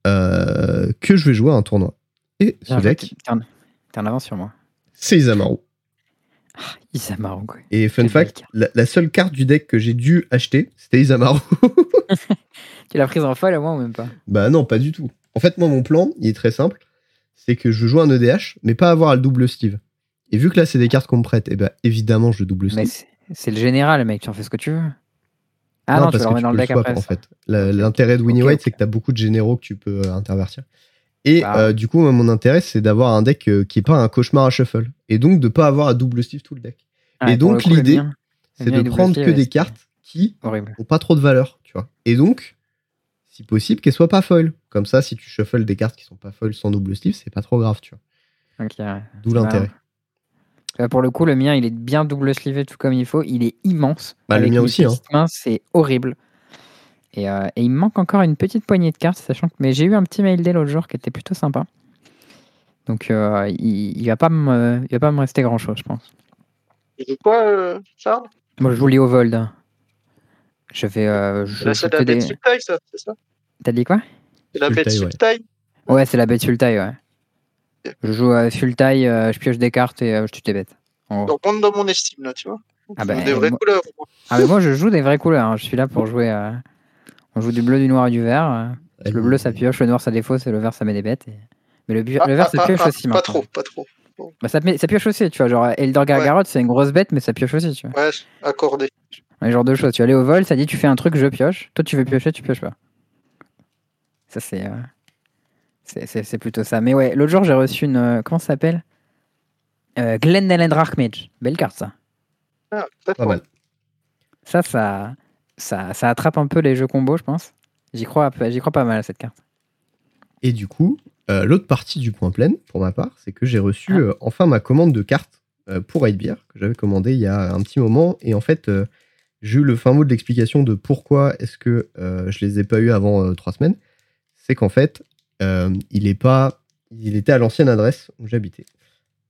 B: euh, que je vais jouer à un tournoi. Et ce
A: Bien joué,
B: deck,
A: T'es t'es en t'es en avance sur moi.
B: c'est Isamaru.
A: Isamaru. quoi.
B: Et fun
A: Quelle
B: fact,
A: belle carte.
B: la, la seule carte du deck que j'ai dû acheter, c'était Isamaru.
A: Tu l'as prise en folle au moins ou même pas
B: Bah non, pas du tout. En fait, moi, mon plan, il est très simple. C'est que je joue un EDH, mais pas avoir le double Steve. Et vu que là, c'est des cartes qu'on me prête, et ben eh évidemment, je double
A: Mais
B: Steve.
A: c'est c'est le général, mec. Tu en fais ce que tu veux. Ah non, tu
B: parce
A: le
B: que
A: remets
B: tu
A: dans
B: peux
A: le deck
B: swap,
A: après.
B: en
A: ça.
B: fait. La- L'intérêt de Winnie
A: Ok,
B: White,
A: ok.
B: c'est que tu as beaucoup de généraux que tu peux euh, intervertir. Et
A: Bah.
B: euh, du coup, moi, mon intérêt, c'est d'avoir un deck euh, qui est pas un cauchemar à shuffle. Et donc, de pas avoir à double sleeve tout le deck.
A: Ah,
B: Et
A: pour le
B: donc,
A: coup, le
B: l'idée,
A: mien, le mien,
B: C'est
A: il
B: de
A: double
B: prendre
A: sleeve,
B: que
A: ouais,
B: des
A: c'était
B: cartes qui
A: Horrible.
B: ont pas trop de valeur, tu vois. Et donc, si possible, qu'elles soient pas foil. Comme ça, si tu shuffles des cartes qui sont pas foil sans double sleeve, c'est pas trop grave, tu vois.
A: Ok, ouais.
B: D'où
A: Bah,
B: l'intérêt.
A: Bah, pour le coup, le mien, il est bien double slivé tout comme il faut. Il est immense.
B: Bah, le
A: Avec
B: mien
A: une
B: aussi, hein.
A: petite main, c'est horrible. Et, euh, et il me manque encore une petite poignée de cartes, sachant que mais j'ai eu un petit mail dès l'autre jour qui était plutôt sympa. Donc euh, il, il va pas me, il va pas me rester grand chose, je pense.
C: Et quoi, euh, Charles
A: Moi, je vous lis au Vold. Je vais. euh, je-
C: Là,
A: je
C: c'est
A: fais
C: la
A: des-
C: bête sultai, ça, c'est ça
A: T'as dit quoi
C: C'est la
B: Sultai,
C: bête
B: ouais.
C: sultai
A: Ouais, c'est la bête Sultai, ouais. Je joue à Sultai, euh, je pioche des cartes et euh, je tue tes bêtes. En gros.
C: Donc, rentre dans mon estime, là, tu vois.
A: Ah
C: Ils
A: bah,
C: ont des vraies
A: moi-
C: couleurs. au moins.
A: Ah, mais moi, je joue des vraies couleurs. hein. Je suis là pour jouer. euh, On joue du bleu, du noir et du vert. euh. Le bleu ça pioche, le noir ça défausse et le vert ça met des bêtes. et- Mais le, bu-
C: Ah,
A: le vert
C: ah,
A: ça
C: ah,
A: pioche
C: ah,
A: aussi
C: Pas
A: maintenant.
C: trop, pas trop.
A: Bah, ça, met- ça pioche aussi, tu vois. Genre Elder Gargaroth c'est une grosse bête mais ça pioche aussi, tu vois.
C: Ouais, accordé.
A: Un genre de choses. Tu vas aller au vol, ça dit tu fais un truc, je pioche. Toi tu veux piocher, tu pioches pas. Ça c'est. euh, c'est- C'est c'est plutôt ça. Mais ouais, l'autre jour j'ai reçu une. euh, Comment ça s'appelle euh, Glendalen Darkmage. Belle carte ça.
C: Ah, peut-être
B: Pas mal.
A: Ça, ça. Ça, ça attrape un peu les jeux combos, je pense. J'y crois, un peu- j'y crois pas mal à cette carte.
B: Et du coup, euh, l'autre partie du point plein, pour ma part, c'est que j'ai reçu
A: Ah.
B: euh, enfin ma commande de cartes euh, pour Beer que j'avais commandé il y a un petit moment. Et en fait, euh, j'ai eu le fin mot de l'explication de pourquoi est-ce que euh, je les ai pas eu avant euh, trois semaines. C'est qu'en fait, euh, il est pas, il était à l'ancienne adresse où j'habitais.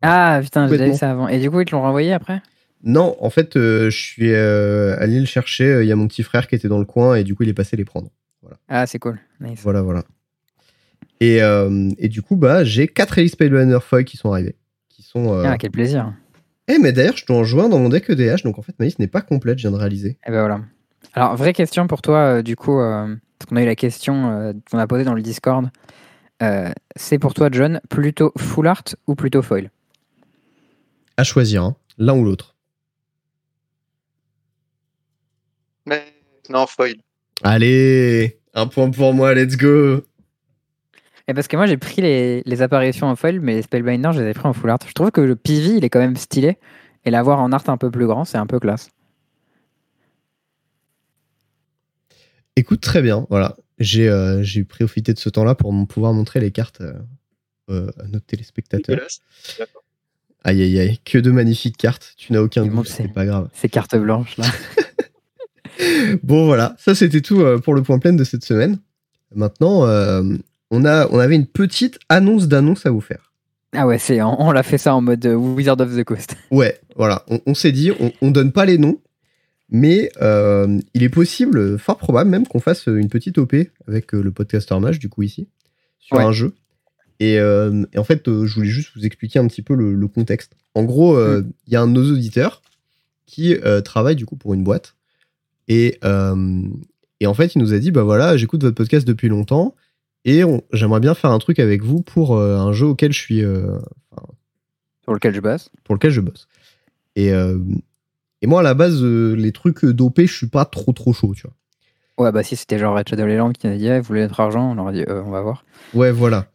A: Ah putain, j'ai déjà
B: Complètement.
A: vu ça avant. Et du coup, ils te l'ont renvoyé après
B: Non, en fait, euh, je suis euh, allé le chercher. euh, Il y a mon petit frère qui était dans le coin et du coup, il est passé les prendre.
A: Ah, c'est cool. Nice.
B: Voilà, voilà. Et, euh, et du coup, bah, j'ai quatre Elise Spellbender Foil qui sont arrivés. Qui sont. euh,
A: Ah, quel plaisir.
B: Eh, mais d'ailleurs, je dois en joindre dans mon deck EDH, donc en fait, ma liste n'est pas complète, je viens de réaliser.
A: Et ben voilà. Alors, vraie question pour toi, euh, du coup, euh, parce qu'on a eu la question euh, qu'on a posée dans le Discord. Euh, c'est pour toi, John, plutôt full art ou plutôt foil
B: À choisir, hein, l'un ou l'autre.
C: Mais non, foil.
B: Allez, un point pour moi, let's go
A: Et Eh, parce que moi, j'ai pris les, les apparitions en foil, mais les Spellbinder, je les ai pris en full art. Je trouve que le PV, il est quand même stylé. Et l'avoir en art un peu plus grand, c'est un peu classe.
B: Écoute, très bien, voilà. J'ai euh, j'ai profité de ce temps-là pour m- pouvoir montrer les cartes euh, euh, à nos téléspectateurs.
C: Dégueulasse.
B: Aïe, aïe, aïe, que de magnifiques cartes, tu n'as aucun
A: Ils vont
B: goût,
A: le
B: c'est
A: faire.
B: pas grave.
A: Ces cartes blanches, là.
B: Bon, voilà, ça c'était tout euh, pour le point plein de cette semaine. Maintenant, euh, on, a, on avait une petite annonce d'annonce à vous faire.
A: ah ouais, c'est, on, on l'a fait ça en mode euh, Wizard of the Coast.
B: Ouais, voilà. On, on s'est dit, on, on donne pas les noms, mais euh, il est possible, fort probable même, qu'on fasse une petite OP avec euh, le podcaster match, du coup, ici, sur
A: Ouais.
B: un jeu. Et, euh, et en fait, euh, je voulais juste vous expliquer un petit peu le, le contexte. En gros, euh, il y a un de nos auditeurs qui euh, travaille, du coup, pour une boîte. Et, euh, et en fait, il nous a dit, bah voilà, j'écoute votre podcast depuis longtemps. Et on- j'aimerais bien faire un truc avec vous pour euh, un jeu auquel je suis euh,
A: Sur lequel je bosse.
B: pour lequel je bosse. Et, euh, et moi, à la base, euh, les trucs dopés, je suis pas trop trop chaud, tu vois.
A: Ouais, bah si c'était genre Red Shadow Leland qui nous a dit, Ah, vous voulez notre argent On leur a dit, Euh, on va voir.
B: Ouais, voilà.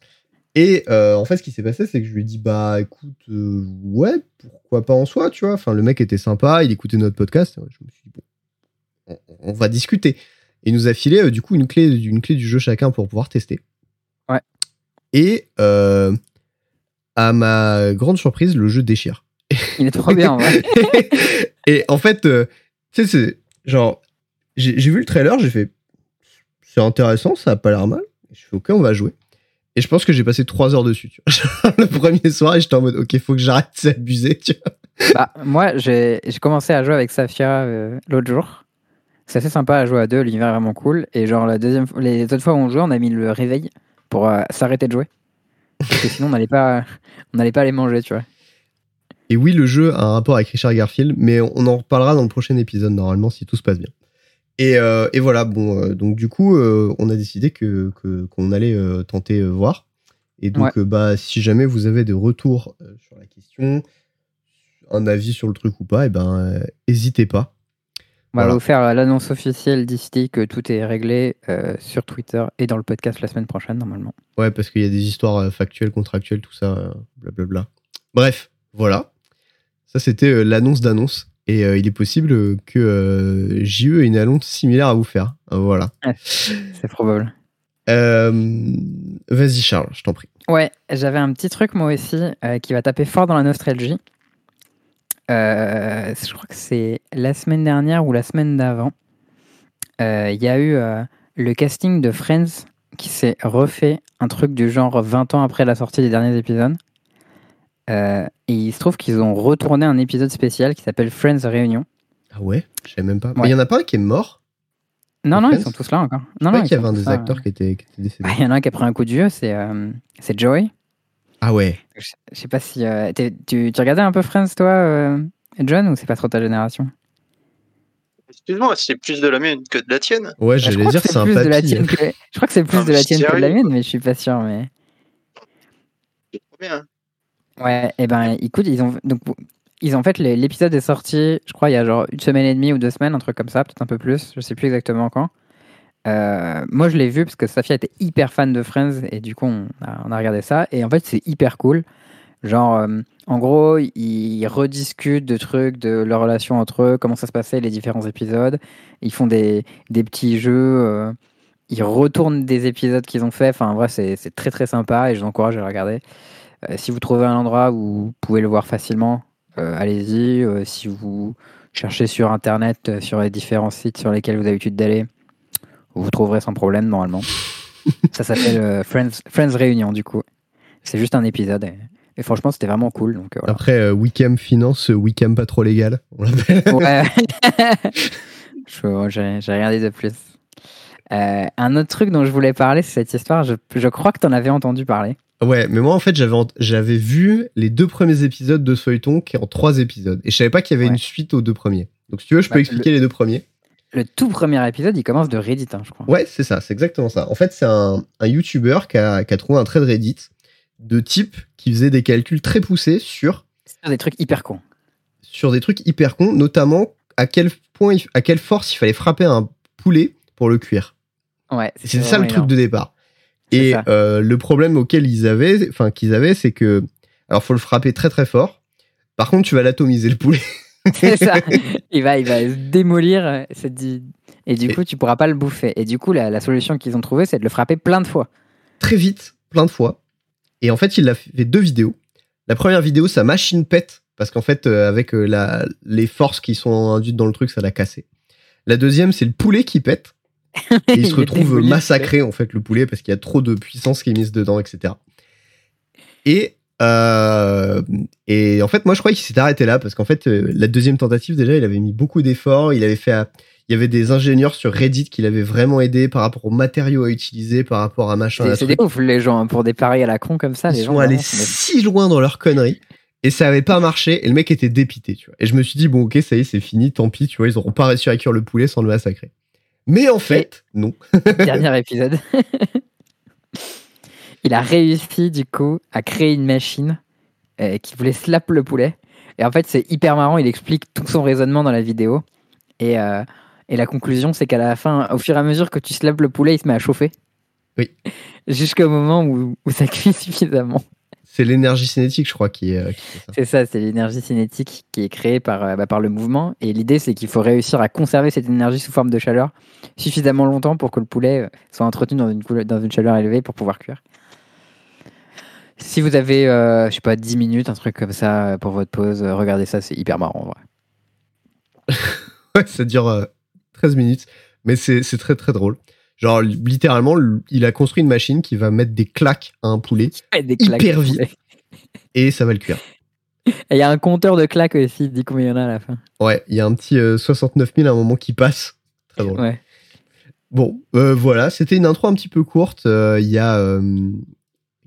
B: Et euh, en fait, ce qui s'est passé, c'est que je lui ai dit, bah écoute, euh, ouais, pourquoi pas en soi, tu vois. Enfin, le mec était sympa, il écoutait notre podcast. Je me suis dit, bon, on, on va discuter. Et il nous a filé, euh, du coup, une clé, une clé du jeu chacun pour pouvoir tester.
A: Ouais.
B: Et euh, à ma grande surprise, le jeu déchire.
A: Il est trop bien, en vrai.
B: et en fait, euh, tu sais, c'est genre, j'ai j'ai vu le trailer, j'ai fait, c'est intéressant, ça a pas l'air mal. Je fais, ok, on va jouer. Et je pense que j'ai passé trois heures dessus, tu vois. le premier soir, et j'étais en mode, ok, faut que j'arrête, c'est abusé, tu vois.
A: Bah, moi, j'ai j'ai commencé à jouer avec Safia euh, l'autre jour. C'est assez sympa à jouer à deux, l'univers est vraiment cool. Et genre, la deuxième, fois- les autres fois où on jouait, on a mis le réveil pour euh, s'arrêter de jouer. Parce que sinon, on n'allait pas, on n'allait pas les manger, tu vois.
B: Et oui, le jeu a un rapport avec Richard Garfield, mais on en reparlera dans le prochain épisode, normalement, si tout se passe bien. Et, euh, et voilà, bon, euh, donc du coup, euh, on a décidé que que- qu'on allait euh, tenter euh, voir. Et donc, euh, bah, si jamais vous avez des retours euh, sur eh la question, un avis sur le truc ou pas, et ben, euh, hésitez pas.
A: On va
B: Voilà.
A: vous faire l'annonce officielle d'ici que tout est réglé euh, sur Twitter et dans le podcast la semaine prochaine, normalement.
B: Ouais, parce qu'il y a des histoires euh, factuelles, contractuelles, tout ça, euh, blablabla. Bref, voilà. Ça, c'était euh, l'annonce d'annonce. Et euh, il est possible euh, que euh, JE ait une annonce similaire à vous faire. Euh, Voilà.
A: C'est probable.
B: Euh, Vas-y, Charles, je t'en prie.
A: Ouais, j'avais un petit truc moi aussi euh, qui va taper fort dans la nostalgie. Euh, je crois que c'est la semaine dernière ou la semaine d'avant. Euh, Il y a eu euh, le casting de Friends qui s'est refait un truc du genre 20 ans après la sortie des derniers épisodes. Euh, et il se trouve qu'ils ont retourné un épisode spécial qui s'appelle Friends Réunion.
B: Ah ouais Je savais même pas. Mais
A: Ouais.
B: il y en a pas un qui est mort
A: Non, non, ils sont
B: Friends
A: tous là encore. Non,
B: Je
A: Ah non,
B: croyais qu'il y
A: ils
B: avait un
A: sont
B: des
A: tous là.
B: acteurs qui était, qui était décédé.
A: Bah, Il y en a un qui a pris un coup de vieux, c'est euh, c'est Joey.
B: Ah ouais
A: Je je sais pas si. euh, t'es- tu, tu regardais un peu Friends, toi, euh, John, ou c'est pas trop ta génération
C: Excuse-moi, c'est plus de la mienne que de la tienne.
B: Ouais,
A: Bah, je
B: j'allais
A: crois que
B: dire,
A: c'est
B: c'est un
A: plus de la
B: papy.
A: tienne que- Je crois que c'est plus
C: Non,
A: de
C: mais
A: la
C: c'est
A: tienne que de la
C: sérieux,
A: mienne,
C: quoi.
A: mais je suis pas sûr. Mais...
C: Je comprends bien.
A: Ouais, et ben, écoute, ils ont. Donc, ils ont fait, les- l'épisode est sorti, je crois, il y a genre une semaine et demie ou deux semaines, un truc comme ça, peut-être un peu plus, je sais plus exactement quand. Euh, moi, je l'ai vu parce que Safia était hyper fan de Friends et du coup, on a, on a regardé ça. Et en fait, c'est hyper cool. Genre, euh, en gros, ils rediscutent de trucs, de leur relation entre eux, comment ça se passait, les différents épisodes. Ils font des, des petits jeux. euh, ils retournent des épisodes qu'ils ont fait. Enfin, bref, c'est c'est très très sympa et je vous encourage à le regarder. Euh, si vous trouvez un endroit où vous pouvez le voir facilement, euh, allez-y. Euh, si vous cherchez sur internet, euh, sur les différents sites sur lesquels vous avez l'habitude d'aller, vous trouverez sans problème normalement. Ça s'appelle euh, Friends, Friends Réunion du coup. C'est juste un épisode et, et franchement c'était vraiment cool. Donc, euh, voilà.
B: Après, euh, Wickham Finance, euh, Wickham pas trop légal, on l'appelle.
A: Ouais. Je- J'ai j'ai rien dit de plus. Euh, un autre truc dont je voulais parler, c'est cette histoire. Je, je crois que t'en avais entendu parler.
B: Ouais, mais moi en fait j'avais ent- j'avais vu les deux premiers épisodes de ce feuilleton qui est en trois épisodes et je savais pas qu'il y avait
A: Ouais.
B: une suite aux deux premiers. Donc si tu veux, je peux
A: Bah,
B: expliquer les deux premiers.
A: Le tout premier épisode, il commence de Reddit, hein, je crois.
B: Ouais, c'est ça, c'est exactement ça. En fait, c'est un, un YouTuber qui a, qui a trouvé un thread Reddit de type qui faisait des calculs très poussés sur
A: C'est des trucs hyper cons.
B: sur des trucs hyper cons, notamment à quel point il- à quelle force il fallait frapper un poulet pour le cuire.
A: Ouais.
B: C'est ça le
A: vraiment
B: truc de départ.
A: C'est
B: Et
A: ça.
B: euh, le problème auquel ils avaient, enfin qu'ils avaient, c'est que alors faut le frapper très très fort. Par contre, tu vas l'atomiser le poulet.
A: C'est ça. Il va, il va se démolir. euh, cette di- Et du coup, tu pourras pas le bouffer. Et du coup, la, la solution qu'ils ont trouvée, c'est de le frapper plein de fois.
B: très vite, plein de fois. Et en fait, il a fait deux vidéos. La première vidéo, sa machine pète parce qu'en fait, euh, avec euh, la, les forces qui sont induites dans le truc, ça l'a cassé. La deuxième, c'est le poulet qui pète. Et il se
A: Il est
B: retrouve
A: démoli, le
B: massacré en fait le poulet parce qu'il y a trop de puissance qui est mise dedans, etc. Et euh, et en fait, moi, je croyais qu'il s'était arrêté là parce qu'en fait, euh, la deuxième tentative, déjà, il avait mis beaucoup d'efforts. Il avait fait, à- il y avait des ingénieurs sur Reddit qui l'avaient vraiment aidé par rapport aux matériaux à utiliser, par rapport à machin.
A: C'est
B: à
A: c'est
B: truc.
A: des ouf, les gens, hein, pour des paris à la con comme ça. les
B: Ils
A: gens,
B: sont allés
A: vraiment, sont des-
B: si loin dans leur connerie et ça avait pas marché et le mec était dépité, tu vois. Et je me suis dit bon OK, ça y est, c'est fini, tant pis, tu vois, ils auront pas réussi à cuire le poulet sans le massacrer. Mais en fait, non.
A: dernier épisode. il a réussi du coup à créer une machine euh, qui voulait slap le poulet. Et en fait, c'est hyper marrant. Il explique tout son raisonnement dans la vidéo. Et, euh, et la conclusion, c'est qu'à la fin, au fur et à mesure que tu slapes le poulet, il se met à chauffer.
B: Oui.
A: Jusqu'au moment où, où ça cuit suffisamment.
B: C'est l'énergie cinétique, je crois qui, est, euh, qui fait ça.
A: C'est ça, c'est l'énergie cinétique qui est créée par, euh, bah, par le mouvement. Et l'idée, c'est qu'il faut réussir à conserver cette énergie sous forme de chaleur suffisamment longtemps pour que le poulet euh, soit entretenu dans une, couleur- dans une chaleur élevée pour pouvoir cuire. Si vous avez, euh, je sais pas, 10 minutes, un truc comme ça euh, pour votre pause, euh, regardez ça, c'est hyper marrant en vrai.
B: Ouais, ça dure euh, 13 minutes, mais c'est c'est très très drôle. Genre littéralement, le- il a construit une machine qui va mettre des claques à un poulet
A: Et des
B: Hyper
A: claques de
B: vite.
A: poulet.
B: et ça va le cuire.
A: Et il y a un compteur de claques aussi, il dit combien il y en a à la fin.
B: Ouais, il y a un petit euh, 69 000 à un moment qui passe. Très drôle.
A: Ouais.
B: Bon, euh, voilà, c'était une intro un petit peu courte. Euh, Il y a, euh,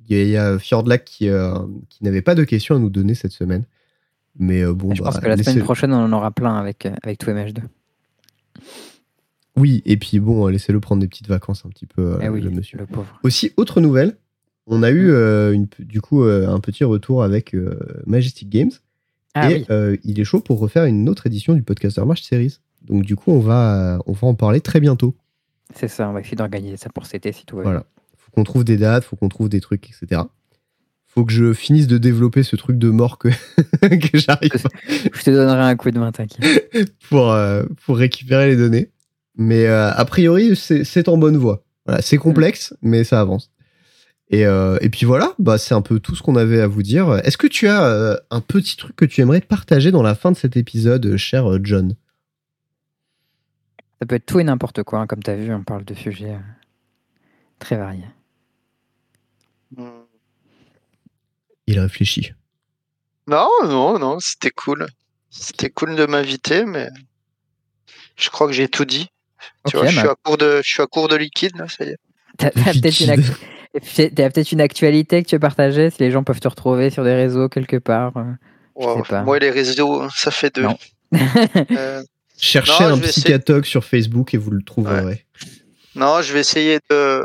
B: il y a- il y a Fjordlac qui, euh, qui n'avait pas de questions à nous donner cette semaine. Mais euh, bon,
A: je
B: bah,
A: pense que la
B: laissez-
A: semaine prochaine, on en aura plein avec, euh, avec tout MH2.
B: Oui, et puis bon, euh, laissez-le prendre des petites vacances un petit peu, euh,
A: Eh oui,
B: le monsieur.
A: le pauvre.
B: Aussi, autre nouvelle, on a
A: Mmh.
B: eu euh, une, p- du coup euh, un petit retour avec euh, Majestic Games.
A: Ah
B: et
A: oui,
B: euh, il est chaud pour refaire une autre édition du Podcaster March Series. Donc du coup, on va, on va en parler très bientôt.
A: C'est ça, on va essayer d'organiser ça pour cet été si tout va bien.
B: Voilà. Faut qu'on trouve des dates, faut qu'on trouve des trucs, etc. Faut que je finisse de développer ce truc de mort que, que j'arrive
A: Je te donnerai un coup de main, t'inquiète.
B: pour, euh, pour récupérer les données. Mais euh, a priori, c'est c'est en bonne voie. Voilà, c'est complexe, mais ça avance. Et, euh, et puis voilà, bah, c'est un peu tout ce qu'on avait à vous dire. Est-ce que tu as euh, un petit truc que tu aimerais partager dans la fin de cet épisode, cher euh, John
A: Ça peut être tout et n'importe quoi. hein, Comme tu as vu, on parle de sujets euh, très variés.
B: Il réfléchit.
C: Non, non, non, c'était cool. C'était cool de m'inviter, mais je crois que j'ai tout dit. Tu
A: Ok,
C: vois, je,
A: bah,
C: suis à cours de, je suis à cours de liquide, là, ça y est.
A: t'as- t'as peut-être une, actu- t'as peut-être une actualité que tu veux partager, si les gens peuvent te retrouver sur des réseaux quelque part. euh. Je
C: Wow.
A: sais pas.
C: Moi, les réseaux, hein, ça fait deux.
A: Non.
C: Euh,
B: Cherchez
C: Non,
B: un
C: je vais essayer.
B: psychatogue sur Facebook et vous le trouverez.
C: non, je vais essayer de,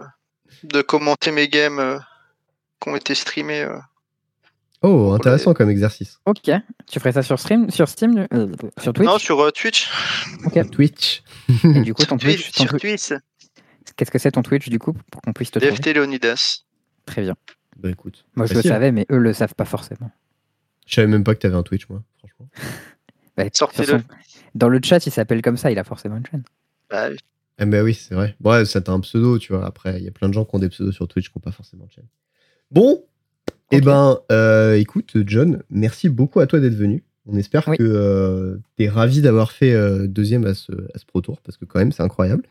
C: de commenter mes games euh, qui ont été streamés. euh.
B: Oh, intéressant comme exercice.
A: Ok, tu ferais ça sur, stream, sur Steam, du- euh, sur Twitch
C: Non, sur euh, Twitch.
B: Twitch.
A: Et du coup, ton
C: sur
A: Twitch,
C: Twitch,
A: ton
C: sur
A: Twitch-
C: Twitch.
A: qu'est-ce que c'est ton Twitch du coup pour qu'on puisse te trouver
C: DFT Leonidas.
A: Très bien.
B: Bah écoute.
A: Moi, je le
B: facile.
A: savais, mais eux le savent pas forcément.
B: Je savais même pas que t'avais un Twitch, moi, franchement.
A: Bah, de toute
C: Sortez-le.
A: façon, Dans le chat, il s'appelle comme ça, il a forcément une chaîne.
C: Bah,
B: Eh ben oui, c'est vrai. Ouais, ça t'as un pseudo, tu vois. Après, il y a plein de gens qui ont des pseudos sur Twitch qui n'ont pas forcément de chaîne. Bon, et eh ben, euh, écoute, John, merci beaucoup à toi d'être venu. On espère
A: Oui.
B: que euh, t'es ravi d'avoir fait euh, deuxième à ce, à ce Pro Tour, parce que quand même, c'est incroyable.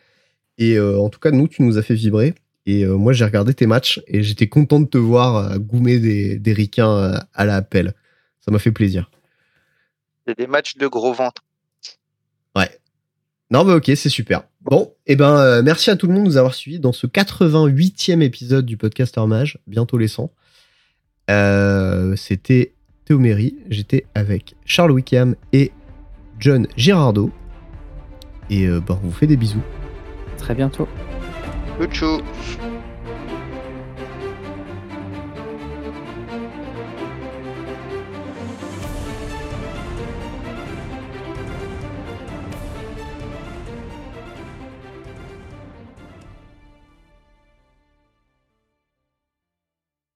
B: Et euh, en tout cas, nous, tu nous as fait vibrer. Et euh, moi, j'ai regardé tes matchs et j'étais content de te voir euh, goumer des, des ricains euh, à la pelle. Ça m'a fait plaisir.
C: c'est des matchs de gros ventre.
B: Non, bah ok, c'est super. Bon, et ben, euh, merci à tout le monde de nous avoir suivis dans ce 88e épisode du podcast Mage, bientôt les 100. Euh, C'était Théoméry, j'étais avec Charles Wickham et John Girardeau. Et euh, ben, on vous fait des bisous.
A: Très bientôt.
C: Tchou, tchou.